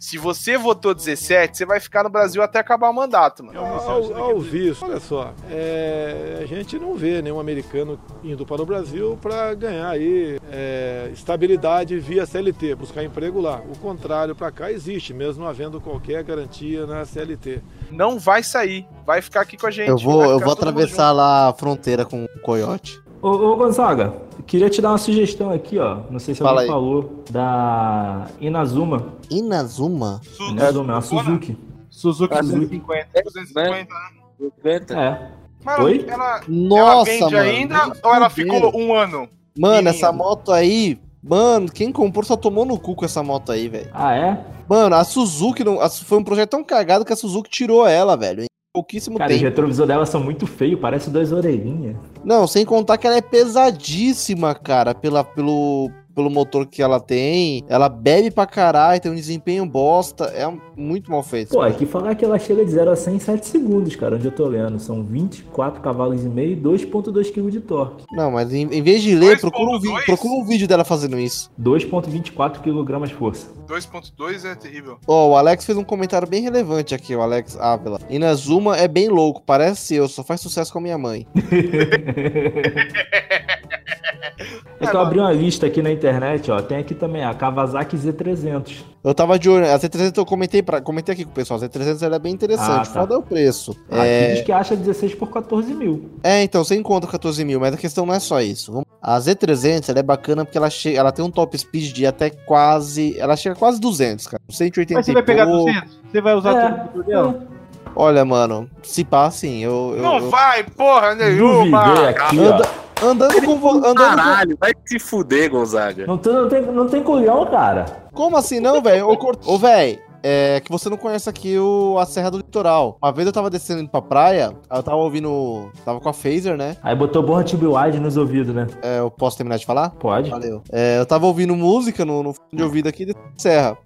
Speaker 2: Se você votou 17, você vai ficar no Brasil até acabar o mandato,
Speaker 9: É
Speaker 2: mano.
Speaker 9: Ao, ao visto, olha só, é, a gente não vê nenhum americano indo para o Brasil para ganhar aí é, estabilidade via CLT, buscar emprego lá. O contrário para cá existe, mesmo não havendo qualquer garantia na CLT.
Speaker 2: Não vai sair. Vai ficar aqui com a gente.
Speaker 3: eu vou,
Speaker 2: vai
Speaker 3: eu
Speaker 2: ficar
Speaker 3: vou
Speaker 2: todo mundo
Speaker 3: atravessar lá a fronteira com o Coyote.
Speaker 8: Ô, ô Gonzaga, queria te dar uma sugestão aqui, ó. Não sei se
Speaker 3: Fala
Speaker 8: alguém
Speaker 3: aí.
Speaker 8: falou. Da Inazuma.
Speaker 3: Inazuma?
Speaker 2: junto.
Speaker 8: Inazuma, é uma Suzuki.
Speaker 2: Suzukona?
Speaker 3: é
Speaker 4: Suzuki
Speaker 5: Brasil.
Speaker 4: 250.
Speaker 2: 250.
Speaker 8: É.
Speaker 2: Mas
Speaker 8: Né? Oi?
Speaker 2: ela, ela
Speaker 3: Nossa,
Speaker 2: vende
Speaker 3: mano.
Speaker 2: ainda ou ela ficou
Speaker 3: Doideira.
Speaker 2: um ano?
Speaker 3: Mano,
Speaker 2: Menino.
Speaker 3: essa moto aí. Mano, quem comprou só tomou no cu com essa moto aí, velho.
Speaker 8: Ah, é?
Speaker 3: Mano, a Suzuki não, a Su- foi um projeto tão cagado que a Suzuki tirou ela, velho. Em pouquíssimo
Speaker 8: Cara, os
Speaker 3: tempo.
Speaker 8: retrovisores dela são muito feios, parece duas orelhinhas.
Speaker 3: Não, sem contar que ela é pesadíssima, cara, pela, pelo, pelo motor que ela tem. Ela bebe pra caralho, tem um desempenho bosta. É um- muito mal feito.
Speaker 8: Pô, aqui falar que ela chega de 0 a 100 em 7 segundos, cara, onde eu tô lendo. São 24 cavalos e meio e 2.2 kg de torque.
Speaker 3: Não, mas em, em vez de ler,
Speaker 2: 2.2?
Speaker 3: procura um, vi- procura um vídeo dela fazendo isso.
Speaker 8: 2.24 kg força.
Speaker 2: 2.2 é terrível.
Speaker 3: Ó, o Alex fez um comentário bem relevante aqui, o Alex Ávila. Inazuma é bem louco, parece eu, só faz sucesso com a minha mãe.
Speaker 8: É que eu abri uma lista aqui na internet, ó. Tem aqui também a Kawasaki Z300.
Speaker 3: Eu tava de olho, a Z300 eu comentei, pra, comentei aqui com o pessoal, a Z300 ela é bem
Speaker 8: Ah,
Speaker 3: interessante,
Speaker 8: tá.
Speaker 3: foda é o preço.
Speaker 8: Aqui diz que acha 16 por 14 mil.
Speaker 3: É, então, você encontra 14 mil, mas a questão não é só isso. Vamos- A Z300, ela é bacana porque ela, che... ela tem um top speed de até quase... Ela chega a quase 200, cara. 180
Speaker 4: Mas você
Speaker 3: e
Speaker 4: vai pegar
Speaker 3: pouco.
Speaker 4: 200? Você vai usar
Speaker 8: É.
Speaker 4: tudo por dela?
Speaker 3: Olha, mano, se pá, assim, eu... eu-
Speaker 2: não
Speaker 3: eu-
Speaker 2: vai, porra
Speaker 8: Duvidei
Speaker 2: nenhuma!
Speaker 8: aqui, ó.
Speaker 3: Anda- Andando com... vo- Andando com...
Speaker 5: Caralho, vai se fuder, Gonzaga.
Speaker 8: Não tem, não tem, não tem colhão, cara.
Speaker 3: Como assim não, velho? Ô, cort... Ô velho, é que você não conhece aqui o... a Serra do Litoral. Uma vez eu tava descendo indo pra praia, aí eu tava ouvindo... Tava com a Phaser, né?
Speaker 8: Aí botou borra wide nos ouvidos, né?
Speaker 3: É, eu posso terminar de falar?
Speaker 8: Pode.
Speaker 3: Valeu. É, eu tava ouvindo música no, no fone de ouvido aqui de Serra.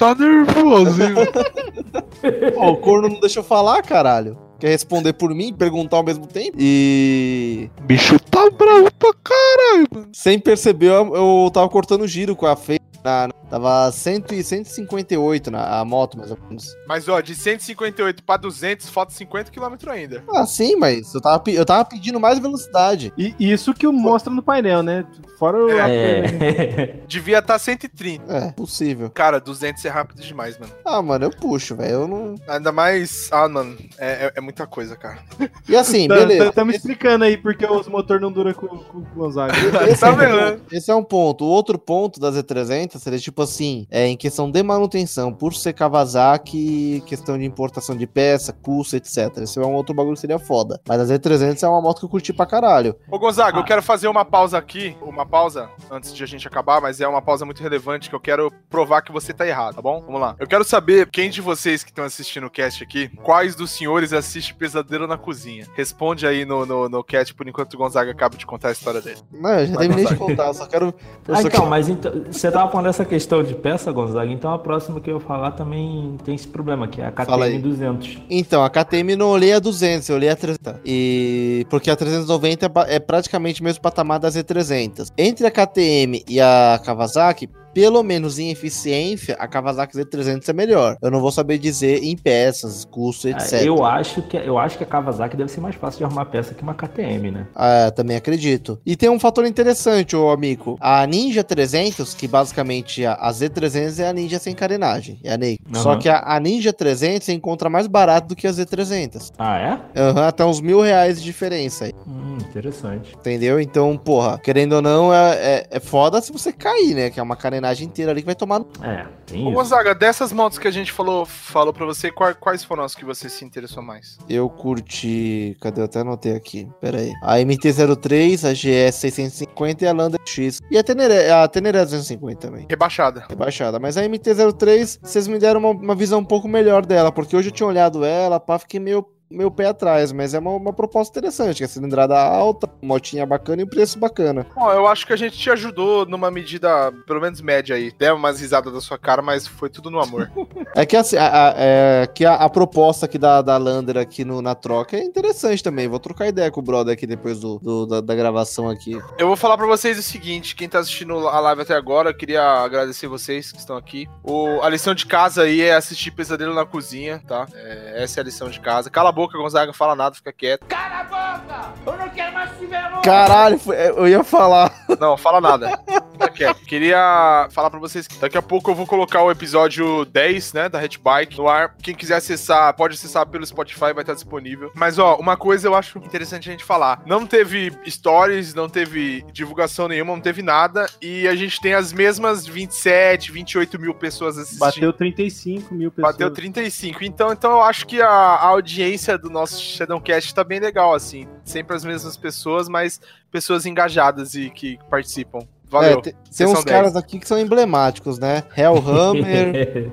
Speaker 2: Tá nervoso, hein?
Speaker 3: Pô, o corno não deixa eu falar, caralho. Quer responder por mim, perguntar ao mesmo tempo? E.
Speaker 2: Bicho tá bravo pra
Speaker 3: Sem perceber, eu, eu tava cortando giro com a Fê. Na, na- tava 100, e 158 na a moto, mais ou menos.
Speaker 2: Mas ó, de 158 pra 200, falta 50 km ainda.
Speaker 3: Ah, sim, mas eu tava, pe- eu tava pedindo mais velocidade.
Speaker 4: E e isso que mostra no painel, né? Fora o. né?
Speaker 8: É.
Speaker 2: Devia tá estar 130.
Speaker 3: É, possível.
Speaker 2: Cara, 200 é rápido demais, mano.
Speaker 3: Ah, mano, eu puxo, velho. Eu não.
Speaker 2: Ainda mais. Ah, mano, é, é- é muita coisa, cara.
Speaker 3: E assim,
Speaker 2: Tá,
Speaker 3: beleza.
Speaker 4: Estamos Tá, explicando aí porque os motores não duram com, com o Gonzaga.
Speaker 3: Esse,
Speaker 2: Tá
Speaker 3: é um
Speaker 2: vendo?
Speaker 3: ponto, esse é um ponto. O outro ponto da Z300 seria tipo assim: é em questão de manutenção, por ser Kawasaki, questão de importação de peça, custo, etc. Esse é um outro bagulho que seria foda. Mas a Z300 é uma moto que eu curti pra caralho.
Speaker 2: Ô, Gonzaga, eu
Speaker 8: Ah.
Speaker 2: quero fazer uma pausa aqui. Uma pausa antes de a gente acabar, mas é uma pausa muito relevante que eu quero provar que você tá errado, tá bom? Vamos lá. Eu quero saber quem de vocês que estão assistindo o cast aqui, quais dos senhores assiste Pesadelo na Cozinha? Responde aí no, no, no cast por enquanto o Gonzaga acaba de contar a história dele.
Speaker 3: Não, eu já
Speaker 2: Vai,
Speaker 3: terminei de contar, eu só quero. Eu
Speaker 8: Ah,
Speaker 3: só
Speaker 8: então, mas então, você tava falando dessa questão de peça, Gonzaga, então a próxima que eu ia falar também tem esse problema, que é a
Speaker 3: Fala aí.
Speaker 8: KTM 200.
Speaker 3: Então, a KTM não olhei a 200, eu olhei a 300. E... Porque a 390 é ba- é praticamente o mesmo patamar da Z300. Entre a KTM e a Kawasaki, pelo menos em eficiência, a Kawasaki Z300 é melhor. Eu não vou saber dizer em peças, custo, etc.
Speaker 8: É, Eu acho, que, eu acho que a Kawasaki deve ser mais fácil de arrumar peça que uma KTM, né?
Speaker 3: Ah, também acredito. E tem um fator interessante, ô amigo. A Ninja 300, que basicamente a, a Z300 é a Ninja sem carenagem, é a Naked.
Speaker 8: Aham.
Speaker 3: Só que a, a Ninja 300 você encontra mais barato do que a Z300.
Speaker 8: Ah, é?
Speaker 3: Aham, até uns mil reais de diferença aí.
Speaker 8: Hum, interessante.
Speaker 3: Entendeu? Então, porra, querendo ou não, é, é, é foda se você cair, né? Que é uma carenagem inteira ali que vai tomar. no-
Speaker 8: É, tem
Speaker 2: Ô,
Speaker 8: isso.
Speaker 2: Gonzaga, dessas motos que a gente falou, falou pra você, qua- quais foram as que você se interessou mais?
Speaker 3: Eu curti. Cadê? Eu até anotei aqui. Pera aí. A MT-03, a GS650 e a Lander X. E a Teneré, a Teneré 250 também.
Speaker 2: Rebaixada.
Speaker 3: Rebaixada. Mas a MT-03, vocês me deram uma, uma visão um pouco melhor dela, porque hoje eu tinha olhado ela, pá, fiquei meio, meio pé atrás, mas é uma, uma proposta interessante, que é cilindrada alta, motinha bacana e um preço bacana.
Speaker 2: Bom, eu acho que a gente te ajudou numa medida, pelo menos média aí. Deu umas risadas da sua cara, mas foi tudo no amor.
Speaker 3: É que, assim, a, a- é que a, a proposta aqui da, da Lander aqui no, na troca é interessante também. Vou trocar ideia com o brother aqui depois do, do- da, da gravação aqui.
Speaker 2: eu vou falar pra vocês o seguinte, quem tá assistindo a live até agora, eu queria agradecer vocês que estão aqui. O, a lição de casa aí é assistir Pesadelo na Cozinha, tá? É, essa é a lição de casa. Cala a boca, Gonzaga, fala nada, fica quieto.
Speaker 3: Caralho, foi- eu ia falar.
Speaker 2: Não, fala nada. Raquel, Queria falar pra vocês que daqui a pouco eu vou colocar o episódio 10, né, da Red Bike no ar. Quem quiser acessar, pode acessar pelo Spotify, vai estar disponível. Mas, ó, uma coisa eu acho interessante a gente falar. Não teve stories, não teve divulgação nenhuma, não teve nada. E a gente tem as mesmas 27, 28 mil pessoas assistindo.
Speaker 4: Bateu 35 mil pessoas.
Speaker 2: Bateu 35. Então, então eu acho que a, a audiência do nosso Shadowcast tá bem legal, assim. Sempre as mesmas pessoas, mas pessoas engajadas e que participam. Valeu.
Speaker 3: É, te- tem,
Speaker 2: Vocês
Speaker 3: uns
Speaker 2: são
Speaker 3: caras aqui que são emblemáticos, né? Hellhammer.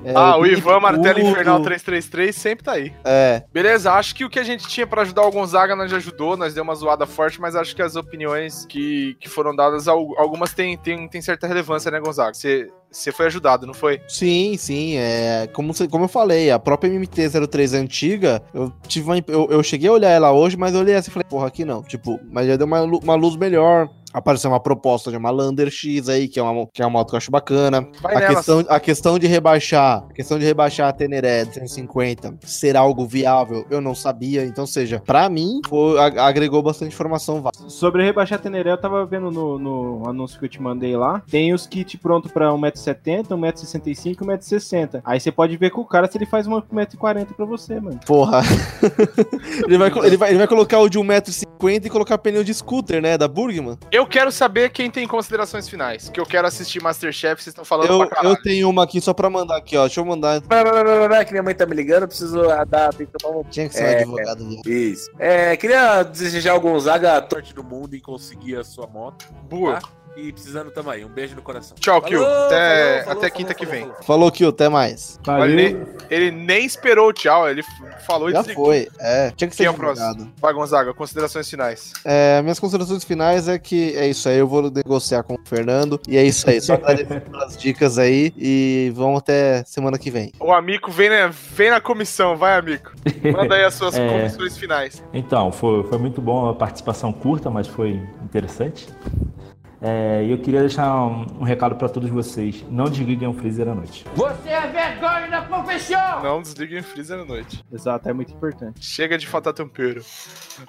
Speaker 3: é,
Speaker 2: ah, o Ivan
Speaker 3: Bicudo,
Speaker 2: Martelo Infernal 333 sempre tá aí.
Speaker 3: É,
Speaker 2: Beleza, acho que o que a gente tinha pra ajudar o Gonzaga nós ajudou, nós deu uma zoada forte, mas acho que as opiniões que, que foram dadas, al- algumas têm tem, tem certa relevância, né, Gonzaga? Você você foi ajudado, não foi?
Speaker 3: sim, sim. É, como, se- como eu falei, a própria MMT03 antiga, eu, tive uma imp- eu, eu cheguei a olhar ela hoje, mas eu olhei essa e falei, porra, aqui não. Tipo, mas já deu uma, lu- uma luz melhor. Apareceu uma proposta de uma Lander X aí, que é uma, mo- que é uma moto que eu acho bacana.
Speaker 2: Vai
Speaker 3: A
Speaker 2: nelas.
Speaker 3: questão, a questão de rebaixar, a questão de rebaixar a Teneré de 150 ser algo viável, eu não sabia. Então, ou seja, pra mim, foi- a- agregou bastante informação. vá.
Speaker 4: Sobre rebaixar Teneré, eu tava vendo no, no anúncio que eu te mandei lá. Tem os kits pronto pra 1,70m, 1,65m, 1,60m. Aí você pode ver com o cara se ele faz uma com 1,40m pra você, mano.
Speaker 3: Porra. ele, vai, co- ele, vai, ele vai colocar o de 1,50m e colocar pneu de scooter, né? Da Burgman.
Speaker 2: Eu quero saber quem tem considerações finais, que eu quero assistir Masterchef, vocês estão falando
Speaker 3: Eu,
Speaker 2: pra caralho.
Speaker 3: eu tenho uma aqui só pra mandar aqui, ó. Deixa eu mandar.
Speaker 5: Que minha mãe tá me ligando, eu preciso dar. Tem que tomar um
Speaker 3: Tinha que ser um
Speaker 5: É,
Speaker 3: advogado. viu?
Speaker 5: Isso. É, queria desejar ao Gonzaga a sorte do mundo em conseguir a sua moto.
Speaker 2: Boa.
Speaker 5: E precisando tamo aí. Um beijo no coração.
Speaker 2: Tchau,
Speaker 5: Falou,
Speaker 2: Kio. Até,
Speaker 5: falou, falou,
Speaker 2: até
Speaker 5: falou,
Speaker 2: quinta que
Speaker 5: falou,
Speaker 2: vem.
Speaker 5: falou.
Speaker 3: Falou, Kio, até mais.
Speaker 2: Ele, ele nem esperou o tchau, ele f- falou e
Speaker 3: Já
Speaker 2: desligou.
Speaker 3: foi. É, tinha que ser
Speaker 2: Quem é o
Speaker 3: advogado.
Speaker 2: Vai, Gonzaga, considerações finais.
Speaker 3: É, minhas considerações finais é que é isso aí, eu vou negociar com o Fernando. E é isso aí, só agradecer pelas dicas aí e vamos até semana que vem.
Speaker 2: O amigo vem na, vem na comissão, vai, amigo. Manda aí as suas
Speaker 8: É.
Speaker 2: comissões finais.
Speaker 8: Então, foi, foi muito bom a participação curta, mas foi interessante. É, E eu queria deixar um, um recado para todos vocês: não desliguem o freezer à noite.
Speaker 2: Não desliguem o freezer à noite.
Speaker 4: Exato, é muito importante.
Speaker 2: Chega de faltar tempero.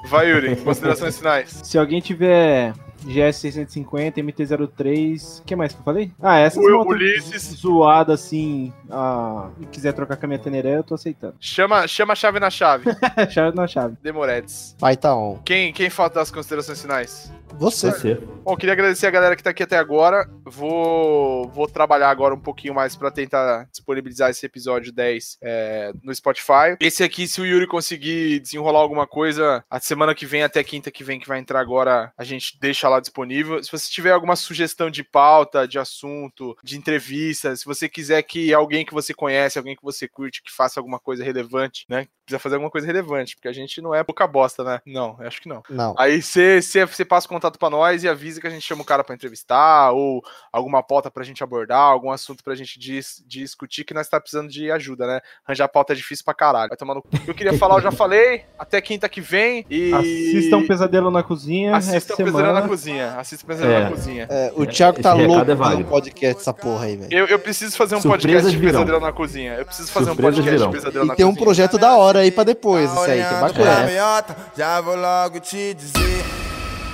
Speaker 2: Vai, Yuri, considerações finais.
Speaker 4: Se alguém tiver GS650, MT-03, o que mais que eu falei? Ah, essas
Speaker 2: Will
Speaker 4: motos
Speaker 2: Ulisses.
Speaker 4: zoada assim, ah, e quiser trocar com a minha Teneré, eu tô aceitando.
Speaker 2: Chama, chama a chave na chave,
Speaker 4: chave na chave.
Speaker 2: Demoredes.
Speaker 3: Vai tá on.
Speaker 2: Quem, quem falta das considerações finais?
Speaker 3: Você.
Speaker 8: Você.
Speaker 2: Bom, queria agradecer a galera que tá aqui até agora. Vou, vou trabalhar agora um pouquinho mais pra tentar disponibilizar esse episódio 10 é, no Spotify. Esse aqui, se o Yuri conseguir desenrolar alguma coisa, a semana que vem, até quinta que vem, que vai entrar agora, a gente deixa lá disponível. Se você tiver alguma sugestão de pauta, de assunto, de entrevista, se você quiser que alguém que você conhece, alguém que você curte, que faça alguma coisa relevante, né? Precisa fazer alguma coisa relevante, porque a gente não é pouca bosta, né? Não, acho que não.
Speaker 3: Não.
Speaker 2: Aí você passa o contato pra nós e avisa que a gente chama o cara pra entrevistar, ou alguma pauta pra gente abordar, algum assunto pra gente dis- discutir, que nós tá precisando de ajuda, né? Arranjar pauta é difícil pra caralho. Vai tomar no... cu. Eu queria falar, eu já falei, até quinta que vem e...
Speaker 4: Assistam Pesadelo na Cozinha
Speaker 2: Assistam
Speaker 4: essa
Speaker 2: Pesadelo na
Speaker 4: semana.
Speaker 2: Cozinha. Assistam Pesadelo
Speaker 8: É.
Speaker 2: na Cozinha.
Speaker 3: É, o Thiago
Speaker 8: esse
Speaker 3: tá
Speaker 8: recado
Speaker 3: louco
Speaker 8: é
Speaker 3: de fazer um
Speaker 8: válido.
Speaker 3: podcast essa porra aí, velho.
Speaker 2: Eu, eu preciso fazer um
Speaker 8: Surpresas
Speaker 2: podcast de
Speaker 8: virão.
Speaker 2: Pesadelo na Cozinha. Eu preciso fazer
Speaker 8: Surpresas
Speaker 2: um podcast
Speaker 8: virão.
Speaker 2: de Pesadelo
Speaker 3: E
Speaker 2: na
Speaker 3: tem um
Speaker 2: Cozinha.
Speaker 3: projeto da hora aí pra
Speaker 10: Tá
Speaker 3: depois, isso aí, que é bacana.
Speaker 10: Já vou logo te dizer.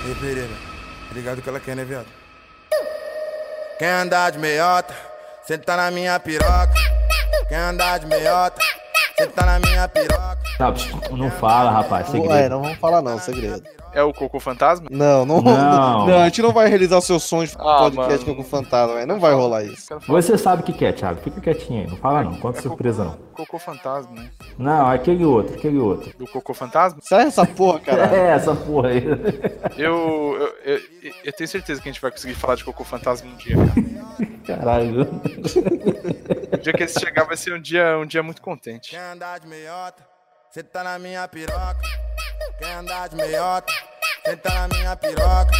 Speaker 10: Ei, Pereira, ligado que ela quer, né, viado? Quer andar de meiota? Senta na minha piroca. Quer andar de meiota? Senta na minha piroca.
Speaker 8: Tá, não fala, rapaz.
Speaker 3: Ué,
Speaker 8: Segredo.
Speaker 3: não vamos falar não, segredo.
Speaker 2: É o Cocô Fantasma?
Speaker 3: Não, não, não.
Speaker 8: Não.
Speaker 3: a gente não vai realizar os seus sonhos de
Speaker 2: Ah,
Speaker 3: podcast
Speaker 2: mano.
Speaker 3: com o Fantasma, velho. Não vai rolar isso.
Speaker 8: Você sabe o que quer, Thiago. Fica quietinho aí. Não fala, não. Conta surpresa, não.
Speaker 2: Cocô Fantasma, né?
Speaker 8: Não, aquele outro, aquele outro.
Speaker 2: Do Cocô Fantasma?
Speaker 3: Sai essa porra, cara.
Speaker 8: É, essa porra aí.
Speaker 2: Eu, eu, eu, eu tenho certeza que a gente vai conseguir falar de Cocô Fantasma um dia, cara.
Speaker 8: Caralho.
Speaker 2: O dia que esse chegar vai ser um dia, um dia muito contente.
Speaker 10: Quer andar de meiota? tá Senta na tá minha piroca. Quer andar de meiota? Senta na minha piroca.